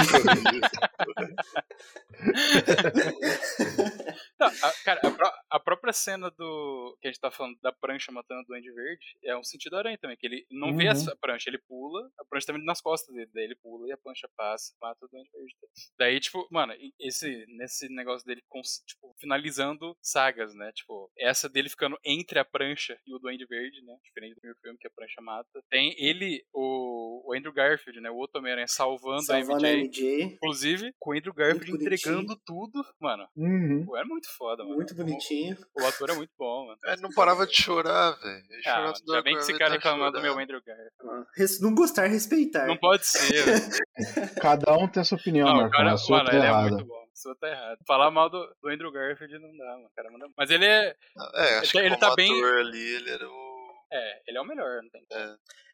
Speaker 4: Não, a- cara, a, pró- a própria cena do. Que a gente tá falando da prancha matando o Duende Verde é um sentido aranha também, que ele não vê
Speaker 3: Uhum.
Speaker 4: essa prancha, ele pula, a prancha também nas costas dele, daí ele pula e a prancha passa, mata o Duende Verde. Daí, tipo, mano, e- esse, nesse negócio dele cons- tipo, finalizando sagas, né? Tipo, essa dele ficando entre a prancha e o Duende Verde, né? Diferente do primeiro filme que a prancha mata. Tem ele, o, o Andrew Garfield, né? O outro Homem-Aranha salvando,
Speaker 1: Salvando
Speaker 4: a
Speaker 1: a
Speaker 4: MJ.
Speaker 1: MJ.
Speaker 4: Inclusive, com o Andrew Garfield
Speaker 1: Muito bonitinho.
Speaker 4: entregando tudo, mano.
Speaker 3: Uhum.
Speaker 4: Pô, é muito foda, mano.
Speaker 1: Muito bonitinho.
Speaker 4: O, o ator é muito bom, mano.
Speaker 2: É, não parava de chorar, velho. Ele
Speaker 4: Ah,
Speaker 2: chorava né?
Speaker 4: mano, ainda bem que esse
Speaker 2: ele tá
Speaker 4: cara
Speaker 2: tava
Speaker 4: reclamando do meu
Speaker 2: chorando.
Speaker 4: Andrew Garfield.
Speaker 1: Res- Não gostar, respeitar.
Speaker 4: Não pode ser, velho.
Speaker 3: Cada um tem a sua opinião,
Speaker 4: Não, o
Speaker 3: Marcão.
Speaker 4: cara,
Speaker 3: a sua
Speaker 4: mano,
Speaker 3: tá
Speaker 4: ele é
Speaker 3: errada.
Speaker 4: muito bom. A sua tá errada. Falar mal do, do Andrew Garfield não dá, mano. O cara manda- Mas ele é,
Speaker 2: É, acho
Speaker 4: Ele
Speaker 2: que
Speaker 4: tá
Speaker 2: como
Speaker 4: bem-
Speaker 2: ator ali, ele era o.
Speaker 4: é, ele é o melhor, não tem.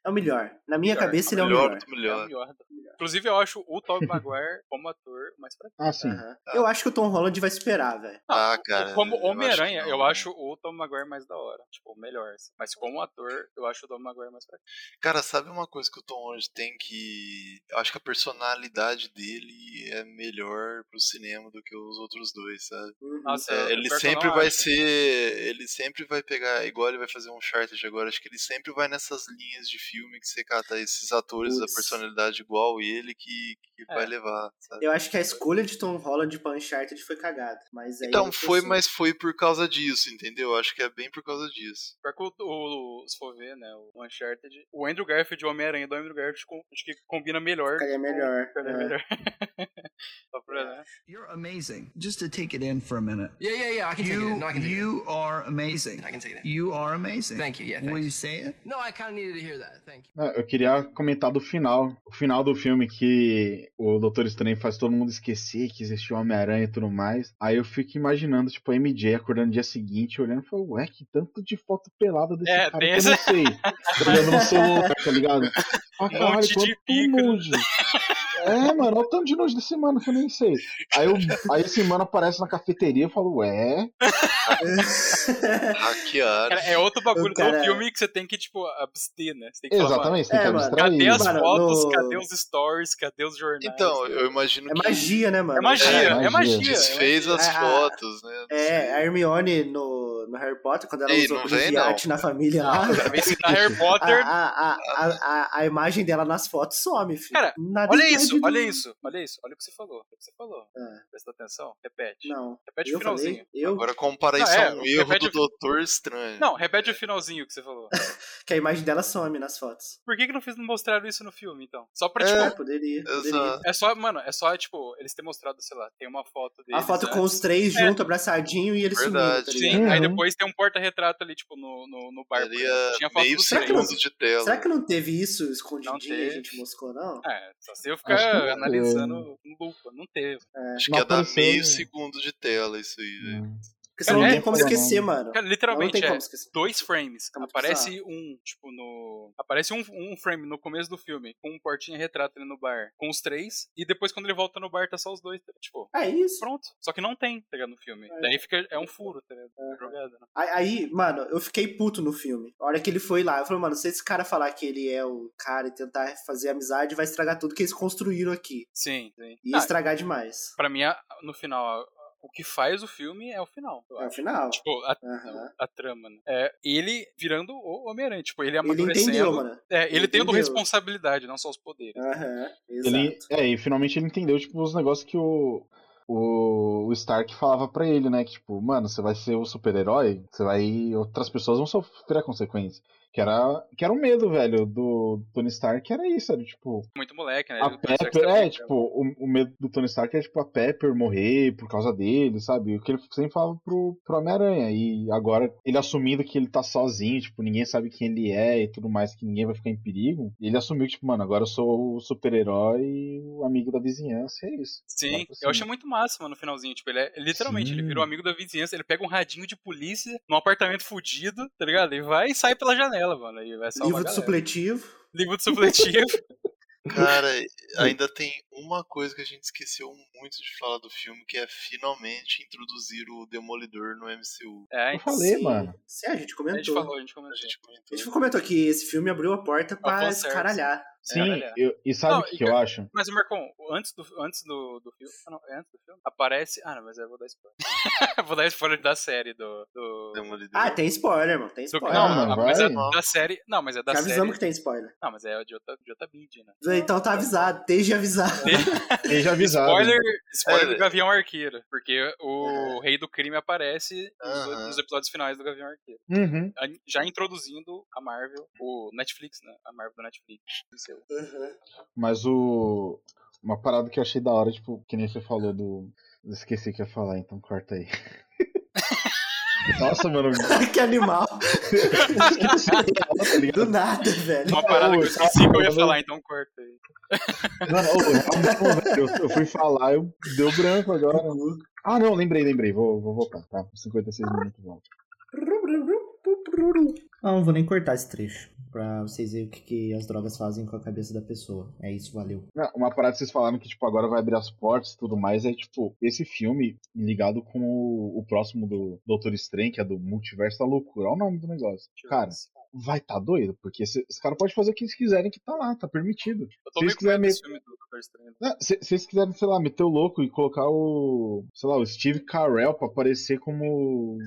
Speaker 1: É o melhor. Na minha
Speaker 4: Melhor,
Speaker 1: cabeça, ele é o
Speaker 2: Melhor
Speaker 1: melhor.
Speaker 2: do
Speaker 4: Ele é o
Speaker 2: melhor.
Speaker 4: melhor. Inclusive, eu acho o Tobey Maguire como ator mais pra
Speaker 3: Ah, sim.
Speaker 1: Aham. Eu acho que o Tom Holland vai superar, velho.
Speaker 2: Ah, cara.
Speaker 4: Como
Speaker 2: eu acho que
Speaker 4: Homem-Aranha,
Speaker 2: não,
Speaker 4: eu
Speaker 2: né?
Speaker 4: acho o Tom Maguire mais da hora. Tipo, o melhor. assim. Mas como ator, eu acho o Tom Maguire mais pra
Speaker 2: Cara, sabe uma coisa que o Tom Holland tem que. eu Acho que a personalidade dele é melhor pro cinema do que os outros dois, sabe?
Speaker 1: Uhum.
Speaker 4: Nossa,
Speaker 2: É, ele
Speaker 4: pior que eu
Speaker 2: sempre
Speaker 4: não
Speaker 2: vai
Speaker 4: acho.
Speaker 2: ser. Ele sempre vai pegar. Igual ele vai fazer um charted agora, acho que ele sempre vai nessas linhas de filme que você cata esses atores da
Speaker 1: Putz.
Speaker 2: personalidade igual ele que, que
Speaker 4: É.
Speaker 2: vai levar, sabe?
Speaker 1: Eu acho que a escolha de Tom Holland pra Uncharted foi cagada. Mas aí
Speaker 2: Então
Speaker 1: eu
Speaker 2: foi,
Speaker 1: consigo.
Speaker 2: mas foi por causa disso, entendeu? Acho que é bem por causa disso.
Speaker 4: Pior que o, o, se for ver, né, o Uncharted, o Andrew Garfield e o Homem-Aranha do Andrew Garfield com- acho que combina melhor.
Speaker 1: Ficaria melhor.
Speaker 4: Ficaria
Speaker 1: é.
Speaker 4: melhor. Só
Speaker 2: É.
Speaker 4: pra, né?
Speaker 8: You're amazing. Just to take it in for a minute.
Speaker 6: Yeah, yeah, yeah. I can take it.
Speaker 8: You,
Speaker 6: in. No, I can take it.
Speaker 8: you are amazing.
Speaker 6: in. I can take it. in.
Speaker 8: You are amazing.
Speaker 6: Thank you, yeah,
Speaker 8: Will
Speaker 6: thanks.
Speaker 8: you say it?
Speaker 6: No, I kind of needed to hear that. Thank you.
Speaker 3: Ah, Eu queria comentar do final. O final do filme que o Doutor Estranho faz todo mundo esquecer que existiu o Homem-Aranha e tudo mais. Aí eu fico imaginando, tipo, a MJ acordando no dia seguinte, olhando e falando, ué, que tanto de foto pelada desse
Speaker 4: É,
Speaker 3: cara
Speaker 4: tem
Speaker 3: que eu não sei. Olhando no celular, tá ligado? Ah,
Speaker 4: Um monte
Speaker 3: caralho,
Speaker 4: de
Speaker 3: quanto
Speaker 4: pica. né?
Speaker 3: nude. É, mano, olha o tanto de nude desse mano que eu nem sei. Aí, eu, aí esse mano aparece na cafeteria e falo, ué,
Speaker 2: Hackear.
Speaker 4: Cara, é outro bagulho
Speaker 1: O cara-
Speaker 4: do filme que você tem que, tipo, abster, né? Você tem que falar, mano,
Speaker 3: exatamente, tem
Speaker 1: É,
Speaker 3: que
Speaker 1: mano,
Speaker 3: abstrair.
Speaker 4: cadê as
Speaker 1: Mano,
Speaker 4: fotos,
Speaker 1: no-
Speaker 4: cadê os stories, cadê os jornais?
Speaker 2: Então, eu imagino
Speaker 1: É
Speaker 2: que
Speaker 1: magia, né, mano?
Speaker 4: é magia,
Speaker 3: cara,
Speaker 4: é magia.
Speaker 2: desfez as
Speaker 1: Ah,
Speaker 2: fotos, né? Não
Speaker 1: É,
Speaker 2: sei.
Speaker 1: a Hermione no, no Harry Potter, quando ela
Speaker 2: Ei,
Speaker 1: usou
Speaker 2: não
Speaker 1: o
Speaker 2: vem, não.
Speaker 1: arte na família lá.
Speaker 4: Cara, vem citar tá Harry Potter.
Speaker 1: A, a, a, a, a imagem dela nas fotos some, filho.
Speaker 4: Cara,
Speaker 1: Nada
Speaker 4: Olha
Speaker 1: impede
Speaker 4: isso,
Speaker 1: do-
Speaker 4: olha isso, olha isso, olha o que você falou, olha o que você falou.
Speaker 1: Ah.
Speaker 4: Presta atenção, repete.
Speaker 1: Não.
Speaker 4: repete
Speaker 1: eu
Speaker 4: o Tá finalzinho.
Speaker 1: falei, eu,
Speaker 2: Agora compara isso
Speaker 4: Ah, é,
Speaker 2: a um erro
Speaker 4: repete
Speaker 2: do
Speaker 4: o-
Speaker 2: Doutor Estranho.
Speaker 4: Não, repete o finalzinho que você falou.
Speaker 1: que a imagem dela some nas fotos.
Speaker 4: Por que que não, fiz, não mostraram isso no filme, então? Só pra,
Speaker 1: É,
Speaker 4: tipo,
Speaker 1: poderia, poderia.
Speaker 2: Exato.
Speaker 4: É só, mano, é só, tipo, eles terem mostrado, sei lá, tem uma foto dele.
Speaker 1: A foto com os três
Speaker 4: É.
Speaker 1: junto, abraçadinho, e eles sumindo, tá
Speaker 2: Verdade.
Speaker 1: ligado?
Speaker 4: Sim, aí
Speaker 3: Uhum.
Speaker 4: depois tem um porta-retrato ali, tipo, no, no, no bar. por exemplo.
Speaker 2: Seria
Speaker 4: Tinha foto
Speaker 2: meio assim.
Speaker 4: dos três.
Speaker 2: segundo de tela.
Speaker 1: Será que não teve isso escondidinho e
Speaker 4: teve.
Speaker 1: a gente moscou, não?
Speaker 4: É, só se eu
Speaker 3: Acho que
Speaker 4: ficar
Speaker 3: não
Speaker 4: analisando com lupa, não teve.
Speaker 1: é
Speaker 2: Acho que
Speaker 3: Não
Speaker 2: ia dar
Speaker 1: um-
Speaker 3: apareceu,
Speaker 2: meio
Speaker 3: né?
Speaker 2: segundo de tela isso aí, velho.
Speaker 1: Porque você não
Speaker 4: É,
Speaker 1: tem como
Speaker 3: é,
Speaker 1: esquecer,
Speaker 3: não.
Speaker 1: mano. Não
Speaker 4: Cara,
Speaker 1: tem
Speaker 4: literalmente é
Speaker 1: como esquecer.
Speaker 4: dois frames.
Speaker 1: Tá muito
Speaker 4: aparece um, tipo, no. Aparece um, um frame no começo do filme, com um portinha retrato ali no bar, com os três, e depois quando ele volta no bar tá só os dois, tá? tipo.
Speaker 1: É isso.
Speaker 4: Pronto. Só que não tem, tá ligado? No filme.
Speaker 1: É.
Speaker 4: Daí fica. É um furo, tá ligado? Jogada, né?
Speaker 1: Aí- Aí, mano, eu fiquei puto no filme. A hora que ele foi lá, eu falei, mano, se esse cara falar que ele é o cara e tentar fazer amizade, vai estragar tudo que eles construíram aqui.
Speaker 4: Sim, sim.
Speaker 1: Ia
Speaker 4: Ah,
Speaker 1: estragar demais.
Speaker 4: pra mim, a- no final, a- o que faz o filme é o final. eu
Speaker 1: É o
Speaker 4: acho.
Speaker 1: final.
Speaker 4: Tipo, a,
Speaker 1: Aham.
Speaker 4: a trama, né? É, ele virando o Homem-Aranha. Tipo, ele
Speaker 1: Ele
Speaker 4: amadurecendo.
Speaker 1: entendeu, mano.
Speaker 4: É, ele,
Speaker 1: Ele
Speaker 4: tendo
Speaker 1: entendeu.
Speaker 4: responsabilidade, não só os poderes.
Speaker 1: Aham, exato.
Speaker 3: Ele, é, e finalmente ele entendeu, tipo, os negócios que o, o, o Stark falava pra ele, né? Que, tipo, mano, você vai ser o super-herói, você vai. Outras pessoas vão sofrer a consequência. Que era, que era o medo, velho, do Tony Stark, era isso, era tipo.
Speaker 4: Muito moleque, né?
Speaker 3: A
Speaker 4: Ele consegue
Speaker 3: Pepper,
Speaker 4: saber,
Speaker 3: é,
Speaker 4: né?
Speaker 3: tipo, o, o medo do Tony Stark é, tipo, a Pepper morrer por causa dele, sabe? O que ele sempre falava pro, pro Homem-Aranha. E agora, ele assumindo que ele tá sozinho, tipo, ninguém sabe quem ele é e tudo mais, que ninguém vai ficar em perigo. Ele assumiu, que, tipo, mano, agora eu sou o super-herói e o amigo da vizinhança, e é isso. Vai
Speaker 4: Sim,
Speaker 3: pra cima.
Speaker 4: eu achei muito massa, mano, no finalzinho. Tipo, ele é literalmente, ele
Speaker 3: Sim.
Speaker 4: virou amigo da vizinhança, ele pega um radinho de polícia num apartamento fudido, tá ligado? E vai e sai pela janela, mano. E vai
Speaker 1: Livro
Speaker 4: salvar a
Speaker 1: de
Speaker 4: galera.
Speaker 1: supletivo.
Speaker 4: Livro de supletivo.
Speaker 1: Hum.
Speaker 2: Cara, ainda tem uma coisa que a gente esqueceu muito de falar do filme, que é finalmente introduzir o Demolidor no MCU.
Speaker 4: é,
Speaker 3: Eu falei,
Speaker 1: Sim.
Speaker 3: mano.
Speaker 1: Sim, a gente
Speaker 4: a
Speaker 1: comentou.
Speaker 4: gente falou, a gente
Speaker 2: A
Speaker 4: comentou.
Speaker 2: gente
Speaker 1: A gente
Speaker 2: comentou.
Speaker 1: comentou que esse filme abriu a porta pra
Speaker 4: fanservice.
Speaker 1: escaralhar.
Speaker 3: Sim,
Speaker 4: Caralho.
Speaker 3: eu- e sabe
Speaker 4: Não,
Speaker 3: o que,
Speaker 4: e
Speaker 3: que eu
Speaker 4: cara-
Speaker 3: acho?
Speaker 4: Mas, Marcon, antes do, antes do, do filme. Ah, não, é antes do filme? Aparece. Ah, não, mas eu vou dar spoiler. vou dar spoiler da série do. do...
Speaker 2: Demolidor.
Speaker 1: Ah, tem spoiler, mano. Tem
Speaker 4: do-
Speaker 1: spoiler.
Speaker 3: Não,
Speaker 1: Já
Speaker 3: mano,
Speaker 4: ah, mas é
Speaker 2: vai.
Speaker 4: da série. Não, mas é da série.
Speaker 1: avisamos que tem spoiler.
Speaker 4: Não, mas é de outra, de outra mídia, né?
Speaker 1: Então tá avisado, desde avisado.
Speaker 3: Ele já avisado.
Speaker 4: Spoiler, spoiler
Speaker 2: É.
Speaker 4: do Gavião Arqueiro, porque o Rei do Crime aparece nos,
Speaker 2: Aham.
Speaker 4: nos episódios finais do Gavião Arqueiro.
Speaker 3: Uhum.
Speaker 4: A- Já introduzindo a Marvel, o Netflix, né? A Marvel do Netflix. é no seu.
Speaker 3: Mas o. Uma parada que eu achei da hora, tipo, que nem você falou do. eu Esqueci que ia falar, então corta aí. Nossa, mano, eu
Speaker 1: que animal.
Speaker 3: esqueci que ia falar, tá
Speaker 1: Do
Speaker 3: ligado?
Speaker 1: nada, velho.
Speaker 4: Uma parada
Speaker 3: ô,
Speaker 4: que eu esqueci que eu ia
Speaker 3: cara,
Speaker 4: falar, então corta aí.
Speaker 3: Mano, ô, realmente, não, velho, eu- eu fui falar, eu deu branco agora. Ah, não, lembrei, lembrei, vou, vou voltar, tá? 56 minutos, volta.
Speaker 9: Ah, não vou nem cortar esse trecho. Pra vocês verem o que, que as drogas fazem com a cabeça da pessoa. É isso, valeu.
Speaker 3: Não, Uma parada que vocês falaram que, tipo, agora vai abrir as portas e tudo mais, é, tipo, esse filme ligado com o, o próximo do Doutor Estranho, que é do Multiverso da Loucura. Olha o nome do negócio. Cara, vai tá doido, porque esse- os caras podem fazer o que eles quiserem que tá lá, tá permitido.
Speaker 4: eu tô
Speaker 3: se
Speaker 4: meio
Speaker 3: vocês
Speaker 4: com medo
Speaker 3: quiserem
Speaker 4: desse filme do Doutor Estranho.
Speaker 3: Ah, Se se eles quiserem, sei lá, meter o louco e colocar o. sei lá, o Steve Carell pra aparecer como.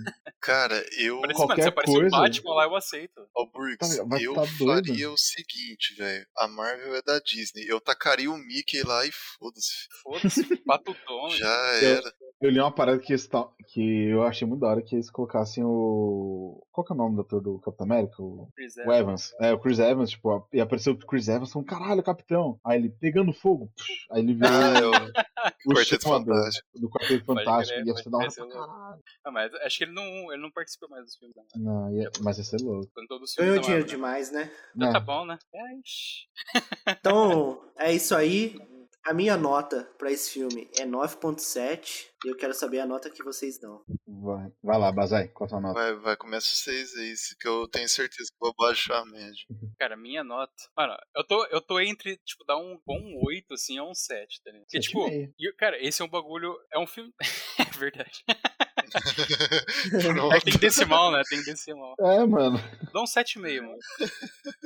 Speaker 2: Cara, eu.
Speaker 4: Parece,
Speaker 3: Qualquer
Speaker 4: mano, se aparecer o
Speaker 3: coisa.
Speaker 4: Batman lá, eu aceito.
Speaker 2: Ó, Briggs,
Speaker 3: Tá, vai
Speaker 2: eu
Speaker 3: tá doido.
Speaker 2: faria o seguinte, velho. A Marvel é da Disney. Eu tacaria o Mickey lá e foda-se.
Speaker 4: Foda-se, bato o Tom.
Speaker 2: Já
Speaker 3: Eu-
Speaker 2: era.
Speaker 3: Eu li uma parada que, eles ta- que eu achei muito da hora que eles colocassem o. Qual que é o nome do ator do Capitão América? O,
Speaker 4: Chris
Speaker 3: o
Speaker 4: Evans.
Speaker 3: Evans. É, o Chris Evans, tipo, a- e apareceu o Chris Evans falando, caralho, capitão. Aí ele pegando fogo. psh, aí ele virou
Speaker 2: Ah, eu...
Speaker 3: o
Speaker 2: Quarteto
Speaker 3: Shawn do,
Speaker 2: Fantástico.
Speaker 3: do Quarteto
Speaker 4: Pode
Speaker 3: Fantástico.
Speaker 4: crer,
Speaker 3: ia
Speaker 4: pode
Speaker 3: ser da hora
Speaker 4: crer,
Speaker 3: pra
Speaker 4: você é louco.
Speaker 3: caralho.
Speaker 4: Ah, mas acho que ele não, ele não participa mais dos filmes da Marvel.
Speaker 3: Não, ia- mas ia ser louco.
Speaker 4: Quando todos os filmes
Speaker 1: Ganhou
Speaker 4: da Marvel.
Speaker 1: dinheiro demais, né?
Speaker 4: Então
Speaker 3: É.
Speaker 4: tá bom, né? É, ixi.
Speaker 1: Então, é isso aí. A minha nota pra esse filme é 9.7 e eu quero saber a nota que vocês dão.
Speaker 3: Vai, vai lá, Bazai, qual a sua nota?
Speaker 2: Vai, vai, começa os seis aí, se- que eu tenho certeza que vou baixar a média.
Speaker 4: Cara, minha nota. Mano, eu tô, eu tô entre, tipo, dar um bom 8, assim, a um 7, tá ligado? Porque,
Speaker 3: Sete e
Speaker 4: tipo,
Speaker 3: meio.
Speaker 4: e, cara, esse é um bagulho. É um filme. é verdade.
Speaker 2: Pronto.
Speaker 4: É que tem decimal, né? Tem decimal.
Speaker 3: É, mano.
Speaker 4: Dá um 7,5, mano.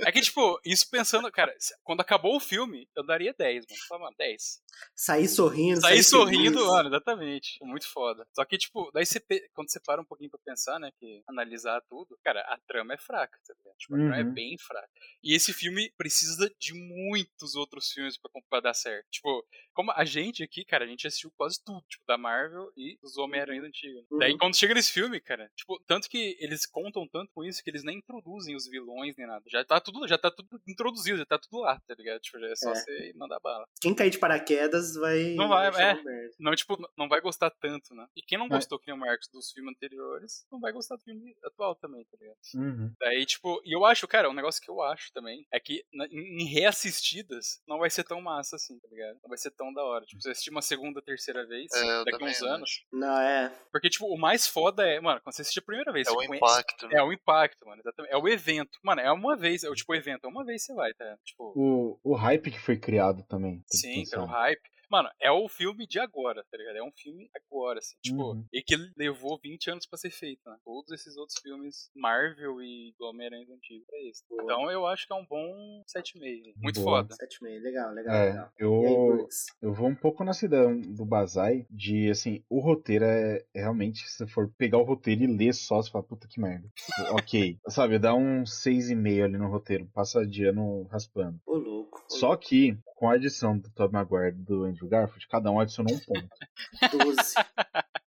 Speaker 4: É que, tipo, isso pensando, cara, se- quando acabou o filme, eu daria 10, mano. Fala, mano, 10.
Speaker 1: Sair sorrindo,
Speaker 4: Saí sorrindo,
Speaker 1: feliz.
Speaker 4: mano, exatamente. É Muito foda. Só que, tipo, daí você, pe- quando você para um pouquinho pra pensar, né, que analisar tudo, cara, a trama é fraca, tá ligado? Tipo, a trama é
Speaker 3: Uhum.
Speaker 4: bem fraca. E esse filme precisa de muitos outros filmes pra, pra dar certo. Tipo, como a gente aqui, cara, a gente assistiu quase tudo, tipo, da Marvel e dos Homem-Aranha antigos. né? Daí, quando chega nesse filme, cara, tipo, tanto que eles contam tanto com isso que eles nem introduzem os vilões nem nada. Já tá tudo, já tá tudo introduzido, já tá tudo lá, tá ligado? Tipo, já é só
Speaker 1: É.
Speaker 4: você mandar bala.
Speaker 1: Quem cair de paraquedas vai.
Speaker 4: Não vai,
Speaker 1: achar
Speaker 4: é.
Speaker 1: uma merda.
Speaker 4: Não, tipo, não vai gostar tanto, né? E quem não
Speaker 3: Vai.
Speaker 4: gostou, que nem o Marcos, dos filmes anteriores, não vai gostar do filme atual também, tá ligado?
Speaker 3: Uhum.
Speaker 4: Daí, tipo, e eu acho, cara, um negócio que eu acho também é que na- em em reassistidas não vai ser tão massa assim, tá ligado? Não vai ser tão da hora. Tipo, você assistir uma segunda, terceira vez,
Speaker 2: É, eu
Speaker 4: daqui
Speaker 2: também
Speaker 4: uns
Speaker 2: acho.
Speaker 4: anos.
Speaker 1: Não, é.
Speaker 4: Porque, tipo, tipo, o mais foda é, mano, quando você assiste a primeira vez,
Speaker 2: É
Speaker 4: você
Speaker 2: o
Speaker 4: conhe-
Speaker 2: impacto, né?
Speaker 4: É o impacto, mano, exatamente. É o evento. Mano, é uma vez, é o tipo evento, é uma vez você vai, tá? Tipo,
Speaker 3: O, o hype que foi criado também. tem que
Speaker 4: Sim,
Speaker 3: pensar.
Speaker 4: era o hype. Mano, é o filme de agora, tá ligado? É um filme agora, assim. Tipo,
Speaker 3: Uhum.
Speaker 4: e que ele levou 20 anos pra ser feito, né? Todos esses outros filmes, Marvel e do Homem-Aranha antigo, é isso.
Speaker 1: Boa.
Speaker 4: Então eu acho que é um bom 7,5. Muito
Speaker 3: Boa.
Speaker 4: foda.
Speaker 1: 7,5, legal, legal,
Speaker 3: É,
Speaker 4: né?
Speaker 1: legal. E aí,
Speaker 3: eu,
Speaker 1: Brooks?
Speaker 3: eu vou um pouco nessa ideia do Bazai, de assim, o roteiro é, é realmente, se você for pegar o roteiro e ler só, você fala, puta que merda. Tipo, ok, sabe, dá um 6,5 ali no roteiro, passa de ano raspando.
Speaker 1: Ô, louco. ô,
Speaker 3: Só que, com a adição do Tobey Maguire e do Andrew Garfield, cada um adicionou um ponto.
Speaker 1: louco, 12.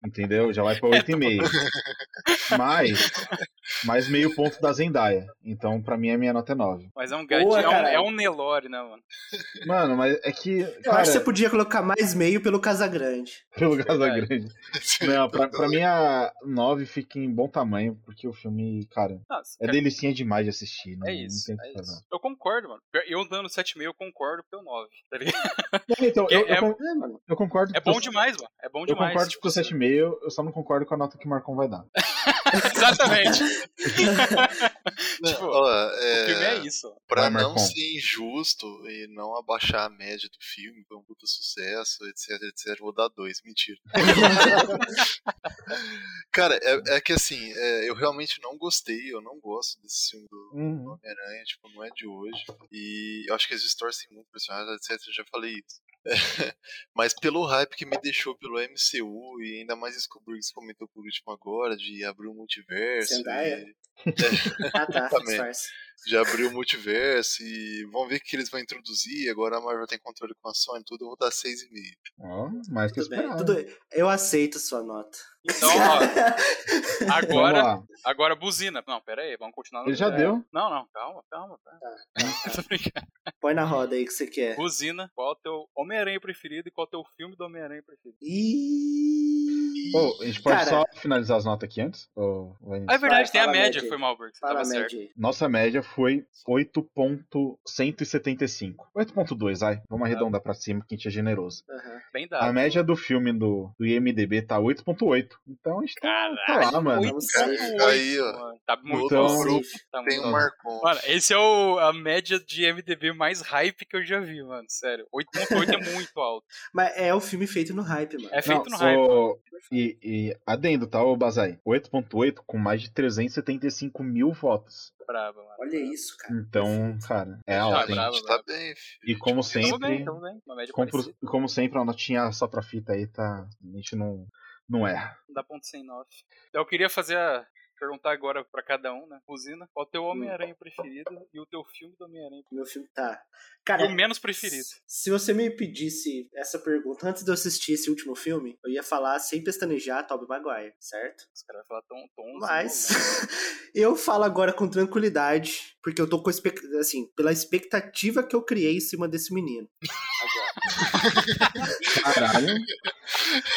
Speaker 3: Entendeu? Já vai pra 8,5. mais, mais meio ponto da Zendaya. Então, pra mim, a minha nota é 9.
Speaker 4: Mas é um
Speaker 1: Boa,
Speaker 4: gadinho, é, um,
Speaker 1: caralho.
Speaker 4: é um Nelore, né, mano?
Speaker 3: Mano, mas é que.
Speaker 1: Eu
Speaker 3: cara,
Speaker 1: acho que você podia colocar mais meio pelo Casagrande.
Speaker 3: pelo Casagrande. Não, pra, pra mim a 9 fica em bom tamanho, porque o filme, cara,
Speaker 4: Nossa,
Speaker 3: é
Speaker 4: cara,
Speaker 3: delicinha demais de assistir. Não,
Speaker 4: é isso,
Speaker 3: Não tem o
Speaker 4: é
Speaker 3: que fazer.
Speaker 4: isso. Eu concordo, mano. Pior- Eu dando 7,5, eu concordo pelo 9, tá ligado?
Speaker 3: Não, então, eu,
Speaker 4: É-
Speaker 3: eu con-
Speaker 1: É, mano.
Speaker 3: eu concordo
Speaker 4: É
Speaker 3: com
Speaker 4: bom
Speaker 3: você-
Speaker 4: demais, mano. É bom
Speaker 3: Eu
Speaker 4: demais.
Speaker 3: concordo
Speaker 4: tipo,
Speaker 3: com o 7,5, eu só não concordo com a nota que o Marcon vai dar.
Speaker 4: Exatamente.
Speaker 2: Não,
Speaker 4: tipo,
Speaker 2: ó,
Speaker 4: O filme é
Speaker 2: é,
Speaker 4: isso.
Speaker 2: pra
Speaker 3: Vai,
Speaker 2: não
Speaker 3: Marcon.
Speaker 2: ser injusto e não abaixar a média do filme, que é um puta sucesso, etc, etc, vou dar dois, mentira. Cara, é, é que assim, é, eu realmente não gostei, eu não gosto desse filme do
Speaker 3: Uhum.
Speaker 2: Homem-Aranha, tipo, não é de hoje. E eu acho que eles distorcem muito o personagem, etc, eu já falei isso. Mas pelo hype que me deixou pelo MCU, e ainda mais isso que o Briggs comentou por último agora, de abrir o multiverso.
Speaker 1: Zendaya?
Speaker 2: e-
Speaker 1: Ah, tá.
Speaker 2: Também.
Speaker 1: disfarce.
Speaker 2: já abriu o multiverso e vamos ver o que eles vão introduzir. Agora a Marvel tem controle com a Sony, tudo, eu vou dar 6,5.
Speaker 3: Ó, mais que
Speaker 1: Tudo bem.
Speaker 3: esperado.
Speaker 1: Tudo... Eu aceito sua nota.
Speaker 4: Então, ó. Agora,
Speaker 3: Vamos lá.
Speaker 4: Agora buzina. Não, pera aí, vamos continuar. no-
Speaker 3: Ele já
Speaker 4: é.
Speaker 3: deu.
Speaker 4: Não, não, calma, calma. Tá.
Speaker 1: Ah,
Speaker 4: Tô brincando.
Speaker 1: Põe na roda aí que você quer.
Speaker 4: buzina, qual é o teu Homem-Aranha preferido e qual é o teu filme do Homem-Aranha preferido?
Speaker 1: Ih.
Speaker 3: Ô, a gente pode
Speaker 1: Cara.
Speaker 3: só finalizar as notas aqui antes? Ou vai
Speaker 4: Ah, é verdade,
Speaker 1: Vai,
Speaker 4: tem a
Speaker 1: fala a
Speaker 4: média,
Speaker 1: média aí.
Speaker 4: foi mal, Burke, você
Speaker 1: Fala
Speaker 4: tava
Speaker 1: a
Speaker 4: certo.
Speaker 1: média aí.
Speaker 3: Nossa média foi 8.175. 8.2, ai. Vamos arredondar pra cima, que a gente é generoso.
Speaker 1: Aham.
Speaker 4: Bem
Speaker 3: A
Speaker 4: dado.
Speaker 3: média do filme do, do IMDB tá 8.8. Então a gente tá, tá lá, mano.
Speaker 1: Oito.
Speaker 4: Oito, oito,
Speaker 2: Aí, ó.
Speaker 4: mano.
Speaker 3: Então,
Speaker 4: Tá muito
Speaker 2: Outro
Speaker 4: bom.
Speaker 3: grupo
Speaker 4: Tá muito
Speaker 2: Tem
Speaker 3: então.
Speaker 4: bom.
Speaker 2: o Marcon.
Speaker 4: Mano, esse é o, a média de MDB mais hype que eu já vi, mano. Sério. 8.8 é muito alto.
Speaker 1: Mas é o filme feito no hype, mano.
Speaker 4: É feito
Speaker 3: Não,
Speaker 4: no hype.
Speaker 3: ô, e, e adendo, tá, ô Bazai? 8.8 com mais de 375 mil votos.
Speaker 4: Brabo, mano.
Speaker 1: Olha isso, cara.
Speaker 3: Então, cara, é
Speaker 2: Ah,
Speaker 3: alto, hein?
Speaker 4: bravo,
Speaker 2: gente, tá
Speaker 4: bravo.
Speaker 2: bem, filho.
Speaker 3: E como
Speaker 2: Tipo,
Speaker 4: Tamo bem,
Speaker 3: sempre,
Speaker 4: tamo bem. Uma média
Speaker 3: compro-
Speaker 4: parecida.
Speaker 3: como sempre, a notinha só pra fita aí, tá? A gente não, não erra.
Speaker 4: Não dá ponto sem nove. Então, eu queria fazer a. Perguntar agora pra cada um, né? Buzina, qual o
Speaker 1: Hum.
Speaker 4: teu Homem-Aranha preferido e o teu filme do Homem-Aranha
Speaker 1: Meu filme tá.
Speaker 4: preferido?
Speaker 1: Cara,
Speaker 4: E o menos preferido.
Speaker 1: se você me pedisse essa pergunta antes de eu assistir esse último filme, eu ia falar sem pestanejar Tobey Maguire, certo?
Speaker 4: Os caras vão falar tão tons.
Speaker 1: Mas
Speaker 4: né?
Speaker 1: eu falo agora com tranquilidade, porque eu tô com expec- assim, pela expectativa que eu criei em cima desse menino.
Speaker 3: Caralho.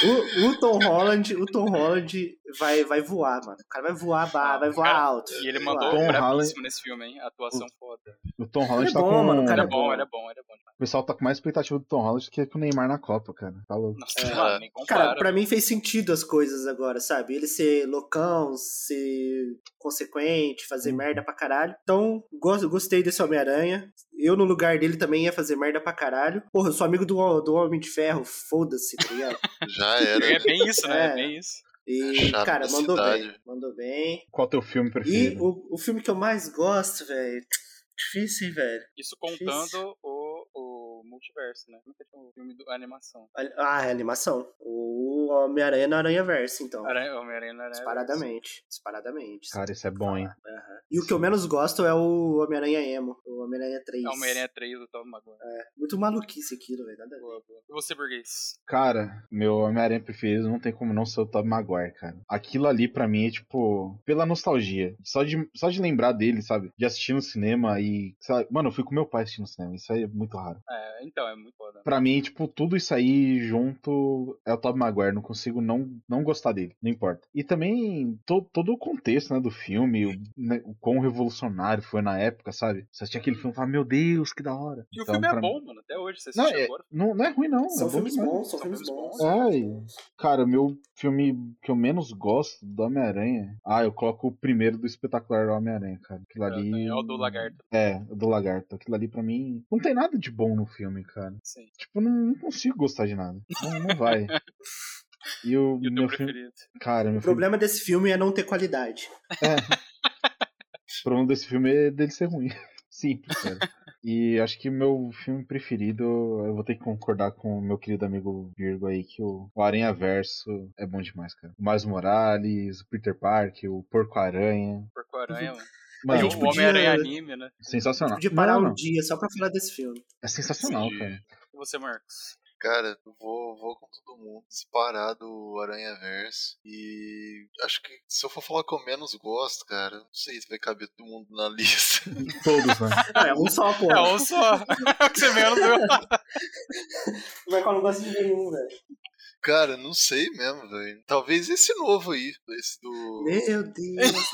Speaker 1: O, o Tom Holland, o Tom Holland vai, vai voar, mano. O cara vai voar, ba- vai voar
Speaker 4: Cara,
Speaker 1: alto.
Speaker 4: né? E ele
Speaker 1: Vai voar
Speaker 4: mandou um
Speaker 1: alto.
Speaker 3: Tom
Speaker 4: brabíssimo nesse filme, hein? Atuação foda.
Speaker 3: O Tom Holland
Speaker 1: é
Speaker 3: tá
Speaker 1: bom,
Speaker 3: com.
Speaker 1: mano, o cara
Speaker 4: Ele
Speaker 1: Ele
Speaker 4: é
Speaker 1: é
Speaker 4: bom,
Speaker 1: bom.
Speaker 4: ele é bom, ele é bom demais.
Speaker 3: O pessoal tá com mais expectativa do Tom Holland que que o Neymar na Copa, cara. Tá louco.
Speaker 4: Nossa,
Speaker 1: É.
Speaker 4: mano, nem compara.
Speaker 1: Cara, pra mim fez sentido as coisas agora, sabe? Ele ser loucão, ser consequente, fazer
Speaker 3: Uhum.
Speaker 1: merda pra caralho. Então, gosto, gostei desse Homem-Aranha. Eu, no lugar dele, também ia fazer merda pra caralho. Porra, eu sou amigo do, do Homem de Ferro, foda-se, tá ligado?
Speaker 2: Já era.
Speaker 4: É bem isso, né? É,
Speaker 1: É.
Speaker 4: bem isso.
Speaker 1: E,
Speaker 2: Chato
Speaker 1: cara,
Speaker 2: da
Speaker 1: mandou
Speaker 2: cidade.
Speaker 1: bem. Mandou bem.
Speaker 3: Qual é teu filme
Speaker 1: E
Speaker 3: preferido?
Speaker 1: o, o filme que eu mais gosto, velho. Difícil, hein, velho.
Speaker 4: Isso
Speaker 1: Difícil.
Speaker 4: contando o, o multiverso, né? Nunca tinha um filme do a animação.
Speaker 1: Olha- Ah, é animação. O Homem-Aranha no Aranha Verso, então.
Speaker 4: Aranha, Homem-Aranha não era-
Speaker 1: Disparadamente. Disparadamente.
Speaker 3: Cara, isso é bom, hein?
Speaker 1: Aham. E o que eu menos gosto é o Homem-Aranha Emo, o Homem-Aranha 3.
Speaker 4: É o Homem-Aranha 3 do Tom Maguire.
Speaker 1: Muito maluquice aquilo, velho. Nada a ver.
Speaker 4: Boa, boa. E você, burguês?
Speaker 3: Cara, meu Homem-Aranha preferido não tem como não ser o Tobey Maguire, cara. Aquilo ali pra mim é tipo, pela nostalgia. Só de, só de lembrar dele, sabe? De assistir no cinema e. sabe? Mano, eu fui com meu pai assistindo no cinema. Isso aí é muito raro.
Speaker 4: É, É, então, é muito foda.
Speaker 3: Pra mim, tipo, tudo isso aí junto é o Tobey Maguire. Não consigo não, não gostar dele, não importa. E também to- todo o contexto né, do filme, o, né, o quão revolucionário foi na época, sabe? Você tinha aquele filme e falava, meu Deus, que da hora.
Speaker 4: E o
Speaker 3: Então,
Speaker 4: filme é
Speaker 3: pra mim-
Speaker 4: bom, mano, até hoje. Você
Speaker 3: Não
Speaker 4: assiste
Speaker 3: é,
Speaker 4: agora.
Speaker 3: não, não é ruim, não.
Speaker 1: São
Speaker 3: é bom É,
Speaker 1: filmes
Speaker 3: demais.
Speaker 1: bons, são
Speaker 4: São
Speaker 1: filmes
Speaker 4: filmes
Speaker 1: bons.
Speaker 4: bons.
Speaker 3: Ai, cara, o meu filme que eu menos gosto do Homem-Aranha. Ah, eu coloco o primeiro do espetacular do Homem-Aranha, cara. Aquilo ali.
Speaker 4: É o do Lagarto,
Speaker 3: É, o do Lagarto. Aquilo ali pra mim. Não tem nada de bom no filme, cara.
Speaker 4: sim.
Speaker 3: Tipo, eu não, não consigo gostar de nada. Não, não vai. E o
Speaker 4: E o teu
Speaker 3: meu filme.
Speaker 4: preferido?
Speaker 3: Cara, meu
Speaker 1: O problema desse filme é não ter qualidade.
Speaker 3: filme. É. o problema desse filme é dele ser ruim. Simples, cara. E acho que meu filme preferido, eu vou ter que concordar com o meu querido amigo Virgo aí, que o o Aranha Verso é bom demais, cara. O Miles Morales, o Peter Parker, o Porco Aranha.
Speaker 4: Porco-Aranha, mano.
Speaker 3: Mano, tipo,
Speaker 1: gente
Speaker 4: o
Speaker 1: podia-
Speaker 4: Homem-Aranha anime, né?
Speaker 3: sensacional.
Speaker 1: Podia parar
Speaker 3: Ah, Não,
Speaker 1: um
Speaker 3: não,
Speaker 1: dia só pra falar desse filme.
Speaker 3: É sensacional,
Speaker 2: Sim.
Speaker 3: cara.
Speaker 4: E Você, Marcos.
Speaker 2: Cara, eu vou, vou com todo mundo. Disparado o Aranha Verso. E acho que se eu for falar que eu menos gosto, cara, não sei se vai caber todo mundo na lista.
Speaker 3: Todos, né?
Speaker 1: Ah, é um só, pô.
Speaker 4: É, ou só. que você menos viu.
Speaker 1: Como é que eu não gosto de nenhum, velho?
Speaker 2: Cara, não sei mesmo, velho. Talvez esse novo aí, esse do.
Speaker 1: Meu Deus.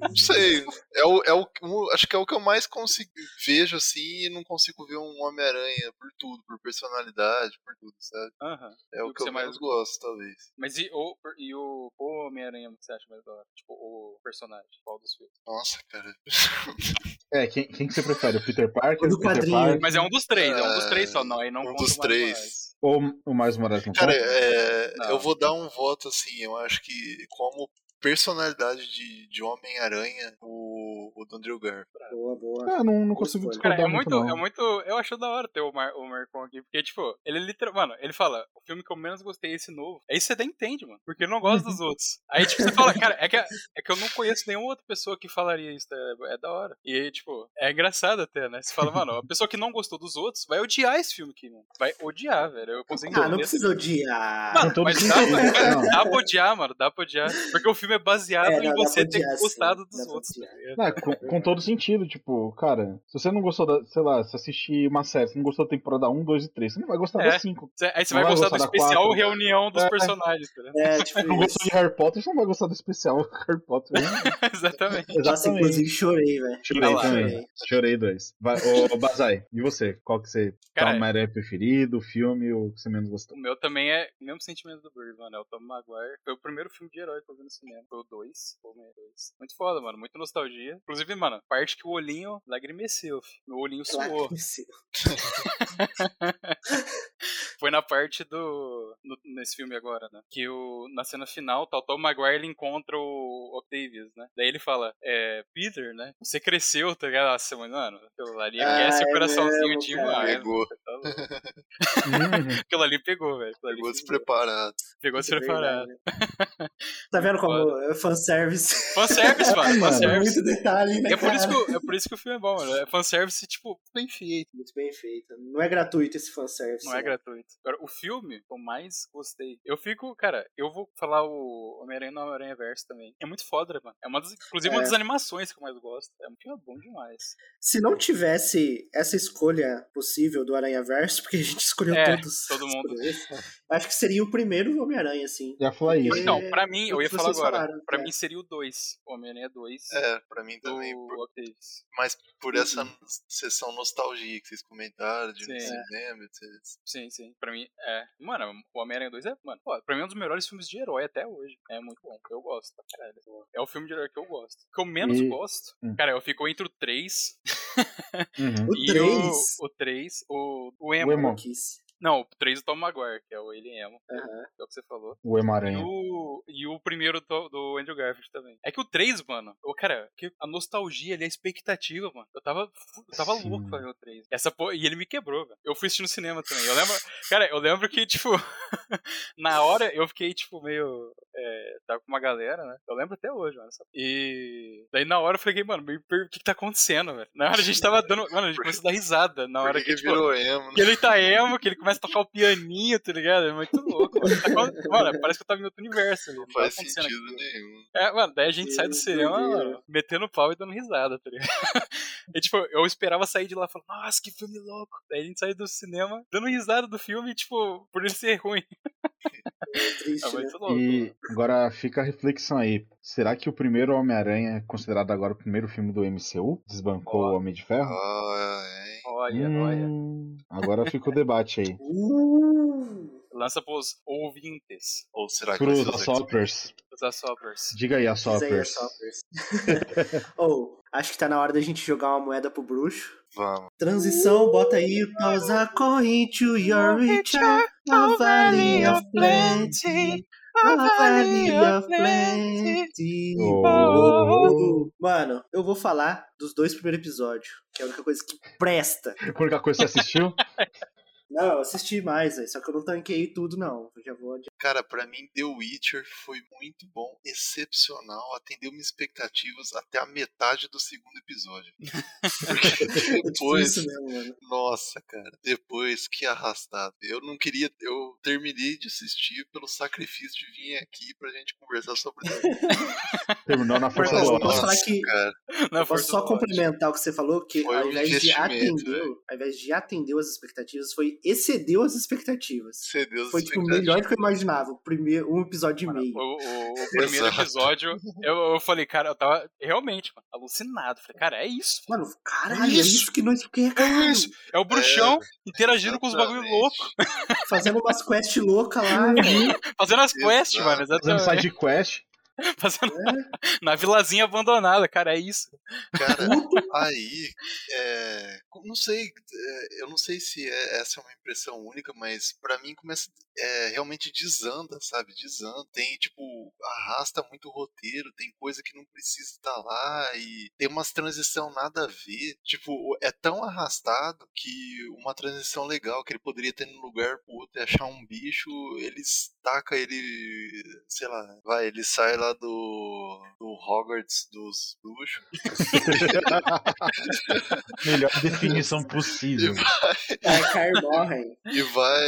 Speaker 2: Não sei. É o, é o, o- acho que é o que eu mais consigo, vejo assim e não consigo ver um Homem-Aranha por tudo, por personalidade, por tudo, sabe?
Speaker 4: Aham.
Speaker 2: É
Speaker 4: E
Speaker 2: o que eu mais gosto, talvez.
Speaker 4: Mas e o, e o, o Homem-Aranha que você acha mais da hora? Tipo, o personagem, qual dos filmes?
Speaker 2: Nossa, cara.
Speaker 3: É, quem, quem que você prefere? O Peter Parker,
Speaker 1: Do
Speaker 3: o Peter
Speaker 1: quadrinho.
Speaker 3: Parker
Speaker 4: Mas é um dos três, é um dos três só.
Speaker 2: Ah,
Speaker 4: Não, aí não
Speaker 2: um dos
Speaker 4: conta o Miles
Speaker 2: três.
Speaker 4: Morales.
Speaker 3: ou o Miles Morales não
Speaker 2: Cara,
Speaker 3: conta?
Speaker 2: é,
Speaker 4: Não.
Speaker 2: eu vou dar um voto assim. Eu acho que, como personalidade de, de Homem-Aranha, o, o do Andrew Garfield.
Speaker 1: Boa, boa.
Speaker 3: Ah, não, não consigo
Speaker 1: Cara,
Speaker 3: discordar
Speaker 4: Cara, é
Speaker 3: muito,
Speaker 4: muito,
Speaker 3: não.
Speaker 4: é muito. Eu acho da hora ter o, Mar, o Marcon aqui, porque, tipo, ele literalmente. Mano, ele fala: o filme que eu menos gostei é esse novo. Aí você até entende, mano, porque eu não gosto dos outros. Aí, tipo, você fala: cara, é que, é que eu não conheço nenhuma outra pessoa que falaria isso, é, é da hora. E aí, tipo, é engraçado até, né? Você fala: mano, a pessoa que não gostou dos outros vai odiar esse filme aqui, mano. Vai odiar, velho. Eu consigo
Speaker 1: Ah, não
Speaker 4: entender
Speaker 1: precisa odiar.
Speaker 3: Não,
Speaker 4: Mano,
Speaker 3: todos
Speaker 4: mas
Speaker 3: os
Speaker 4: dá,
Speaker 3: filmes,
Speaker 4: pra- cara,
Speaker 3: não.
Speaker 4: dá pra odiar, mano, dá pra odiar. Porque o filme é baseado
Speaker 1: É, não,
Speaker 4: em
Speaker 1: dá
Speaker 4: você
Speaker 1: pra
Speaker 4: ter
Speaker 1: odiar, sim. Dá
Speaker 4: gostado dos
Speaker 1: pra
Speaker 4: outros.
Speaker 1: odiar.
Speaker 4: tá ligado?
Speaker 3: Não, É, com, com todo sentido, tipo, cara, se você não gostou da, sei lá, se assistir uma série, você não gostou da temporada 1, 2 e 3, você não vai gostar
Speaker 4: É.
Speaker 3: da 5.
Speaker 4: Cê- Aí você
Speaker 3: Não
Speaker 4: vai
Speaker 3: vai
Speaker 4: gostar do
Speaker 3: gostar da
Speaker 4: especial
Speaker 3: quatro.
Speaker 4: reunião dos
Speaker 3: É.
Speaker 4: personagens, tá ligado?
Speaker 1: É, tipo
Speaker 3: Se não
Speaker 1: isso.
Speaker 3: gostou de Harry Potter, você não vai gostar do especial Harry Potter. né?
Speaker 4: Exatamente.
Speaker 1: Nossa, inclusive chorei, velho.
Speaker 3: Chorei
Speaker 4: Olha lá.
Speaker 3: também. Chorei dois. Vai, ô, ô, Bazai, e você? Qual que você
Speaker 1: Então,
Speaker 3: tá
Speaker 4: Cara,
Speaker 3: o Maria preferido, o filme, o que você menos gostou?
Speaker 4: O meu também é o mesmo sentimento do Bird, mano. É o Tom Maguire. Foi o primeiro filme de herói que eu vi no cinema. Foi o 2. Muito foda, mano. Muita nostalgia. Inclusive, mano, parte que o olhinho lagrimeceu. fi. Meu olhinho suou.
Speaker 1: Claro que sim.
Speaker 4: Foi na parte do. no- nesse filme agora, né? Que o, na cena final, tá, o Tom Maguire ele encontra o Octavius, né? Daí ele fala, é, Peter, né? Você cresceu, tá ligado? Nossa, mano, mano, aquilo ali
Speaker 1: Ah,
Speaker 4: aquece o
Speaker 1: é
Speaker 4: coraçãozinho
Speaker 1: mesmo,
Speaker 4: demais.
Speaker 2: cara. Pegou.
Speaker 4: mano, tá louco.
Speaker 3: Uhum.
Speaker 4: aquilo ali pegou, velho. Aquilo
Speaker 2: Pegou
Speaker 4: ali pegou.
Speaker 2: despreparado.
Speaker 4: Pegou
Speaker 1: Isso é
Speaker 4: despreparado.
Speaker 1: verdade. Tá vendo como é fanservice?
Speaker 4: Fanservice, mano.
Speaker 1: É
Speaker 3: Mano.
Speaker 4: Fanservice.
Speaker 1: muito detalhe, né,
Speaker 4: É por, isso
Speaker 1: cara?
Speaker 4: que, o- é por isso que o filme é bom, mano. É fanservice, tipo, bem feito.
Speaker 1: Muito bem feito. Não é gratuito esse fanservice.
Speaker 4: Não é
Speaker 1: né?
Speaker 4: gratuito. Agora, o filme que eu mais gostei. Eu fico, cara, eu vou falar o Homem-Aranha no Homem-Aranha Verso também. É muito foda, mano. É uma das, inclusive uma
Speaker 1: É.
Speaker 4: das animações que eu mais gosto. É um filme bom demais.
Speaker 1: Se não tivesse essa escolha possível do Aranha Verso, porque a gente escolheu
Speaker 4: É,
Speaker 1: todos.
Speaker 4: todo mundo.
Speaker 1: escolheu esse, Acho que seria o primeiro Homem-Aranha, assim.
Speaker 3: Já falar isso.
Speaker 1: Porque-
Speaker 4: Então, pra mim, eu
Speaker 1: o
Speaker 4: ia
Speaker 1: que
Speaker 4: falar
Speaker 1: vocês
Speaker 4: agora.
Speaker 1: falaram,
Speaker 4: pra
Speaker 1: é.
Speaker 4: mim seria o 2. Homem-Aranha 2.
Speaker 2: É, pra mim
Speaker 4: Do
Speaker 2: também. por-
Speaker 4: Octavius.
Speaker 2: mas
Speaker 4: Uhum.
Speaker 2: por essa sessão nostalgia que vocês comentaram, de ir no
Speaker 4: Sim.
Speaker 2: cinema, etc.
Speaker 4: Sim, sim. Pra mim, é. Mano, o Homem-Aranha 2 é, mano, pô, pra mim é um dos melhores filmes de herói até hoje. É muito bom. Eu gosto. pra Caralho. É o filme de herói que eu gosto. O que eu menos
Speaker 3: E-
Speaker 4: gosto.
Speaker 3: Hum.
Speaker 4: Cara, eu fico entre o 3
Speaker 3: Uhum.
Speaker 1: O
Speaker 4: e
Speaker 1: 3?
Speaker 4: o, o 3, o, o
Speaker 3: O
Speaker 4: Emo.
Speaker 3: Emo,
Speaker 4: Não, o 3 do Tom Maguire, que é o Ele Emo,
Speaker 1: Aham.
Speaker 4: que é o que você falou.
Speaker 3: o Emo
Speaker 4: E
Speaker 3: Aranha.
Speaker 4: o, e o primeiro do, do Andrew Garfield também. É que o 3, mano, eu, cara, que a nostalgia ali, a expectativa, mano. Eu tava, fu- eu tava
Speaker 3: Sim.
Speaker 4: louco pra ver o 3. Essa porra, e ele me quebrou, velho. Eu fui assistir no cinema também. Eu lembro, cara, eu lembro que, tipo, na hora eu fiquei, tipo, meio. É, tava com uma galera, né? Eu lembro até hoje, mano. sabe? E daí na hora eu falei, mano, meio per- o que, que tá acontecendo, velho? Na hora a gente tava dando. Mano, a gente começou a dar risada. Na
Speaker 2: Por
Speaker 4: hora
Speaker 2: que,
Speaker 4: que,
Speaker 2: que
Speaker 4: tipo,
Speaker 2: virou emo? né?
Speaker 4: que ele tá emo, que ele começa a tocar o pianinho, tá ligado? É muito louco, mano. Tá com- mano, parece que eu tava em outro universo. ali, Não
Speaker 2: Não faz
Speaker 4: tá acontecendo
Speaker 2: sentido né?
Speaker 4: aqui.
Speaker 2: nenhum.
Speaker 4: É, mano, daí a gente sai do
Speaker 1: Meu
Speaker 4: cinema,
Speaker 1: Deus.
Speaker 4: mano, metendo pau e dando risada, tá ligado? E tipo, eu esperava sair de lá falando, nossa, que filme louco. Daí a gente saiu do cinema dando risada do filme, tipo, por ele ser ruim. É
Speaker 1: Triste, né?
Speaker 4: muito louco.
Speaker 2: Hum.
Speaker 3: E
Speaker 4: mano.
Speaker 3: agora fica a reflexão aí. Será que o primeiro Homem-Aranha é considerado agora o primeiro filme do MCU? Desbancou
Speaker 4: Ó.
Speaker 3: o Homem de Ferro?
Speaker 2: Ah, é.
Speaker 4: Olha, olha.
Speaker 3: Hum, agora fica o debate aí.
Speaker 1: Uh!
Speaker 4: Lança pros ouvintes,
Speaker 2: Ou será que vai
Speaker 3: Cruz,
Speaker 2: ser os X-Men?
Speaker 3: Assoppers.
Speaker 4: os assoppers.
Speaker 3: Diga aí,
Speaker 1: Diz aí,
Speaker 3: Assoppers.
Speaker 1: Assoppers. Ou, acho que tá na hora da gente jogar uma moeda pro bruxo.
Speaker 2: Vamos.
Speaker 1: Transição, bota aí o nós according to your richer, a valley of plenty, a valley of plenty.
Speaker 3: Oh.
Speaker 1: Mano, eu vou falar dos dois primeiros episódios, que é a única coisa que presta.
Speaker 3: A única coisa que você assistiu?
Speaker 1: Não, eu assisti mais, véi, só que eu não tanquei tudo, não. Eu já vou adiantar.
Speaker 2: Cara, pra mim The Witcher foi muito bom, excepcional, atendeu minhas expectativas até a metade do segundo episódio. Porque
Speaker 1: É tipo
Speaker 2: depois,
Speaker 1: isso mesmo, mano.
Speaker 2: nossa, cara, depois que arrastado. Eu não queria, eu terminei de assistir pelo sacrifício de vir aqui pra gente conversar sobre The Witcher.
Speaker 3: Terminou na força
Speaker 1: Mas
Speaker 3: do
Speaker 1: eu
Speaker 3: ódio.
Speaker 1: posso falar que-
Speaker 2: cara,
Speaker 4: Na
Speaker 1: Posso
Speaker 4: força
Speaker 1: só
Speaker 4: do ódio.
Speaker 1: complementar o que você falou, que
Speaker 2: Foi um
Speaker 1: ao invés de
Speaker 4: né?
Speaker 2: investimento,
Speaker 1: atendeu, ao invés de atendeu as expectativas, foi excedeu as expectativas.
Speaker 2: cedeu as
Speaker 1: Foi tipo o
Speaker 2: expectativas.
Speaker 1: melhor que eu imaginava, o primeiro, um episódio e
Speaker 4: Mano,
Speaker 1: meio.
Speaker 4: o, o- o primeiro
Speaker 2: Exato.
Speaker 4: episódio, eu, eu falei, cara, eu tava realmente mano, alucinado. Falei, cara, é isso. velho.
Speaker 1: Mano, caralho, é isso que nós quer,
Speaker 4: É
Speaker 1: caralho.
Speaker 4: isso. É o bruxão interagindo com os bagulho
Speaker 2: Exatamente.
Speaker 4: louco,
Speaker 1: Fazendo umas quests loucas lá,
Speaker 4: Uhum.
Speaker 1: velho.
Speaker 4: fazendo as quests,
Speaker 2: Exato. É.
Speaker 4: mano.
Speaker 3: Fazendo
Speaker 4: Exatamente.
Speaker 3: side quest.
Speaker 4: Fazendo na vilazinha abandonada, cara, é isso.
Speaker 2: Cara, aí, é, co- não sei, é, eu não sei se é- essa é uma impressão única, mas pra mim começa, é, realmente desanda, sabe? Desanda. Tem, tipo, arrasta muito o roteiro, tem coisa que não precisa estar lá e tem umas transição nada a ver. Tipo, o- é tão arrastado que uma transição legal que ele poderia ter num lugar pro outro e achar um bicho, ele taca ele, sei lá, vai, ele sai lá do, do Hogwarts dos bruxos.
Speaker 3: Melhor definição possível.
Speaker 1: É, Carmorren.
Speaker 2: e vai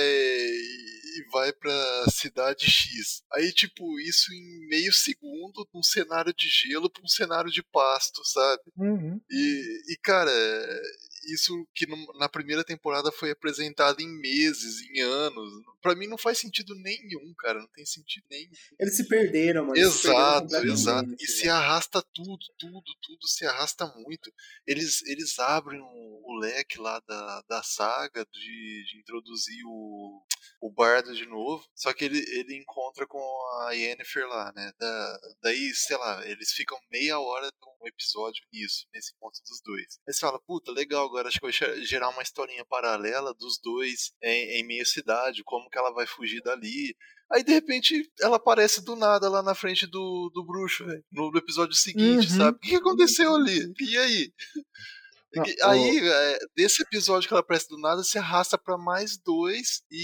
Speaker 2: e vai pra cidade X. Aí tipo isso em meio segundo de um cenário de gelo pra um cenário de pasto, sabe?
Speaker 3: Uhum.
Speaker 2: E, e, cara, isso que num- na primeira temporada foi apresentado em meses, em anos. Pra mim não faz sentido nenhum, cara. Não tem sentido nenhum.
Speaker 1: Eles se perderam, mano. Eles se perderam
Speaker 2: Exato,
Speaker 1: completamente,
Speaker 2: exato. E
Speaker 1: velho.
Speaker 2: se arrasta tudo, tudo, tudo se arrasta muito. Eles, eles abrem o, o leque lá da, da saga de, de introduzir o, o Bardo de novo. Só que ele, ele encontra com a Yennefer lá, né? Da- daí, sei lá, eles ficam meia hora de um episódio nisso, nesse ponto dos dois. Aí você fala, puta, legal, agora acho que vai che- gerar uma historinha paralela dos dois em, em meio cidade, como que ela vai fugir dali, Aí de repente ela aparece do nada lá na frente do, do bruxo, velho. No no episódio seguinte,
Speaker 3: Uhum.
Speaker 2: sabe? O que que aconteceu ali? E aí?
Speaker 3: Não,
Speaker 2: E- Aí, é, desse episódio que ela aparece do nada, se arrasta pra mais dois e,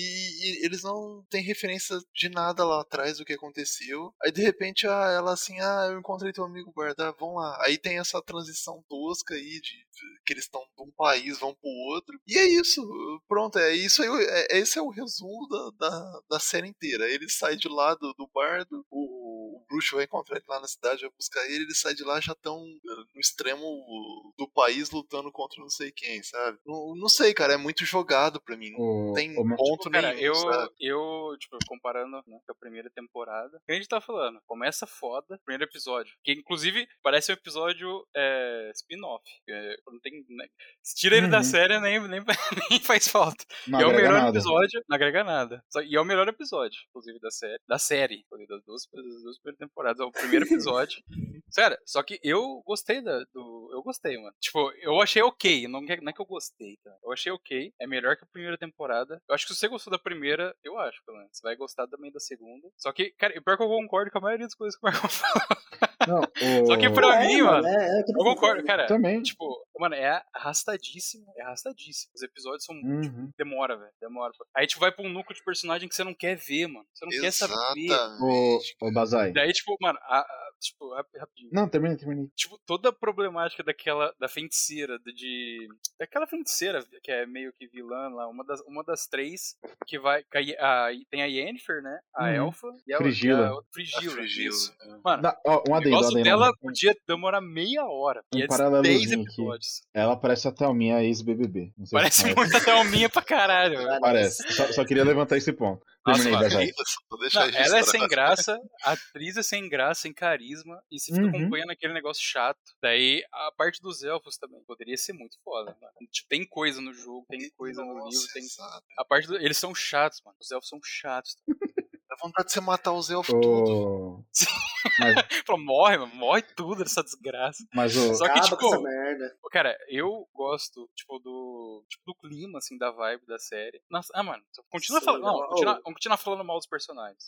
Speaker 2: e eles não têm referência de nada lá atrás do que aconteceu. Aí, de repente, ah, ela assim, ah, eu encontrei teu amigo guarda, vamos lá. Aí tem essa transição tosca aí de, de- que eles estão de um país, vão pro outro. E é isso, pronto, é isso aí, o- é, é- esse é o resumo da, da, da série inteira. Ele sai de lá do, do bardo, o, o bruxo vai encontrar ele lá na cidade, vai buscar ele, ele sai de lá já tão eh, no extremo do país lutando contra não sei quem, sabe? Não, não sei, cara, é muito jogado pra mim.
Speaker 4: Tipo,
Speaker 2: Não
Speaker 3: O,
Speaker 2: tem
Speaker 3: o,
Speaker 2: ponto
Speaker 4: Cara,
Speaker 2: nenhum,
Speaker 4: eu,
Speaker 2: sabe?
Speaker 4: eu, tipo, comparando né, com a primeira temporada, o que a gente tá falando? Começa foda, primeiro episódio. Que inclusive parece um episódio é, spin-off. É, não tem. Né, se tira ele da
Speaker 3: Uhum.
Speaker 4: série, nem, nem, nem faz falta.
Speaker 3: não
Speaker 4: e é o
Speaker 3: agrega
Speaker 4: melhor
Speaker 3: nada.
Speaker 4: episódio, não agrega nada. Só- E é o melhor episódio, inclusive, da série. Da série, inclusive, das duas, das duas primeiras temporadas. É o primeiro episódio. Sério, só que eu gostei da, do. Eu gostei, mano. Tipo, eu achei ok. Não, é- não é que eu gostei, tá? Eu achei ok. É melhor que a primeira temporada. Eu acho que se você gostou da primeira, eu acho, pelo menos. Você vai gostar também da segunda. Só que, cara, pior que eu concordo com a maioria das coisas que o Marco falou.
Speaker 3: Não, o-
Speaker 4: Só que pra mim, mano.
Speaker 1: É, é,
Speaker 4: Eu concordo, cara.
Speaker 3: Também.
Speaker 4: Tipo, Mano, é arrastadíssimo, é arrastadíssimo. Os episódios são. Tipo,
Speaker 3: Uhum.
Speaker 4: demora, velho, demora. Aí, tipo, vai pra um núcleo de personagem que você não quer ver, mano. Você não quer saber.
Speaker 3: Ô,
Speaker 2: Exatamente.
Speaker 3: ô Bazai.
Speaker 4: Daí, tipo, mano, a, a- tipo, rap- rapidinho.
Speaker 3: Não, termina, termina.
Speaker 4: Tipo, toda a problemática daquela. Da feiticeira, de. de- Daquela feiticeira que é meio que vilã lá, uma das, uma das três que vai. que a- a- tem a Yennefer, né? A
Speaker 3: Uhum.
Speaker 4: Elfa. E a,
Speaker 3: Frigila.
Speaker 4: e a outra- Frigila.
Speaker 2: A Frigila,
Speaker 4: isso.
Speaker 2: é.
Speaker 4: Mano,
Speaker 3: Dá- ó, um
Speaker 4: o
Speaker 3: adendo, um
Speaker 4: negócio
Speaker 3: adendo.
Speaker 4: dela
Speaker 3: Um-
Speaker 4: podia demorar meia hora.
Speaker 3: um
Speaker 4: E é
Speaker 3: paralelozinho
Speaker 4: 10
Speaker 3: aqui.
Speaker 4: episódios.
Speaker 3: Ela parece até a minha ex-BBB. Não sei se
Speaker 4: Parece muito a Thelminha pra caralho, velho.
Speaker 3: Parece. Só, só queria levantar esse ponto.
Speaker 4: Nossa,
Speaker 3: Terminei,
Speaker 4: mano.
Speaker 3: Bazai.
Speaker 2: Vou deixar
Speaker 4: Não, ela é
Speaker 2: registrado.
Speaker 4: sem graça, a atriz é sem graça, sem carisma, e você fica
Speaker 3: Uhum.
Speaker 4: acompanhando aquele negócio chato. Daí a parte dos elfos também poderia ser muito foda, mano. Tipo, tem coisa no jogo, tem coisa no
Speaker 2: Nossa,
Speaker 4: livro, tem.
Speaker 2: exato.
Speaker 4: A parte do... Eles são chatos, mano. Os elfos são chatos.
Speaker 2: Dá vontade de você matar os elfos tudo.
Speaker 3: Ô,
Speaker 4: Fala, morre, mano, morre tudo essa desgraça.
Speaker 3: Mas o.
Speaker 4: Só que,
Speaker 1: Acaba com
Speaker 4: tipo,
Speaker 1: essa merda.
Speaker 4: Pô, Cara, eu gosto, tipo, do. Tipo, do clima, assim, da vibe da série. Nossa, ah, mano, continua
Speaker 1: Sim,
Speaker 4: falando. Não,
Speaker 1: ó,
Speaker 4: continua- vamos continuar falando mal dos personagens.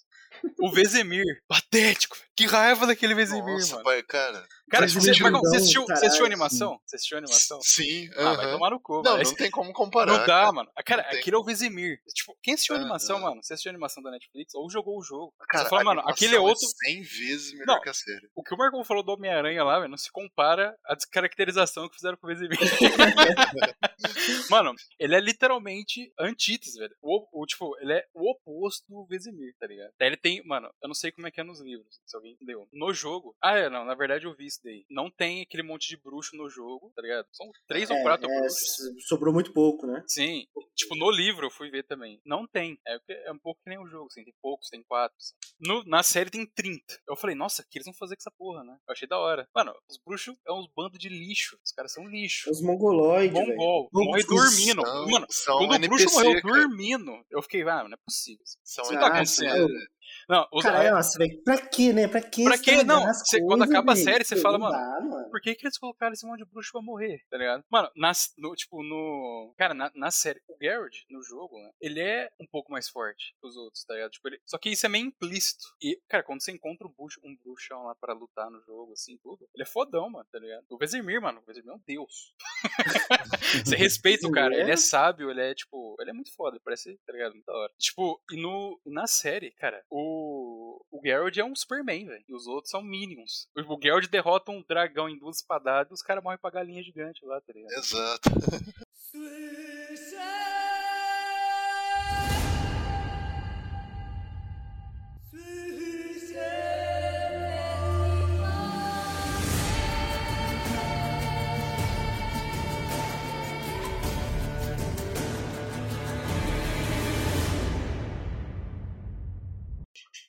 Speaker 4: O Vezemir, patético. velho. Que raiva daquele Vezemir,
Speaker 2: Nossa,
Speaker 4: mano.
Speaker 2: pai, cara.
Speaker 4: Cara,
Speaker 2: Vezemir
Speaker 4: você,
Speaker 2: de
Speaker 4: Marcão, você
Speaker 1: vilão,
Speaker 4: assistiu, você
Speaker 1: caralho.
Speaker 4: assistiu a animação? Você assistiu a animação?
Speaker 2: Sim.
Speaker 4: Ah, vai
Speaker 2: aham.
Speaker 4: tomar no cu,
Speaker 2: Não,
Speaker 4: velho.
Speaker 2: não tem como comparar. cara.
Speaker 4: Não dá, mano. Cara,
Speaker 2: Não tem.
Speaker 4: aquele é o Vezemir. Tipo, quem assistiu a
Speaker 2: Aham.
Speaker 4: animação, mano? Você assistiu a animação da Netflix ou jogou o jogo?
Speaker 2: Cara,
Speaker 4: você fala,
Speaker 2: a
Speaker 4: mano,
Speaker 2: animação
Speaker 4: aquele é outro.
Speaker 2: 100 vezes melhor
Speaker 4: Não.
Speaker 2: que a série.
Speaker 4: O que o Marcão falou do Homem-Aranha lá, velho, não se compara à descaracterização que fizeram com o Vezemir. Mano, ele é literalmente antítese, velho. O, o- tipo, ele é o oposto do Vezemir, tá ligado? Daí ele tem, mano, eu não sei como é que é nos livros, se alguém leu. No jogo, ah, é, não, na verdade eu vi isso daí. Não tem aquele monte de bruxo no jogo, tá ligado? São três ou
Speaker 1: É,
Speaker 4: quatro
Speaker 1: é,
Speaker 4: bruxos.
Speaker 1: so- sobrou muito pouco, né?
Speaker 4: Sim, tipo, no livro eu fui ver também. Não tem. É, que- é um pouco que nem o jogo, assim, tem poucos, tem quatro. assim. No- na série tem 30. Eu falei, nossa, o que eles vão fazer com essa porra, né? Eu achei da hora. Mano, os bruxos é uns bando de lixo. Os caras são lixo.
Speaker 1: Os mongoloides, velho.
Speaker 4: Mongol. Morre dormindo.
Speaker 2: São- Então,
Speaker 4: Mano,
Speaker 2: são
Speaker 4: quando o bruxo
Speaker 2: NPC,
Speaker 4: morreu
Speaker 2: cara.
Speaker 4: dormindo, eu fiquei, ah, não é possível.
Speaker 2: São
Speaker 1: Caraca,
Speaker 4: Isso não tá acontecendo.
Speaker 1: mano.
Speaker 4: Não, os,
Speaker 1: Cara, é nossa, velho, pra quê, né? Pra quê?
Speaker 4: Pra quê?
Speaker 1: estragar
Speaker 4: Não,
Speaker 1: as
Speaker 4: cê- quando
Speaker 1: coisas,
Speaker 4: acaba a
Speaker 1: velho?
Speaker 4: série, cê fala,
Speaker 1: Não
Speaker 4: mano,
Speaker 1: dá, mano.
Speaker 4: por que, que eles colocaram esse monte de bruxo pra morrer, tá ligado? Mano, nas, no, tipo, no. Cara, na, na série, o Garrett, no jogo, né, ele é um pouco mais forte que os outros, tá ligado? Tipo, ele- só que isso é meio implícito. E, cara, quando você encontra um, bruxo, um bruxão lá pra lutar no jogo, assim, tudo, ele é fodão, mano, tá ligado? O Vezemir, mano, o Vezemir é um deus. você respeita o cara, ele é sábio, ele é, tipo, ele é muito foda, parece, tá ligado? Muito da hora. Tipo, e no, e na série, cara, o, o Geralt é um Superman, velho, e os outros são Minions. O, o Geralt derrota um dragão em duas espadadas e os caras morrem pra galinha gigante lá, tá ligado?
Speaker 2: Exato.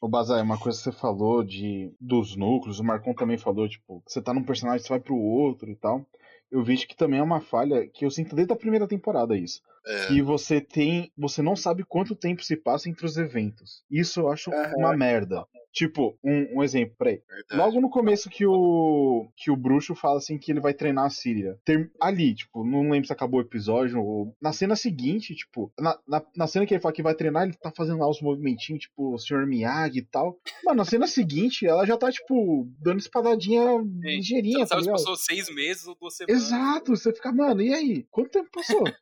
Speaker 3: Ô Bazai, uma coisa que você falou de dos núcleos, o Marcon também falou, tipo, que você tá num personagem, você vai pro outro e tal. Eu vejo que também é uma falha que eu sinto desde a primeira temporada isso.
Speaker 2: É.
Speaker 3: Que você tem. Você não sabe quanto tempo se passa entre os eventos. Isso eu acho
Speaker 1: Aham.
Speaker 3: uma merda. Tipo, um, um exemplo, peraí.
Speaker 4: É.
Speaker 2: Verdade.
Speaker 3: Logo no começo que o que o bruxo fala assim que ele vai treinar a Síria. Ter- ali, tipo, não lembro se acabou o episódio ou na cena seguinte, tipo, na, na, na cena que ele fala que vai treinar, ele tá fazendo lá os movimentinhos, tipo, o Sr. Miyagi e tal. Mano, na cena seguinte, ela já tá tipo dando espadadinha
Speaker 4: Você
Speaker 3: ligeirinha,
Speaker 4: não
Speaker 3: tá
Speaker 4: sabe se
Speaker 3: ligado?
Speaker 4: passou seis meses ou duas semanas.
Speaker 3: Exato, você fica, mano, e aí? Quanto tempo passou? O que,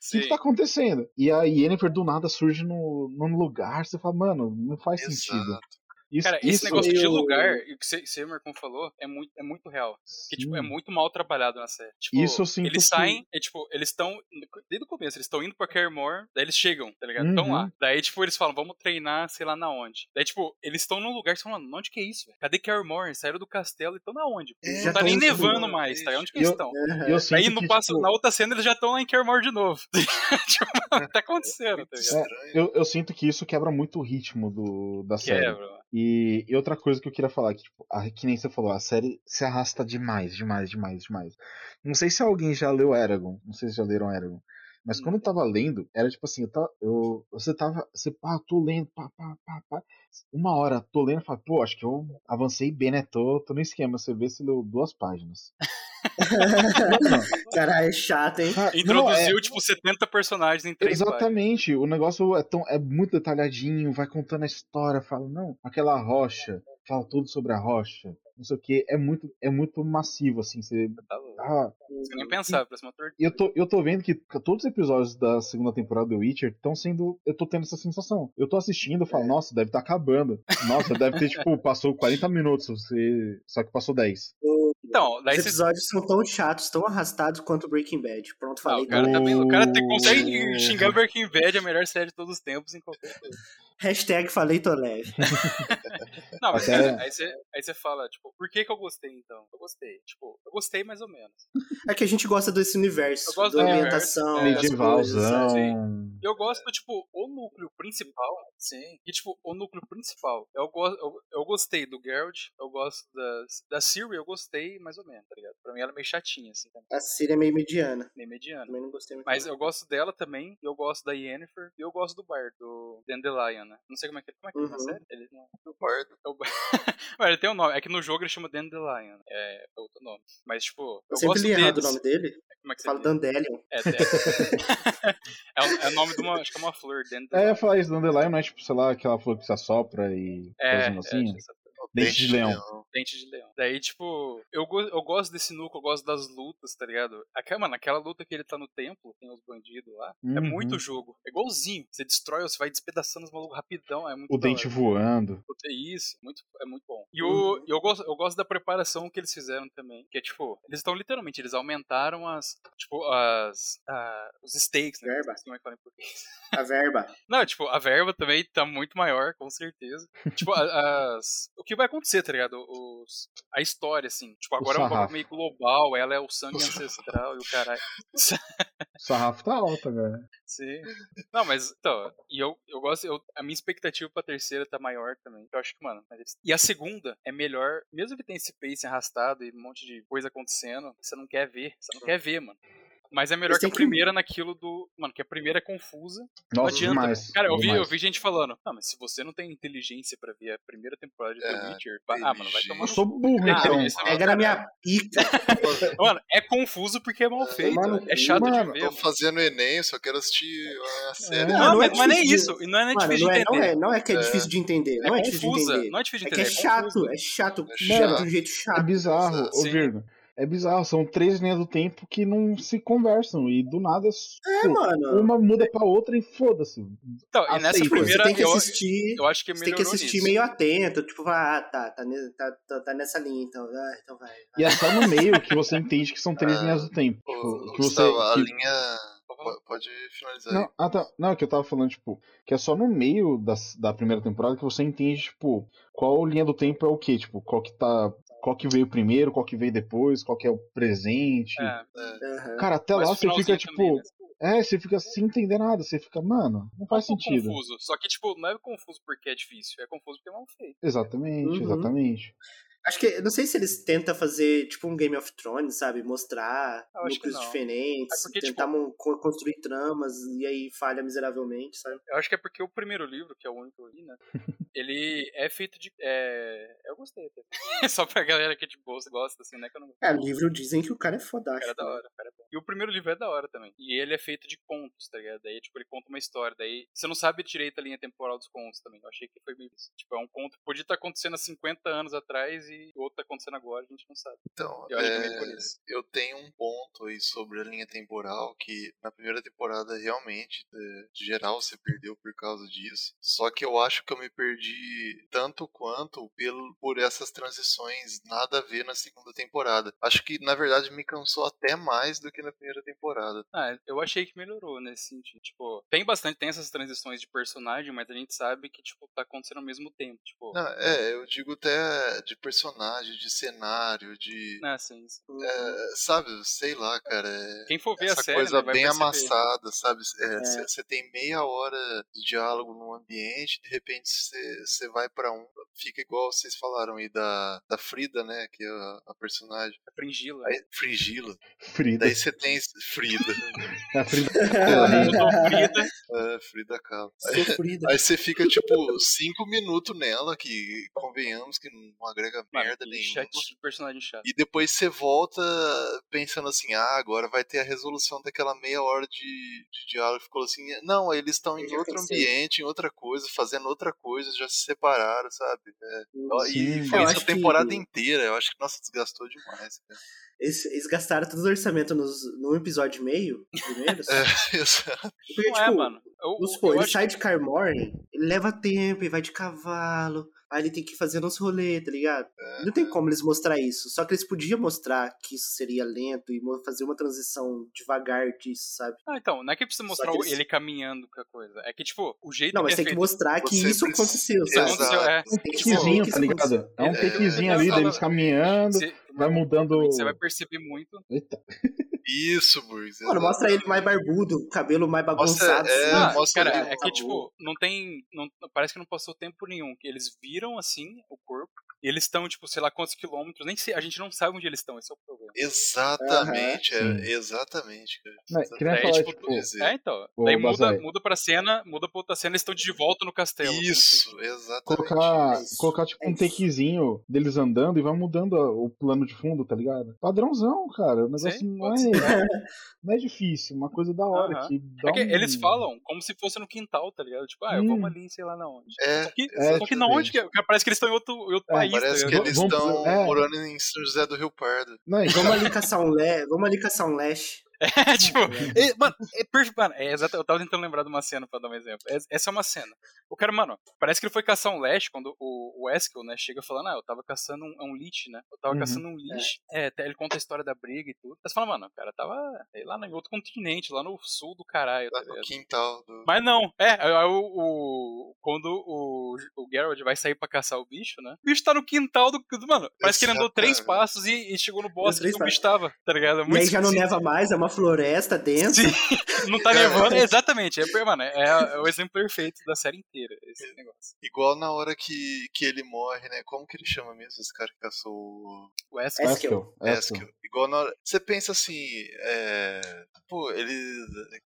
Speaker 4: Sim.
Speaker 3: que tá acontecendo? E a Yennefer do nada surge no, num lugar, você fala, mano, não faz sentido.
Speaker 2: Exato.
Speaker 3: Isso,
Speaker 4: Cara, esse
Speaker 3: isso-
Speaker 4: negócio de
Speaker 1: meio-
Speaker 4: lugar, e o que você- você, Marcon, falou, é muito, é muito real. Que, tipo, é
Speaker 3: Sim.
Speaker 4: muito mal trabalhado na série. Tipo,
Speaker 3: Hum. Isso eu sinto
Speaker 4: Eles
Speaker 3: que-
Speaker 4: saem, é, tipo, eles estão. Desde o começo, eles estão indo pra Caremore, daí eles chegam, tá ligado? Estão
Speaker 3: Uhum.
Speaker 4: lá. Daí, tipo, eles falam, vamos treinar, sei lá na onde. Daí, tipo, eles estão num lugar que você fala, mano, onde que é isso? velho? Cadê Caremore? Eles Saíram do castelo e estão na onde?
Speaker 2: É,
Speaker 4: não
Speaker 1: já
Speaker 4: tá
Speaker 1: tão
Speaker 4: nem
Speaker 3: um
Speaker 1: indo
Speaker 4: nevando
Speaker 2: embora,
Speaker 4: mais, tá ligado? Onde que
Speaker 3: Eu-
Speaker 4: eles estão?
Speaker 1: Aham.
Speaker 3: eu sinto
Speaker 4: Aí no
Speaker 3: que,
Speaker 4: passo,
Speaker 3: tipo,
Speaker 4: na outra cena eles já estão lá em Caremore de novo. tipo, mano, o que tá acontecendo, tá ligado?
Speaker 2: Estranho.
Speaker 3: Eu, eu sinto que isso quebra muito o ritmo do, da série.
Speaker 4: Quebra, mano.
Speaker 3: E, e outra coisa que eu queria falar, que, tipo, a, que nem você falou, a série se arrasta demais, demais, demais, demais. Não sei se alguém já leu Eragon, não sei se já leram Eragon.
Speaker 4: Hum.
Speaker 3: Mas quando eu tava lendo, era tipo assim, eu tava, eu, você tava, você, pá, tô lendo, pá, pá, pá, pá. Uma hora tô lendo, eu falo, pô, acho que eu avancei bem, né? Tô, tô no esquema, você vê se leu duas páginas. Mano,
Speaker 1: Caralho, é chato, hein?
Speaker 3: cara, não, é-
Speaker 4: Introduziu, tipo, 70 personagens em três páginas.
Speaker 3: Exatamente, o negócio é, tão, é muito detalhadinho, vai contando a história, fala, não, aquela rocha, fala tudo sobre a rocha, não sei o que, é muito, é muito massivo, assim, você.
Speaker 4: Tá louco.
Speaker 3: Ah,
Speaker 4: Você nem pensava, parece uma tortura.
Speaker 3: E eu tô, eu tô vendo que todos os episódios da segunda temporada do Witcher estão sendo. Eu tô tendo essa sensação. Eu tô assistindo
Speaker 4: É.
Speaker 3: e falo, nossa, deve estar acabando. Nossa, deve ter, tipo, passou 40 minutos, você... só que passou 10.
Speaker 4: Então, daí
Speaker 1: Os
Speaker 4: você.
Speaker 1: episódios são tão chatos, tão arrastados quanto Breaking Bad. Pronto,
Speaker 4: Ah,
Speaker 1: falei.
Speaker 4: o cara tá bem. O cara te- consegue
Speaker 3: Oh.
Speaker 4: xingar Breaking Bad, a melhor série de todos os tempos, em qualquer coisa.
Speaker 1: Hashtag falei tô leve.
Speaker 4: Não, mas
Speaker 3: Até-
Speaker 4: aí, aí você, aí você fala, tipo, por que, que eu gostei então? Eu gostei. Tipo, eu gostei mais ou menos.
Speaker 1: É que a gente gosta desse universo,
Speaker 4: Eu gosto
Speaker 1: da
Speaker 4: do
Speaker 1: ambientação,
Speaker 4: universo, é. assim.
Speaker 1: das coisas, sabe?
Speaker 3: Medievalzão.
Speaker 4: Eu gosto, tipo, o núcleo principal, sim. E, tipo, o núcleo principal. Eu, go eu, eu gostei do Geralt, eu gosto da, da Siri, eu gostei mais ou menos, tá ligado? Pra mim ela é meio chatinha, assim, também,
Speaker 1: A Síria é meio mediana.
Speaker 4: meio mediana.
Speaker 1: Também não gostei muito.
Speaker 4: Mas eu gosto dela também, e eu gosto da Yennefer, e eu gosto do Bard, do Dandelion, né? Não sei como é que ele, como é que ele tá,
Speaker 1: Uhum.
Speaker 4: sério? Ele não...
Speaker 2: O bardo.
Speaker 4: é o Bard. Mas ele tem um nome, é que no jogo ele chama Dandelion, é é outro nome. Mas, tipo, eu
Speaker 1: Eu É sempre
Speaker 4: gosto
Speaker 1: li errado o
Speaker 4: deles.
Speaker 1: nome dele.
Speaker 4: Como é que você
Speaker 1: Falo
Speaker 4: diz?
Speaker 1: Dandelion.
Speaker 4: É, é. é, o- é o nome de uma, acho que é uma flor, Dandelion.
Speaker 3: É, falar isso do Underline, não é tipo, sei lá, aquela flor que se assopra e
Speaker 4: É,
Speaker 3: faz um assim.
Speaker 4: é,
Speaker 3: Dente de leão.
Speaker 4: Dente de leão. Daí, tipo, eu, go- eu gosto desse núcleo, eu gosto das lutas, tá ligado? Aquela, mano, aquela luta que ele tá no templo, tem os bandidos lá. É
Speaker 3: Uhum.
Speaker 4: muito jogo. É igualzinho. Você destrói, você vai despedaçando os malucos rapidão. É muito
Speaker 3: O
Speaker 4: da
Speaker 3: dente Uhum.
Speaker 4: hora.
Speaker 3: voando.
Speaker 4: É isso, muito, é muito bom. E o, eu, gosto, eu gosto da preparação que eles fizeram também. Que é tipo, eles estão literalmente, eles aumentaram as. Tipo, as. ah, os stakes, né?
Speaker 1: Verba.
Speaker 4: Não sei Como é que fala em português.
Speaker 1: A verba.
Speaker 4: Não, tipo, a verba também tá muito maior, com certeza. tipo, a- as. O que vai acontecer, tá ligado? Os, a história, assim. Tipo, agora é um
Speaker 3: sarrafo.
Speaker 4: bagulho meio global, ela é o sangue ancestral e o caralho.
Speaker 3: O sarrafo tá alto agora.
Speaker 4: Sim. Não, mas, então, e eu, eu gosto. Eu, a minha expectativa pra terceira tá maior também. Eu acho que, mano. mas eles- E a segunda é melhor, mesmo que tenha esse pace arrastado e um monte de coisa acontecendo, você não quer ver. Você não quer ver, mano. Mas é melhor
Speaker 1: Eles
Speaker 4: que a
Speaker 1: têm que-
Speaker 4: primeira naquilo do. Mano, que a primeira é confusa. Não
Speaker 3: Nossa,
Speaker 4: adianta.
Speaker 3: demais.
Speaker 4: Cara, eu vi, eu
Speaker 3: demais.
Speaker 4: vi gente falando, ah, mas se você não tem inteligência pra ver a primeira temporada de The
Speaker 2: É,
Speaker 4: Witcher, vai- ah, mano, vai
Speaker 2: inteligência.
Speaker 4: tomar
Speaker 3: Eu
Speaker 4: no
Speaker 3: sou burro,
Speaker 4: Ah,
Speaker 3: então.
Speaker 4: isso é
Speaker 1: Pega na minha pica.
Speaker 4: cu. Mano, é confuso porque é mal feito.
Speaker 1: tomar no
Speaker 4: É
Speaker 1: cu,
Speaker 4: chato
Speaker 3: mano.
Speaker 4: de ver.
Speaker 2: Tô
Speaker 4: mano.
Speaker 2: fazendo Enem, só quero assistir a série.
Speaker 4: Não,
Speaker 1: não
Speaker 4: Ah, mas,
Speaker 1: é
Speaker 4: mas nem
Speaker 1: difícil
Speaker 4: isso. E não é nem
Speaker 1: Mano,
Speaker 4: difícil
Speaker 1: não
Speaker 4: de
Speaker 1: é, não,
Speaker 4: entender.
Speaker 1: é, não é que é difícil de entender. Não é, difícil de
Speaker 4: confusa.
Speaker 1: entender.
Speaker 4: Não é difícil
Speaker 1: É
Speaker 4: de
Speaker 1: que
Speaker 4: entender.
Speaker 1: é
Speaker 4: confusa.
Speaker 1: chato, é chato.
Speaker 2: É
Speaker 1: Chato
Speaker 2: chato.
Speaker 1: de um jeito
Speaker 3: É
Speaker 1: chato.
Speaker 3: bizarro, ô
Speaker 4: Sim.
Speaker 3: Virgo. É bizarro, são três linhas do tempo que não se conversam e do nada
Speaker 1: É, mano.
Speaker 3: uma muda pra outra e foda-se.
Speaker 4: Então, e nessa
Speaker 3: Aceito.
Speaker 1: Pô,
Speaker 4: primeira,
Speaker 1: você tem que
Speaker 4: eu,
Speaker 1: assistir.
Speaker 4: eu acho que
Speaker 1: Você tem que
Speaker 4: melhorou
Speaker 1: assistir
Speaker 4: nisso.
Speaker 1: meio atento, tipo, vai, ah, tá, tá, ne- tá, tá, tá nessa linha, então, ah, então vai.
Speaker 3: E é só no meio que você entende que são três
Speaker 2: Ah,
Speaker 3: linhas do tempo.
Speaker 2: Ô,
Speaker 3: Tipo,
Speaker 2: ô,
Speaker 3: que você.
Speaker 2: Gustavo, a
Speaker 4: tá
Speaker 3: que-
Speaker 2: linha. po- Pode finalizar aí.
Speaker 3: Não, ah, tá. Não, é que eu tava falando, tipo, que é só no meio da, da primeira temporada que você entende, tipo, qual linha do tempo é o quê? Tipo, qual que tá. Qual que veio primeiro, qual que veio depois, qual que é o presente.
Speaker 4: É,
Speaker 1: Aham.
Speaker 3: Cara, até
Speaker 4: mas
Speaker 3: lá
Speaker 4: o
Speaker 3: você fica,
Speaker 4: finalzinho
Speaker 3: tipo.
Speaker 4: também, né?
Speaker 3: É, você fica sem entender nada. Você fica, mano, não faz
Speaker 4: Não é
Speaker 3: sentido.
Speaker 4: confuso. Só que, tipo, não é confuso porque é difícil. É confuso porque é mal feito.
Speaker 3: Exatamente,
Speaker 1: Uhum.
Speaker 3: exatamente.
Speaker 1: Acho que, não sei se eles tentam fazer, tipo, um Game of Thrones, sabe? Mostrar
Speaker 4: Eu acho que
Speaker 1: núcleos
Speaker 4: não.
Speaker 1: diferentes,
Speaker 4: É porque,
Speaker 1: tentar mo- co- construir tramas e aí falha miseravelmente, sabe?
Speaker 4: Eu acho que é porque o primeiro livro, que é o único que eu li, né? ele é feito de. É... Eu gostei até. Só pra galera que de bolsa gosta, assim, né? Que eu não
Speaker 1: É, livro dizem que o cara é fodástico.
Speaker 4: O cara é da
Speaker 1: né?
Speaker 4: hora, o cara é bom. E o primeiro livro é da hora também. E ele é feito de contos, tá ligado? Daí, tipo, ele conta uma história. Daí, você não sabe direito a linha temporal dos contos também. Eu achei que foi meio isso. Tipo, é um conto que podia estar acontecendo há 50 anos atrás e o outro tá acontecendo agora, a gente não sabe.
Speaker 2: Então,
Speaker 4: Eu acho que é
Speaker 2: é,
Speaker 4: meio por isso.
Speaker 2: eu tenho um ponto aí sobre a linha temporal que na primeira temporada realmente, é, de geral, se perdeu por causa disso. Só que eu acho que eu me perdi tanto quanto pelo, por essas transições nada a ver na segunda temporada. Acho que, na verdade, me cansou até mais do que na primeira temporada.
Speaker 4: Ah, eu achei que melhorou nesse sentido. Tipo, tem bastante, tem essas transições de personagem, mas a gente sabe que, tipo, tá acontecendo ao mesmo tempo. Tipo,
Speaker 2: Não, é, eu digo até de personagem, de cenário, de.
Speaker 4: né, assim. assim.
Speaker 2: é, sabe, sei lá, cara. é-
Speaker 4: Quem for ver
Speaker 2: essa
Speaker 4: a série,
Speaker 2: coisa
Speaker 4: né, vai
Speaker 2: bem
Speaker 4: perceber. É.
Speaker 2: amassada, sabe? Você tem meia hora de diálogo num ambiente, de repente você vai pra um, fica igual vocês falaram aí da, da Frida, né? Que é a, a personagem.
Speaker 4: A Fringila.
Speaker 2: Aí, Frigila.
Speaker 3: Frida. é
Speaker 2: Daí você tem esse- Frida.
Speaker 3: A Frida
Speaker 4: Mudou Frida.
Speaker 2: é, Frida Kahlo.
Speaker 1: Sofrida.
Speaker 2: Aí você fica, tipo, cinco minutos nela, que convenhamos que não agrega
Speaker 4: Mano,
Speaker 2: merda
Speaker 4: que
Speaker 2: nenhuma.
Speaker 4: chate- personagem chato.
Speaker 2: E depois você volta pensando assim, ah, agora vai ter a resolução daquela meia hora de, de diálogo. Ficou assim, não, aí eles estão em
Speaker 1: Ele já
Speaker 2: outro
Speaker 1: aconteceu.
Speaker 2: ambiente, em outra coisa, fazendo outra coisa, já se separaram, sabe? É.
Speaker 1: Hum.
Speaker 2: Ó, E
Speaker 3: Sim.
Speaker 2: foi
Speaker 1: Eu
Speaker 2: isso a
Speaker 1: acho que-
Speaker 2: temporada inteira. Eu acho que, nossa, desgastou demais. cara.
Speaker 1: Eles, eles gastaram todo o orçamento nos, num episódio e meio, primeiros.
Speaker 2: É, exato.
Speaker 1: Porque, tipo,
Speaker 4: Não é, mano. Eu,
Speaker 1: Vamos supor,
Speaker 4: eu
Speaker 1: ele
Speaker 4: acho
Speaker 1: sai de Carmore, ele leva tempo e vai de cavalo. Aí ele tem que fazer uns rolê, tá ligado? Não tem como eles mostrar isso. Só que eles podiam mostrar que isso seria lento e mo- fazer uma transição devagar disso, sabe?
Speaker 4: Ah, então, não é que precisa
Speaker 1: Só
Speaker 4: mostrar
Speaker 1: que eles-
Speaker 4: ele caminhando com a coisa. É que, tipo, o jeito
Speaker 1: Não,
Speaker 4: que
Speaker 1: mas
Speaker 4: é
Speaker 1: tem que
Speaker 4: feito-
Speaker 1: mostrar que
Speaker 2: Você
Speaker 1: isso
Speaker 2: precisa-
Speaker 1: aconteceu,
Speaker 4: Isso
Speaker 1: sabe?
Speaker 4: aconteceu,
Speaker 1: Tem
Speaker 4: é.
Speaker 1: que
Speaker 2: Tipo,
Speaker 3: É um
Speaker 1: mostrar
Speaker 3: takezinho,
Speaker 1: que
Speaker 3: tá
Speaker 1: isso aconteceu.
Speaker 3: ligado? É um
Speaker 2: É,
Speaker 3: takezinho
Speaker 4: é,
Speaker 3: ali,
Speaker 4: é,
Speaker 3: daí
Speaker 4: é,
Speaker 3: eles
Speaker 4: é,
Speaker 3: caminhando,
Speaker 4: Você-
Speaker 3: vai mudando.
Speaker 4: Você vai perceber muito.
Speaker 3: Eita,
Speaker 2: Isso, Burgs.
Speaker 1: Mano,
Speaker 2: exato.
Speaker 1: mostra ele mais barbudo, cabelo mais
Speaker 2: Mostra-
Speaker 1: bagunçado.
Speaker 2: é,
Speaker 1: assim.
Speaker 4: Ah,
Speaker 2: mostra
Speaker 4: cara,
Speaker 2: ali
Speaker 4: é que,
Speaker 1: acabou.
Speaker 4: tipo, não tem. não- parece que não passou tempo nenhum. que Eles viram, assim, o corpo. E eles estão, tipo, sei lá quantos quilômetros. Nem sei, a gente não sabe onde eles estão, esse é o problema.
Speaker 2: Exatamente, é,
Speaker 3: Sim.
Speaker 2: exatamente, cara.
Speaker 3: Não, que nem
Speaker 4: Daí,
Speaker 3: falar,
Speaker 4: tipo,
Speaker 3: tipo,
Speaker 4: É, então.
Speaker 3: Ô,
Speaker 4: Daí muda,
Speaker 3: Bazai.
Speaker 4: muda pra cena, muda pra outra cena, eles estão de volta no castelo. assim, como se-
Speaker 2: Isso, exatamente.
Speaker 3: colocar,
Speaker 1: É isso.
Speaker 3: colocar tipo
Speaker 1: É
Speaker 3: um
Speaker 1: isso.
Speaker 3: takezinho deles andando e vai mudando a- o plano de fundo, tá ligado? Padrãozão, cara. O negócio
Speaker 4: Sim,
Speaker 3: não,
Speaker 4: pode
Speaker 3: é,
Speaker 4: ser. né?
Speaker 3: não é difícil, uma coisa da hora
Speaker 4: Aham.
Speaker 3: que dá
Speaker 4: É que
Speaker 3: um...
Speaker 4: eles falam como se fosse no quintal, tá ligado? Tipo, ah, eu
Speaker 3: Hum.
Speaker 4: vamos ali, sei lá na onde.
Speaker 2: É,
Speaker 4: Só que,
Speaker 3: É,
Speaker 4: só que na onde? Que, cara, parece que eles estão em outro, em outro
Speaker 3: É,
Speaker 4: país, tá
Speaker 2: Parece
Speaker 4: ligado?
Speaker 2: que eles
Speaker 3: Vamos-
Speaker 2: estão
Speaker 3: é.
Speaker 2: morando em São José do Rio Pardo.
Speaker 3: Não, é e-
Speaker 1: Vamos ali caçar um le... Vamos ali caçar um lash.
Speaker 4: É, tipo, é, mano, é perfeito. Mano, é exato, eu tava tentando lembrar de uma cena pra dar um exemplo. Es- Essa é uma cena. O cara, mano, parece que ele foi caçar um Lash quando o, o Eskel, né, chega falando, ah, eu tava caçando um, um Lich, né? Eu tava
Speaker 3: Uhum.
Speaker 4: caçando um Lich. É, até ele conta a história da briga e tudo. Mas fala, mano, o cara tava sei lá em outro continente, lá no sul do caralho, tá
Speaker 2: Lá no
Speaker 4: ligado?
Speaker 2: quintal do.
Speaker 4: Mas não, é, aí o, o- quando o, o Geralt vai sair pra caçar o bicho, né? O bicho tá no quintal do. do- Mano, parece que ele andou três
Speaker 2: Exatamente.
Speaker 4: passos e, e chegou no boss
Speaker 1: três
Speaker 4: que o bicho tava, tá ligado? É
Speaker 1: e
Speaker 4: muito
Speaker 1: aí já não
Speaker 4: esquisito.
Speaker 1: neva né? mais, é uma floresta densa.
Speaker 4: Sim, não tá
Speaker 2: Cara,
Speaker 4: nevando. Exatamente, é, per- mano, é, é o exemplo perfeito da série inteira, esse negócio.
Speaker 2: Igual na hora que, que ele morre, né? Como que ele chama mesmo esse cara que caçou o
Speaker 4: O Eskel.
Speaker 1: Eskel.
Speaker 3: Eskel,
Speaker 1: é
Speaker 3: Eskel.
Speaker 2: Eskel? Igual na hora. Você pensa assim, é. Pô, eles,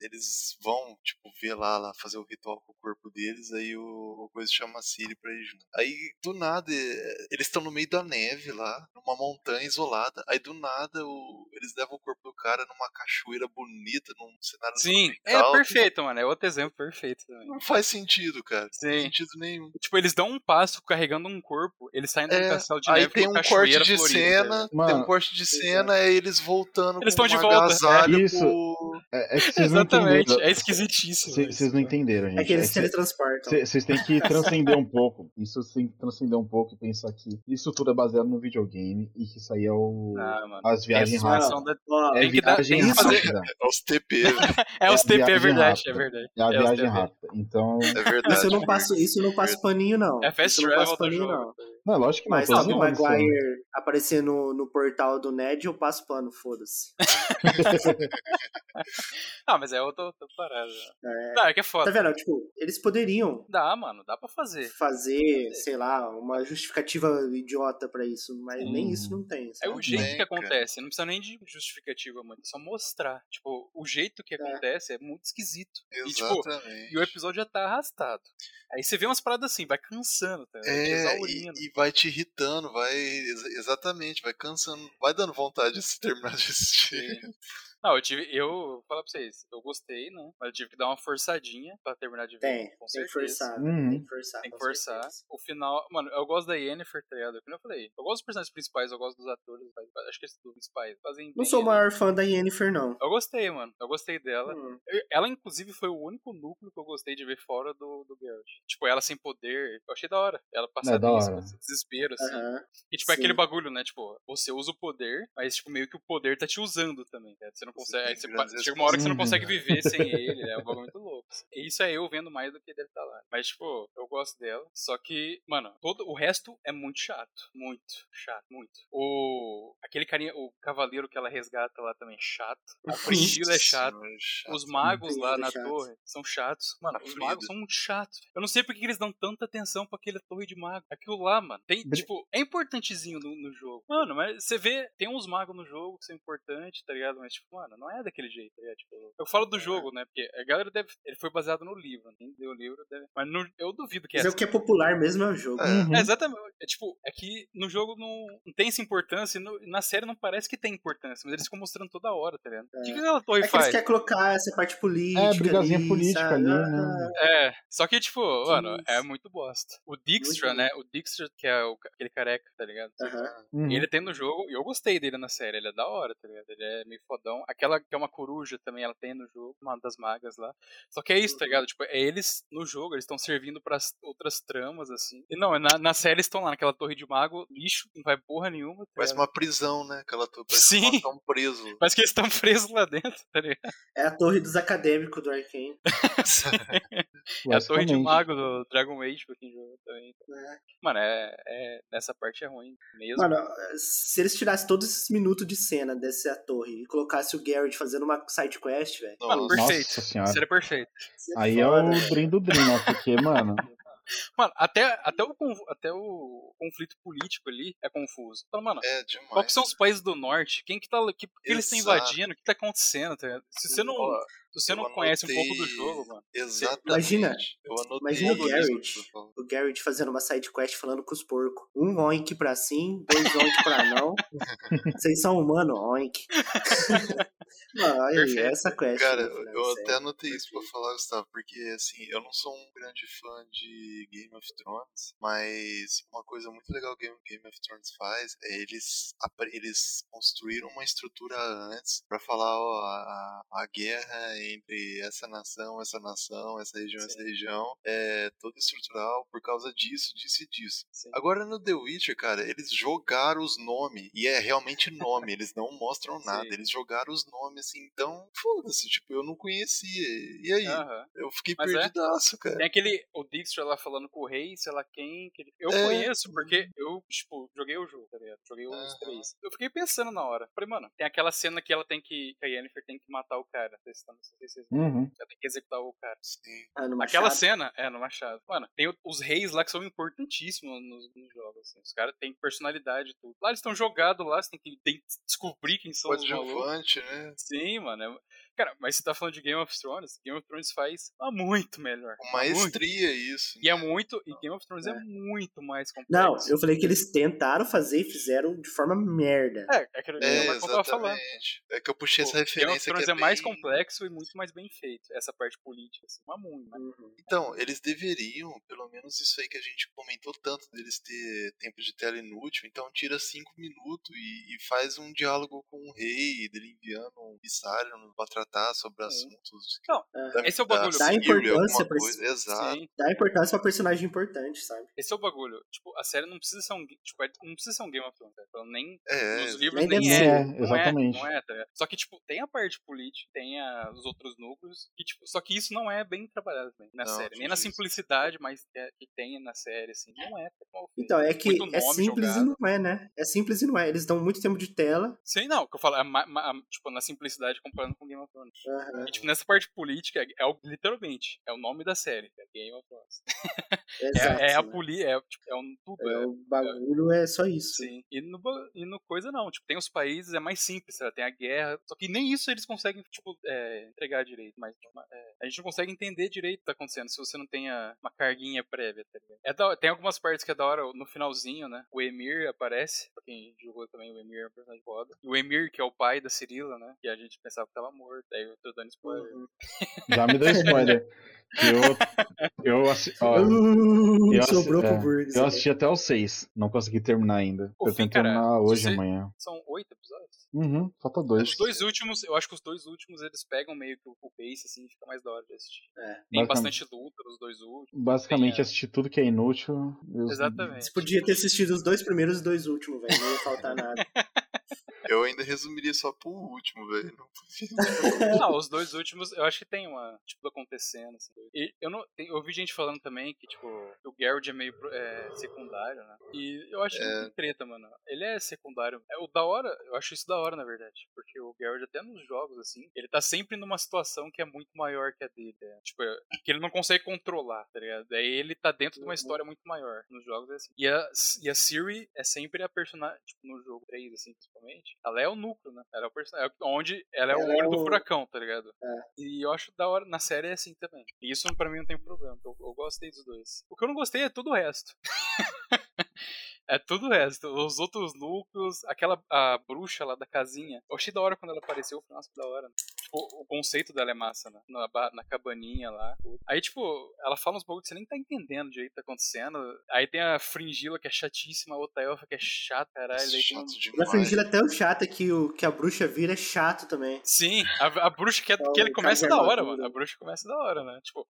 Speaker 2: eles vão, tipo, ver lá, lá, fazer o ritual com o corpo deles, aí o, o coisa chama a Siri pra ir junto. Aí, do nada, é, eles estão no meio da neve lá, numa montanha isolada. Aí, do nada, o- eles levam o corpo do cara numa cachoeira bonita, num cenário
Speaker 4: Sim, é
Speaker 2: tropical.
Speaker 4: perfeito, mano, é outro exemplo perfeito também.
Speaker 2: Não faz sentido, cara. Não faz
Speaker 4: Sim.
Speaker 2: sentido nenhum.
Speaker 4: Tipo, eles dão um passo carregando um corpo, eles saem do
Speaker 2: É,
Speaker 4: castelo de
Speaker 2: aí
Speaker 4: neve
Speaker 2: tem
Speaker 4: com
Speaker 2: um
Speaker 4: cachoeira
Speaker 2: corte de
Speaker 4: florida, tá né?
Speaker 2: cena, tem um
Speaker 3: Mano.
Speaker 2: corte de cena, é eles voltando
Speaker 4: Eles
Speaker 2: com
Speaker 4: tão de
Speaker 2: um
Speaker 4: volta, né?
Speaker 2: agasalho
Speaker 3: é. Isso.
Speaker 2: pro...
Speaker 3: É, é que vocês não
Speaker 4: Exatamente,
Speaker 3: entenderam.
Speaker 4: é né? esquisitíssimo.
Speaker 3: Cê- Vocês não entenderam, gente.
Speaker 1: É que
Speaker 3: É
Speaker 1: eles
Speaker 3: que
Speaker 1: se
Speaker 3: cê-
Speaker 1: teletransportam.
Speaker 3: cê- Vocês têm que transcender um pouco. Isso vocês têm que transcender um pouco e pensar que isso tudo é baseado no videogame e que isso aí é o.
Speaker 4: Ah, mano.
Speaker 3: as
Speaker 4: Tem a
Speaker 3: viagens
Speaker 4: suspensão
Speaker 3: rápidas.
Speaker 4: da...
Speaker 1: Ó,
Speaker 3: É
Speaker 4: tem que dar-
Speaker 3: viagem
Speaker 4: tem que fazer-
Speaker 3: rápida.
Speaker 2: É os TP, velho.
Speaker 4: É os
Speaker 3: a
Speaker 4: TP, é
Speaker 3: viagem
Speaker 4: verdade, é
Speaker 3: rápida.
Speaker 4: verdade.
Speaker 3: É a
Speaker 4: É os
Speaker 3: viagem
Speaker 4: TP.
Speaker 3: rápida. Então.
Speaker 2: é verdade.
Speaker 1: Isso eu não passo,
Speaker 2: Burger.
Speaker 1: isso eu não passo paninho, não.
Speaker 4: É fast
Speaker 1: isso eu não
Speaker 4: travel
Speaker 1: passo
Speaker 4: do
Speaker 1: paninho,
Speaker 4: jogo.
Speaker 1: não.
Speaker 3: Não, é lógico que não.
Speaker 1: Mas
Speaker 3: Tô
Speaker 1: Tobey
Speaker 3: zoando isso.
Speaker 1: Maguire aparecer no, no portal do Ned, eu passo pano, foda-se.
Speaker 4: Ah, mas é outra, outra parada.
Speaker 1: É.
Speaker 4: Não, é que é
Speaker 1: Tá
Speaker 4: foda.
Speaker 1: vendo? Tipo, eles poderiam
Speaker 4: Dá, mano, dá pra fazer.
Speaker 1: fazer, sei lá, uma justificativa idiota pra isso, mas
Speaker 4: Sim.
Speaker 1: nem isso não tem.
Speaker 4: É
Speaker 1: sabe?
Speaker 4: o jeito
Speaker 2: tem,
Speaker 4: que
Speaker 2: cara.
Speaker 4: acontece, não precisa nem de justificativa, mano. É só mostrar. Tipo, o jeito que acontece é muito esquisito. E, tipo,
Speaker 2: Exatamente.
Speaker 4: e o episódio já tá arrastado. Aí você vê umas paradas assim, vai cansando, tá? Vai te
Speaker 2: É, e,
Speaker 4: exaurindo.
Speaker 2: e vai te irritando, vai... ex- Exatamente, vai cansando. Vai dando vontade de se terminar de assistir.
Speaker 4: Sim. Não, eu tive. Eu vou falar pra vocês, eu gostei, né? Mas eu tive que dar uma forçadinha pra terminar de ver.
Speaker 1: Tem,
Speaker 4: com
Speaker 1: tem que
Speaker 4: certeza.
Speaker 1: forçar,
Speaker 3: Uhum.
Speaker 1: tem que forçar.
Speaker 4: Tem que
Speaker 1: Tá, com
Speaker 4: forçar.
Speaker 1: certeza.
Speaker 4: O final. Mano, eu gosto da Yennefer, tá ligado? Como eu falei, eu gosto dos personagens principais, eu gosto dos atores, mas acho que esses dos principais fazem bem.
Speaker 1: Não sou o
Speaker 4: ali.
Speaker 1: maior fã da Yennefer, não.
Speaker 4: Eu gostei, mano. Eu gostei dela.
Speaker 1: Hum.
Speaker 4: Eu- Ela, inclusive, foi o único núcleo que eu gostei de ver fora do, do Geralt. Tipo, ela sem poder. Eu achei da hora. Ela
Speaker 3: É,
Speaker 4: passar
Speaker 3: da
Speaker 4: nisso,
Speaker 3: hora.
Speaker 4: esse desespero, assim.
Speaker 1: Aham.
Speaker 4: E, tipo, é
Speaker 1: sim.
Speaker 4: aquele bagulho, né? Tipo, você usa o poder, mas, tipo, meio que o poder tá te usando também. Né? Você não
Speaker 2: Você
Speaker 4: consegue.
Speaker 2: tem
Speaker 4: aí você
Speaker 2: grandes
Speaker 4: pa- chega uma hora que você não
Speaker 3: responsabilidades.
Speaker 4: consegue viver sem ele. É um bagulho muito louco. E isso é eu vendo mais do que deve estar lá. Mas, tipo, eu gosto dela. Só que, mano, todo o resto é muito chato. Muito chato, muito. O. Aquele carinha, o cavaleiro que ela resgata lá também, chato. A Priscila é chata. Os magos lá
Speaker 1: Frida
Speaker 4: na
Speaker 1: é chato.
Speaker 4: torre são chatos. Mano, os
Speaker 2: Frida.
Speaker 4: magos são muito chatos. Eu não sei porque que eles dão tanta atenção pra aquela torre de mago. Aquilo lá, mano, tem,
Speaker 3: Bri-
Speaker 4: tipo, é importantezinho no, no jogo. Mano, mas você vê, tem uns magos no jogo que são importantes, tá ligado? Mas, tipo, mano, não é daquele jeito. é, tipo, eu falo do jogo, né? Porque a galera deve. Ele foi baseado no livro, nem deu o livro, deve- mas não- eu duvido que é
Speaker 1: Mas é o que é popular mesmo é o jogo.
Speaker 3: Uhum.
Speaker 4: É, exatamente. É tipo, é que no jogo não, não tem essa importância, e no- na série não parece que tem importância, mas eles ficam mostrando toda hora, tá ligado? O que, que aquela torre
Speaker 1: É que eles
Speaker 4: faz?
Speaker 1: querem colocar essa parte política.
Speaker 3: É, brigazinha
Speaker 1: ali,
Speaker 3: política
Speaker 1: sabe?
Speaker 3: ali, né?
Speaker 1: Ah,
Speaker 4: É, só que, tipo, mano,
Speaker 1: Isso.
Speaker 4: é muito bosta. O Dijkstra,
Speaker 1: Muito
Speaker 4: né? O Dijkstra, que é o ca- aquele careca, tá ligado?
Speaker 1: aham.
Speaker 3: Uhum.
Speaker 4: Ele é tem no jogo, e eu gostei dele na série, ele é da hora, tá ligado? Ele é meio fodão. Aquela que é uma coruja também, ela tem no jogo, uma das magas lá. Só que é isso, tá ligado? Tipo, é eles no jogo, eles estão servindo para outras tramas, assim. E não, na, na série eles estão lá naquela torre de mago, lixo, não vai porra nenhuma. Tá
Speaker 2: Parece
Speaker 4: ligado?
Speaker 2: uma prisão, né? Aquela tu
Speaker 4: Sim.
Speaker 2: parece um preso.
Speaker 4: Parece que eles estão presos lá dentro, tá ligado?
Speaker 1: É a torre dos acadêmicos do Arkane.
Speaker 4: É a torre de
Speaker 3: Basicamente.
Speaker 4: mago do Dragon Age pra quem jogou também.
Speaker 1: É.
Speaker 4: Mano, é, é- Nessa parte é ruim mesmo.
Speaker 1: Mano, se eles tirassem todos esses minutos de cena dessa torre e colocasse o Garrett fazendo uma side quest, velho.
Speaker 4: Mano,
Speaker 2: Nossa.
Speaker 4: perfeito.
Speaker 3: Nossa senhora.
Speaker 4: Seria perfeito.
Speaker 1: seria
Speaker 3: Aí é
Speaker 1: foda,
Speaker 3: o
Speaker 1: velho.
Speaker 3: Dream do Dream, né? Porque, mano.
Speaker 4: Mano, até, até, o, con- até o conflito político ali é confuso. Fala, mano,
Speaker 2: É
Speaker 4: qual que
Speaker 2: demais.
Speaker 4: são os países do norte? Quem que tá. Que, por que eles estão
Speaker 2: Exato.
Speaker 4: invadindo? O que tá acontecendo? tá ligado? Se você não,
Speaker 2: Ó,
Speaker 4: se você não
Speaker 2: eu
Speaker 4: conhece um pouco do
Speaker 2: anotei-
Speaker 4: jogo, mano.
Speaker 2: Exatamente.
Speaker 1: Imagina-
Speaker 2: Eu anotei
Speaker 1: Imagina o
Speaker 2: isso,
Speaker 1: Garrett.
Speaker 2: pessoal.
Speaker 1: O Garrett fazendo uma side quest falando com os porcos. Um oink pra sim, dois oink pra não. Vocês são humanos, oink. Mano, olha aí,
Speaker 4: Perfeito.
Speaker 1: essa quest.
Speaker 2: Cara,
Speaker 1: no né, final,
Speaker 2: eu
Speaker 1: sério.
Speaker 2: até anotei isso pra falar, Gustavo, porque assim, eu não sou um grande fã de Game of Thrones, mas uma coisa muito legal que Game, Game of Thrones faz é eles, apre- eles construíram uma estrutura antes pra falar, ó, a, a guerra entre essa nação, essa nação, essa região, essa região, é toda estrutural por causa disso, disso e disso.
Speaker 4: Sim.
Speaker 2: Agora no The Witcher, cara, eles jogaram os nomes. E é realmente nome, eles não mostram nada.
Speaker 4: Sim.
Speaker 2: Eles jogaram os nomes assim, então, foda-se, tipo, eu não conhecia. E aí?
Speaker 4: Aham.
Speaker 2: Eu fiquei
Speaker 4: Mas é.
Speaker 2: perdidaço, cara.
Speaker 4: Tem aquele. O Dijkstra lá falando com o rei, sei lá quem. Que ele- Eu
Speaker 2: É. Uhum.
Speaker 4: conheço porque eu, tipo, joguei o jogo, tá ligado? Joguei os
Speaker 2: Aham.
Speaker 4: três. Eu fiquei pensando na hora. Falei, mano, tem aquela cena que ela tem que. Que a Yennefer tem que matar o cara. Vocês estão- Não sei se vocês
Speaker 2: Hum.
Speaker 4: viram.
Speaker 3: Uhum.
Speaker 4: Ela tem que executar o cara.
Speaker 2: Sim.
Speaker 1: Ah, no
Speaker 4: Aquela
Speaker 1: machado.
Speaker 4: cena, é, no Machado. Mano, tem o- os reis lá que são importantíssimos nos, nos jogos. assim. Os caras têm personalidade e tudo. Lá eles estão jogados lá, você tem que, tem que descobrir quem são os malucos.
Speaker 2: Coadjuvante, né?
Speaker 4: Sim, mano. é- Cara, mas você tá falando de Game of Thrones? Game of Thrones faz ah, muito melhor.
Speaker 2: Com
Speaker 4: Muito.
Speaker 2: maestria isso. né?
Speaker 4: E é muito. E Game of Thrones é, muito mais complexo.
Speaker 1: Não, eu falei que eles tentaram fazer e fizeram de forma merda.
Speaker 4: É, é aquilo que
Speaker 2: É,
Speaker 4: o Marcão tava falando.
Speaker 2: exatamente. É que eu puxei essa
Speaker 4: Pô, Game of
Speaker 2: referência
Speaker 4: Thrones
Speaker 2: que
Speaker 4: é,
Speaker 2: é,
Speaker 4: mais
Speaker 2: bem-
Speaker 4: complexo e muito mais bem feito. Essa parte política, assim. Mas muito. Mas...
Speaker 1: Uhum.
Speaker 2: Então, eles deveriam, pelo menos isso aí que a gente comentou tanto, deles ter tempo de tela inútil, então tira cinco minutos e, e faz um diálogo com o rei, dele enviando um missário pra tratar sobre assuntos.
Speaker 4: Não,
Speaker 2: da-
Speaker 4: esse é o
Speaker 2: da
Speaker 4: bagulho.
Speaker 1: Dá
Speaker 2: Siri,
Speaker 1: importância
Speaker 2: alguma
Speaker 1: pra
Speaker 2: coisa. Exato.
Speaker 4: Sim.
Speaker 1: Dá importância pra personagem importante, sabe?
Speaker 4: Esse é o bagulho. Tipo, a série não precisa ser um, ga- tipo, é- não precisa ser um Game of Thrones. Né? Ela Nem
Speaker 2: É,
Speaker 4: nos livros
Speaker 1: nem
Speaker 4: nem,
Speaker 1: deve
Speaker 4: é.
Speaker 1: ser.
Speaker 3: É,
Speaker 4: Não
Speaker 3: exatamente.
Speaker 4: É, não é, tá ligado? Só que, tipo, tem a parte política, tem a- os outros núcleos. Que, tipo, só que isso não é bem trabalhado também na
Speaker 2: Não,
Speaker 4: série. Nem
Speaker 2: tudo
Speaker 4: na
Speaker 2: isso.
Speaker 4: simplicidade mas é- que tem na série, assim. Não é. tá mal feito.
Speaker 1: Então, é que
Speaker 4: Muito
Speaker 1: é
Speaker 4: nome
Speaker 1: simples
Speaker 4: jogado.
Speaker 1: e não é, né? É simples e não é. Eles dão muito tempo de tela.
Speaker 4: Sim, não. O que eu falo é, ma- ma- tipo, na simplicidade comparando com Game of Thrones.
Speaker 1: Aham.
Speaker 4: E, tipo, nessa parte política, é, é o- literalmente, é o nome da série. É Game of Thrones.
Speaker 1: Exato,
Speaker 4: É, é a
Speaker 1: né?
Speaker 4: poli... É, tipo, é um, tudo.
Speaker 1: É, O bagulho é só isso.
Speaker 4: Sim, e no, ba- e no coisa não, tipo, tem os países, é mais simples, sabe? tem a guerra, só que nem isso eles conseguem, tipo, é, entregar direito, mas tipo, uma- é, a gente não consegue entender direito o que tá acontecendo se você não tem a- uma carguinha prévia, tá ligado? É da hora- tem algumas partes que é da hora, no finalzinho, né, o Emir aparece, pra quem jogou também, o Emir é um personagem foda, e o Emir, que é o pai da Cirila, né, que a gente pensava que tava morto, aí eu tô dando spoiler.
Speaker 1: Uhum.
Speaker 3: Já me deu spoiler. Eu. Eu, assi... ó,
Speaker 1: Uh,
Speaker 3: eu, assi-
Speaker 1: sobrou
Speaker 3: é,
Speaker 1: pro Burgs.
Speaker 3: eu
Speaker 1: né?
Speaker 3: assisti até os seis. Não consegui terminar ainda.
Speaker 4: Ô,
Speaker 3: eu
Speaker 4: Fih,
Speaker 3: tenho que
Speaker 4: cara,
Speaker 3: terminar hoje,
Speaker 4: você-
Speaker 3: amanhã.
Speaker 4: São oito episódios?
Speaker 3: Uhum, falta dois.
Speaker 4: Os dois últimos, eu acho que os dois últimos eles pegam meio que o o pace, assim, e fica mais da hora de assistir.
Speaker 1: É.
Speaker 4: Tem
Speaker 3: Basicamente-
Speaker 4: bastante luta nos dois últimos.
Speaker 3: Basicamente,
Speaker 4: Tem, é.
Speaker 3: assisti tudo que é inútil. e os-
Speaker 1: Você
Speaker 4: Exatamente.
Speaker 1: podia ter assistido os dois primeiros e os dois últimos, velho. Não ia faltar nada.
Speaker 2: Eu ainda resumiria só pro último, velho. Não podia.
Speaker 4: Não, os dois últimos, eu acho que tem uma, tipo, acontecendo. assim. E eu, não, tem- eu vi gente falando também que, tipo, que o Garrett é meio pro- é, secundário, né? E eu acho que
Speaker 2: É.
Speaker 4: tem treta, mano. Ele é secundário. É, o da hora, eu acho isso da hora, na verdade. Porque o Garrett, até nos jogos, assim, ele tá sempre numa situação que é muito maior que a dele. né? Tipo, é- que ele não consegue controlar, tá ligado? Daí ele tá dentro de uma história muito maior nos jogos, é assim. E a, e a Siri é sempre a personagem, tipo, no jogo 3, assim, principalmente, Ela é o núcleo, né? Ela é o personagem. é Onde ela é
Speaker 1: Ela
Speaker 4: o
Speaker 1: é
Speaker 4: olho do
Speaker 1: o- É.
Speaker 4: furacão, tá ligado? E eu acho da hora. Na série é assim também. E isso pra mim não tem problema. Eu, eu gostei dos dois. O que eu não gostei é tudo o resto. é tudo o resto. Os outros núcleos, aquela a bruxa lá da casinha. Eu achei da hora quando ela apareceu. Eu falei, Nossa, que da hora. né? Tipo, o conceito dela é massa, né? Na, ba- na cabaninha lá. Aí, tipo, ela fala uns bagulho que você nem tá entendendo direito o que tá acontecendo. Aí tem a Fringila, que é chatíssima, a outra elfa, que é chata, caralho. Aí tem um-
Speaker 2: Chato
Speaker 1: Na
Speaker 2: demais.
Speaker 1: Fringila é tão chata que, o, que a bruxa vira é chato também.
Speaker 4: Sim, a, a bruxa que, é,
Speaker 1: Então,
Speaker 4: que ele começa
Speaker 1: cai de
Speaker 4: da hora,
Speaker 1: armadura.
Speaker 4: mano. A bruxa começa da hora, né? Tipo,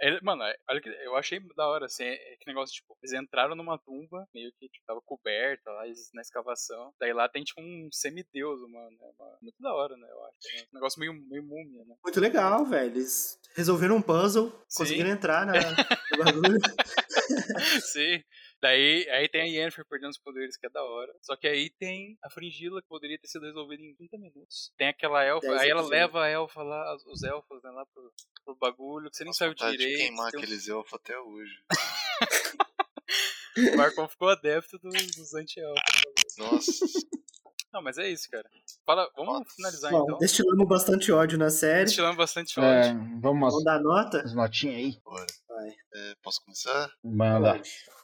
Speaker 2: É.
Speaker 4: ele- mano, é, olha que eu achei da hora, assim, é que negócio, tipo, eles entraram numa tumba, meio que tipo, tava coberta lá eles- na escavação. Daí lá tem, tipo, um semideus, mano. É uma- muito da hora, né? Eu acho. né? Um negócio meio, meio múmia, né?
Speaker 1: Muito legal, velho. Eles resolveram um puzzle,
Speaker 4: Sim. Tá,
Speaker 1: conseguiram entrar na, no bagulho.
Speaker 4: Sim. Daí aí tem a Yennefer perdendo os poderes, que é da hora. Só que aí tem a Fringila, que poderia ter sido resolvida em 30 minutos. Tem aquela elfa,
Speaker 1: Dez
Speaker 4: aí ela
Speaker 1: episódios.
Speaker 4: leva a elfa lá, as- os elfos, né, lá pro, pro bagulho, que você nem
Speaker 2: Nossa,
Speaker 4: sabe
Speaker 2: vontade
Speaker 4: direito.
Speaker 2: de queimar
Speaker 4: tem um-
Speaker 2: aqueles elfos até hoje.
Speaker 4: O Marcon ficou adepto do- dos anti-elfos.
Speaker 2: Nossa,
Speaker 4: Não, mas é isso, cara. Fala, vamos
Speaker 2: Nossa.
Speaker 4: finalizar
Speaker 1: Bom,
Speaker 4: então.
Speaker 1: destilamos bastante ódio na série.
Speaker 4: Destilando bastante
Speaker 3: É,
Speaker 4: ódio.
Speaker 3: vamos
Speaker 1: Vamos dar nota?
Speaker 3: as notinhas aí.
Speaker 2: bora.
Speaker 1: Vai.
Speaker 2: É, posso começar?
Speaker 3: Manda.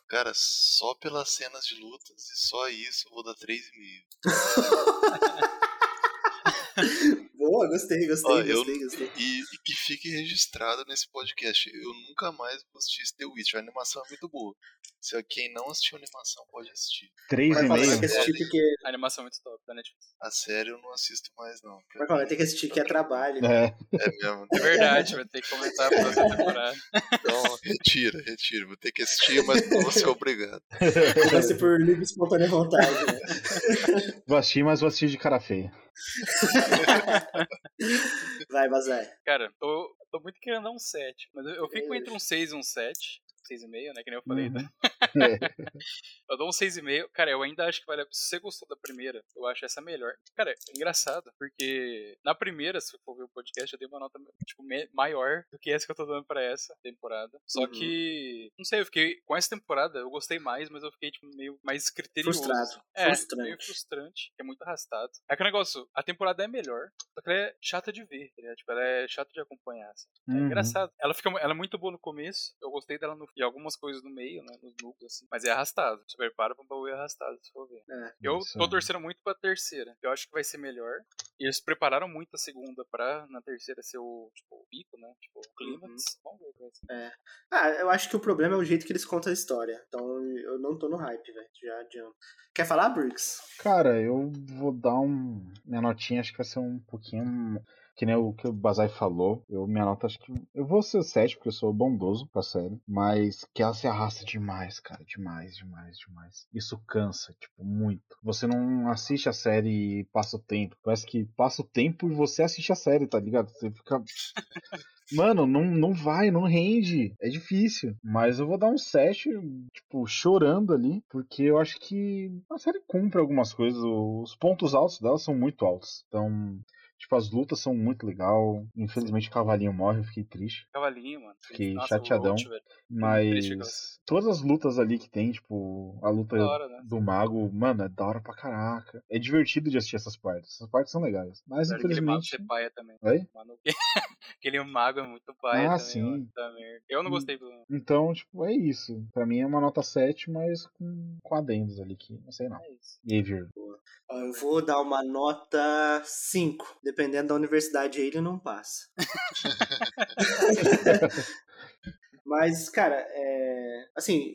Speaker 2: Cara, só pelas cenas de lutas e só isso eu vou dar 3,5.
Speaker 1: Boa, gostei, gostei,
Speaker 2: Ó, eu-
Speaker 1: gostei, gostei.
Speaker 2: E, e que fique registrado nesse podcast. Eu nunca mais vou assistir The Witcher. A animação é muito boa. Se quem não assistiu a animação pode assistir.
Speaker 1: Vai falar, vai
Speaker 3: 3,5.
Speaker 1: ter que assistir porque.
Speaker 4: A animação é muito top da Netflix.
Speaker 2: A série eu não assisto mais, não.
Speaker 1: Vai falar, vai ter que assistir que é trabalho.
Speaker 3: É,
Speaker 2: É mesmo.
Speaker 4: É verdade, vai ter que comentar a próxima temporada.
Speaker 2: Então, retira, retira. Vou ter que assistir, mas não vou ser obrigado.
Speaker 1: Vai ser por livre e espontânea vontade. né?
Speaker 3: vou assistir, mas vou assistir de cara feia.
Speaker 1: Vai, Bazai.
Speaker 4: Cara, tô, tô muito querendo dar um 7. Mas eu, eu fico entre um 6 e um 7. 6,5, né? Que nem eu falei,
Speaker 3: Uhum.
Speaker 4: né?
Speaker 3: É.
Speaker 4: Eu dou um 6,5. Cara, eu ainda acho que vale a Se você gostou da primeira, eu acho essa a melhor. Cara, é engraçado, porque na primeira, se for ver o podcast, eu dei uma nota tipo, me- maior do que essa que eu tô dando pra essa temporada. Só
Speaker 1: Uhum.
Speaker 4: que, não sei, eu fiquei. Com essa temporada, eu gostei mais, mas eu fiquei tipo, meio mais criterioso.
Speaker 1: Frustrado.
Speaker 4: É,
Speaker 1: Frustrante.
Speaker 4: meio frustrante, é muito arrastado. É que o negócio, a temporada é melhor, só que ela é chata de ver, tá ligado? Tipo, ela é chata de acompanhar, assim. É
Speaker 3: Uhum.
Speaker 4: engraçado. Ela, fica, ela é muito boa no começo, eu gostei dela no, e algumas coisas no meio, né, nos núcleos, assim. Mas é arrastado, se prepara pra um bagulho arrastado, se for ver.
Speaker 1: É.
Speaker 4: Eu
Speaker 3: Isso
Speaker 4: tô
Speaker 3: é.
Speaker 4: torcendo muito pra terceira, eu acho que vai ser melhor. E eles prepararam muito a segunda pra, na terceira, ser o, tipo, o pico, né? Tipo, o clímax. Vamos ver o que vai ser.
Speaker 1: Ah, eu acho que o problema é o jeito que eles contam a história. Então eu não tô no hype, velho. Já adianto. Quer falar, Briggs?
Speaker 3: Cara, eu vou dar um. Minha notinha acho que vai ser um pouquinho. Que nem o que o Bazai falou. Eu, minha nota acho que. Eu vou ser 7, porque eu sou bondoso com a série. Mas que ela se arrasta demais, cara. Demais, demais, demais. Isso cansa, tipo, muito. Você não assiste a série e passa o tempo. Parece que passa o tempo e você assiste a série, tá ligado? Você fica. Mano, não, não vai, não rende. É difícil. Mas eu vou dar um 7, tipo, chorando ali, porque eu acho que a série cumpre algumas coisas. Os pontos altos dela são muito altos. Então, tipo, as lutas são muito legal. Infelizmente, o cavalinho morre, eu fiquei triste.
Speaker 4: Cavalinho, mano.
Speaker 3: Fiquei
Speaker 4: Nossa, o
Speaker 3: chateadão.
Speaker 4: Roach, velho. Triste, cara.
Speaker 3: Mas todas as lutas ali que tem, tipo, a luta
Speaker 4: Da hora, né?
Speaker 3: do mago, mano, é da hora pra caraca. É divertido de assistir essas partes. Essas partes são legais. Mas,
Speaker 4: Apesar daquele mago
Speaker 3: infelizmente.
Speaker 4: ser paia também.
Speaker 3: Oi?
Speaker 4: Mano, aquele mago é muito paia
Speaker 3: Ah,
Speaker 4: também.
Speaker 3: sim.
Speaker 4: mano, puta merda. Eu não
Speaker 3: Hum.
Speaker 4: gostei do.
Speaker 3: Então, tipo, é isso. Pra mim é uma nota 7, mas com, com adendos ali que não sei não.
Speaker 4: É isso.
Speaker 3: E aí, Vir?
Speaker 1: Ó, Eu vou dar uma nota 5. Dependendo da universidade aí, ele não passa. Mas, cara, é. Assim,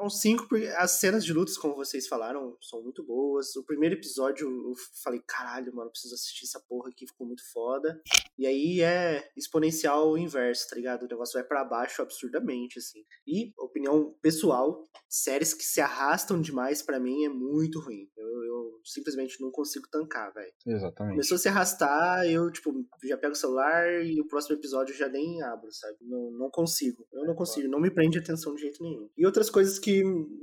Speaker 1: é um 5, porque as cenas de lutas, como vocês falaram, são muito boas. O primeiro episódio eu falei, caralho, mano, preciso assistir essa porra aqui, ficou muito foda. E aí é exponencial inverso, tá ligado? O negócio vai pra baixo absurdamente, assim. E, opinião pessoal, séries que se arrastam demais pra mim é muito ruim. Eu, eu simplesmente não consigo tancar, velho.
Speaker 3: Exatamente.
Speaker 1: Começou a se arrastar, eu, tipo, já pego o celular e o próximo episódio eu já nem abro, sabe? Não, não consigo. Eu
Speaker 4: É,
Speaker 1: não consigo, não me prende atenção de jeito nenhum. E outras coisas que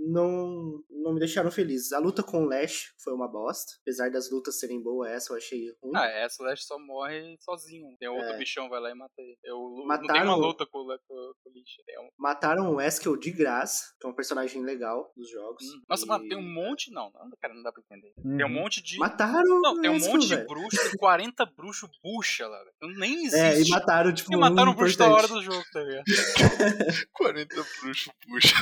Speaker 1: não, não me deixaram felizes. A luta com o Lash foi uma bosta. Apesar das lutas serem boas, essa eu achei ruim.
Speaker 4: Ah, é, a Slash só morre sozinho. Tem um outro bichão, vai lá e mata ele. Eu,
Speaker 1: É.
Speaker 4: Não tem
Speaker 1: Mataram
Speaker 4: uma
Speaker 1: o-
Speaker 4: luta com, o- com, o- com o lixo. Tem um-
Speaker 1: Mataram o Eskel de graça, que é um personagem legal dos jogos.
Speaker 4: Hum. Nossa,
Speaker 1: E-
Speaker 4: mano, tem um monte. Não, não, cara, não dá pra entender.
Speaker 3: Uhum.
Speaker 4: Tem um monte de.
Speaker 1: Mataram.
Speaker 4: Não, tem um
Speaker 1: Haskell,
Speaker 4: monte de
Speaker 1: velho.
Speaker 4: bruxo, tem 40 bruxos bucha lá, velho. Então Nem existe.
Speaker 1: É, e mataram, tipo,
Speaker 4: Porque mataram
Speaker 1: um
Speaker 4: o bruxo da hora
Speaker 1: importante.
Speaker 4: do jogo, tá ligado?
Speaker 2: 40 bruxos, puxa.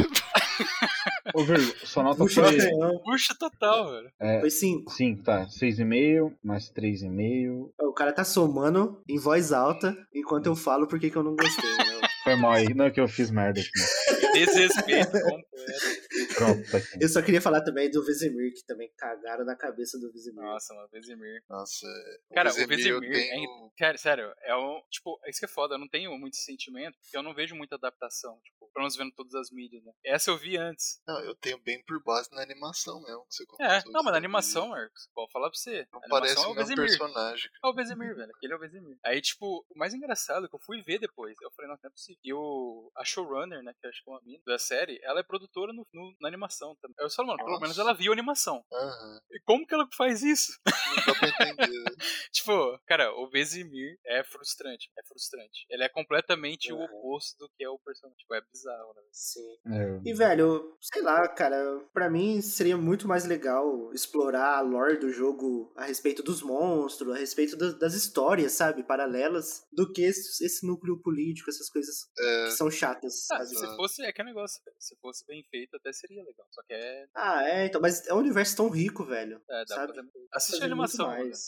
Speaker 3: Ô, Virgo, sua nota
Speaker 1: Puxa,
Speaker 3: foi.
Speaker 1: canhão.
Speaker 4: Bruxa total, velho.
Speaker 3: É,
Speaker 1: Foi cinco.
Speaker 3: 5, tá. 6,5, mais 3,5.
Speaker 1: O cara tá somando em voz alta enquanto eu falo porque que eu não gostei. né?
Speaker 3: Foi mal aí. Não é que eu fiz merda aqui. né?
Speaker 4: Desrespeito completo.
Speaker 3: Pronto, tá aqui.
Speaker 1: Eu só queria falar também do Vezemir, que também cagaram na cabeça do Vezemir.
Speaker 4: Nossa, mano, Vezimir.
Speaker 2: Nossa, é,
Speaker 4: Cara, o
Speaker 2: Vezemir, eu
Speaker 4: Vezimir é
Speaker 2: tenho-
Speaker 4: Cara, sério, é um. Tipo, isso que é foda, eu não tenho muito sentimento, porque eu não vejo muita adaptação, tipo, pelo menos vendo todas as mídias, né? Essa eu vi antes.
Speaker 2: Não, eu tenho bem por base na animação mesmo. que Você
Speaker 4: É,
Speaker 2: comentou,
Speaker 4: não, mas
Speaker 2: sabe?
Speaker 4: na animação, Marcos, vou falar pra você.
Speaker 2: Não
Speaker 4: a
Speaker 2: parece
Speaker 4: animação é
Speaker 2: o
Speaker 4: o
Speaker 2: mesmo
Speaker 4: Vezimir.
Speaker 2: personagem.
Speaker 4: É o Vezemir, velho. Aquele é o Vezemir. Aí, tipo, o mais engraçado é que eu fui ver depois. Eu falei, não, não é possível. E o, a showrunner, né, que eu acho que é uma mina da série, ela é produtora no, no- na animação também. Aí Eu falei, mano, pelo
Speaker 2: Nossa.
Speaker 4: menos ela viu a animação.
Speaker 2: Aham.
Speaker 4: E como que ela faz isso?
Speaker 2: Não dá pra entender.
Speaker 4: tipo, cara, o Vezemir é frustrante. É frustrante. Ele é completamente o
Speaker 1: Uhum.
Speaker 4: oposto do que é o personagem. Tipo, é bizarro, né?
Speaker 1: Sim.
Speaker 3: É,
Speaker 1: E, velho, sei lá, cara, pra mim seria muito mais legal explorar a lore do jogo a respeito dos monstros, a respeito da- das histórias, sabe, paralelas, do que esse, esse núcleo político, essas coisas
Speaker 2: É,
Speaker 1: que são chatas.
Speaker 4: Ah,
Speaker 1: às vezes.
Speaker 4: se fosse, é que é negócio, cara. Se fosse bem feito, até seria legal. Só que é.
Speaker 1: Ah, é, então, mas é um universo tão rico, velho.
Speaker 4: é, dá pra
Speaker 1: sabe?
Speaker 4: fazer... Assiste
Speaker 1: Fazer
Speaker 4: a
Speaker 1: muito
Speaker 4: animação, né?
Speaker 1: mais.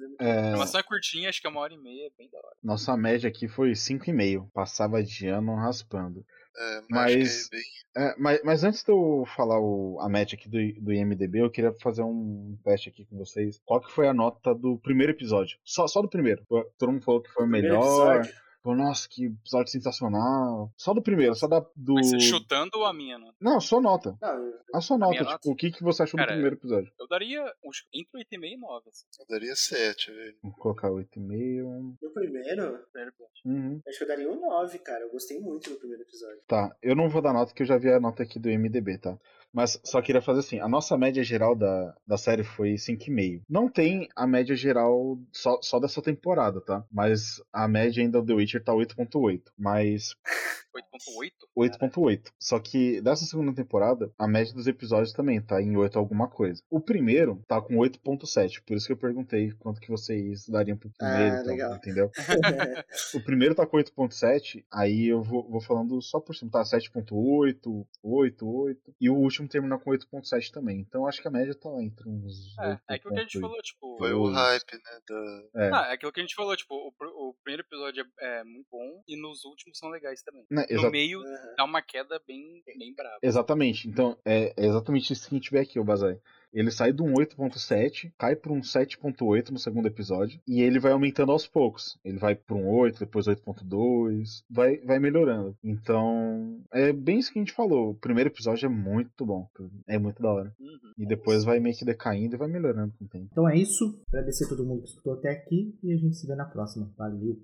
Speaker 4: mano. A
Speaker 3: é,
Speaker 4: animação é curtinha, acho que é uma hora e meia, bem da hora.
Speaker 3: nossa média aqui foi 5,5. Passava de ano raspando.
Speaker 2: é, mas,
Speaker 3: Mas-
Speaker 2: acho que é bem-
Speaker 3: É, mas, mas antes de eu falar o- a match aqui do, do IMDB, eu queria fazer um teste aqui com vocês. Qual que foi a nota do primeiro episódio? Só, só do primeiro. Todo mundo falou que foi o
Speaker 1: Primeiro
Speaker 3: melhor.
Speaker 1: episódio.
Speaker 3: Falou, nossa, que episódio sensacional. Só do primeiro, só da, do.
Speaker 4: Mas você chutando a minha, né?
Speaker 3: Não, só nota.
Speaker 1: Não,
Speaker 3: A sua nota,
Speaker 4: minha
Speaker 3: tipo,
Speaker 4: nota?
Speaker 3: o que, que você achou do
Speaker 4: Cara,
Speaker 3: primeiro episódio?
Speaker 4: Eu daria uns, entre 8,5 e 9. Assim,
Speaker 2: eu daria 7, velho.
Speaker 3: Vou colocar 8,5.
Speaker 1: no primeiro,
Speaker 4: primeiro episódio.
Speaker 3: Uhum.
Speaker 1: acho que eu daria um 9, cara. Eu gostei muito do primeiro episódio.
Speaker 3: Tá, eu não vou dar nota que eu já vi a nota aqui do MDB, tá? Mas só queria fazer assim, a nossa média geral da, da série foi 5,5. Não tem a média geral só, só dessa temporada, tá? Mas a média ainda do The Witcher tá 8,8. Mas
Speaker 4: 8.8?
Speaker 3: 8.8. Só que dessa segunda temporada, a média dos episódios também tá em 8 alguma coisa. O primeiro tá com 8.7, por isso que eu perguntei quanto que vocês dariam pro primeiro,
Speaker 1: Ah,
Speaker 3: então,
Speaker 1: legal.
Speaker 3: entendeu? o primeiro tá com 8.7, aí eu vou, vou falando só por cima, tá 7.8, 8, 8, e o último termina com 8.7 também. Então acho que a média tá lá entre uns
Speaker 4: É,
Speaker 3: 8.8.
Speaker 4: é aquilo que a gente falou, tipo.
Speaker 2: Foi o
Speaker 3: Dois.
Speaker 2: hype, né? Da...
Speaker 3: É.
Speaker 4: Ah, é aquilo que a gente falou, tipo, o, pr- o primeiro episódio é, é muito bom e nos últimos são legais também.
Speaker 3: Né,
Speaker 4: No
Speaker 3: exa-
Speaker 4: meio
Speaker 1: Aham.
Speaker 4: dá uma queda bem, bem brava.
Speaker 3: Exatamente. Então, é, é exatamente isso que a gente vê aqui, o Bazai. Ele sai de um 8.7, cai para um 7.8 no segundo episódio, e ele vai aumentando aos poucos. Ele vai para um 8, depois 8.2, vai, vai melhorando. Então, é bem isso que a gente falou. O primeiro episódio é muito bom, é muito da hora.
Speaker 4: Uhum.
Speaker 3: E depois vai meio que decaindo e vai melhorando com o tempo.
Speaker 9: Então é isso. Agradecer a todo mundo que escutou até aqui e a gente se vê na próxima. Valeu!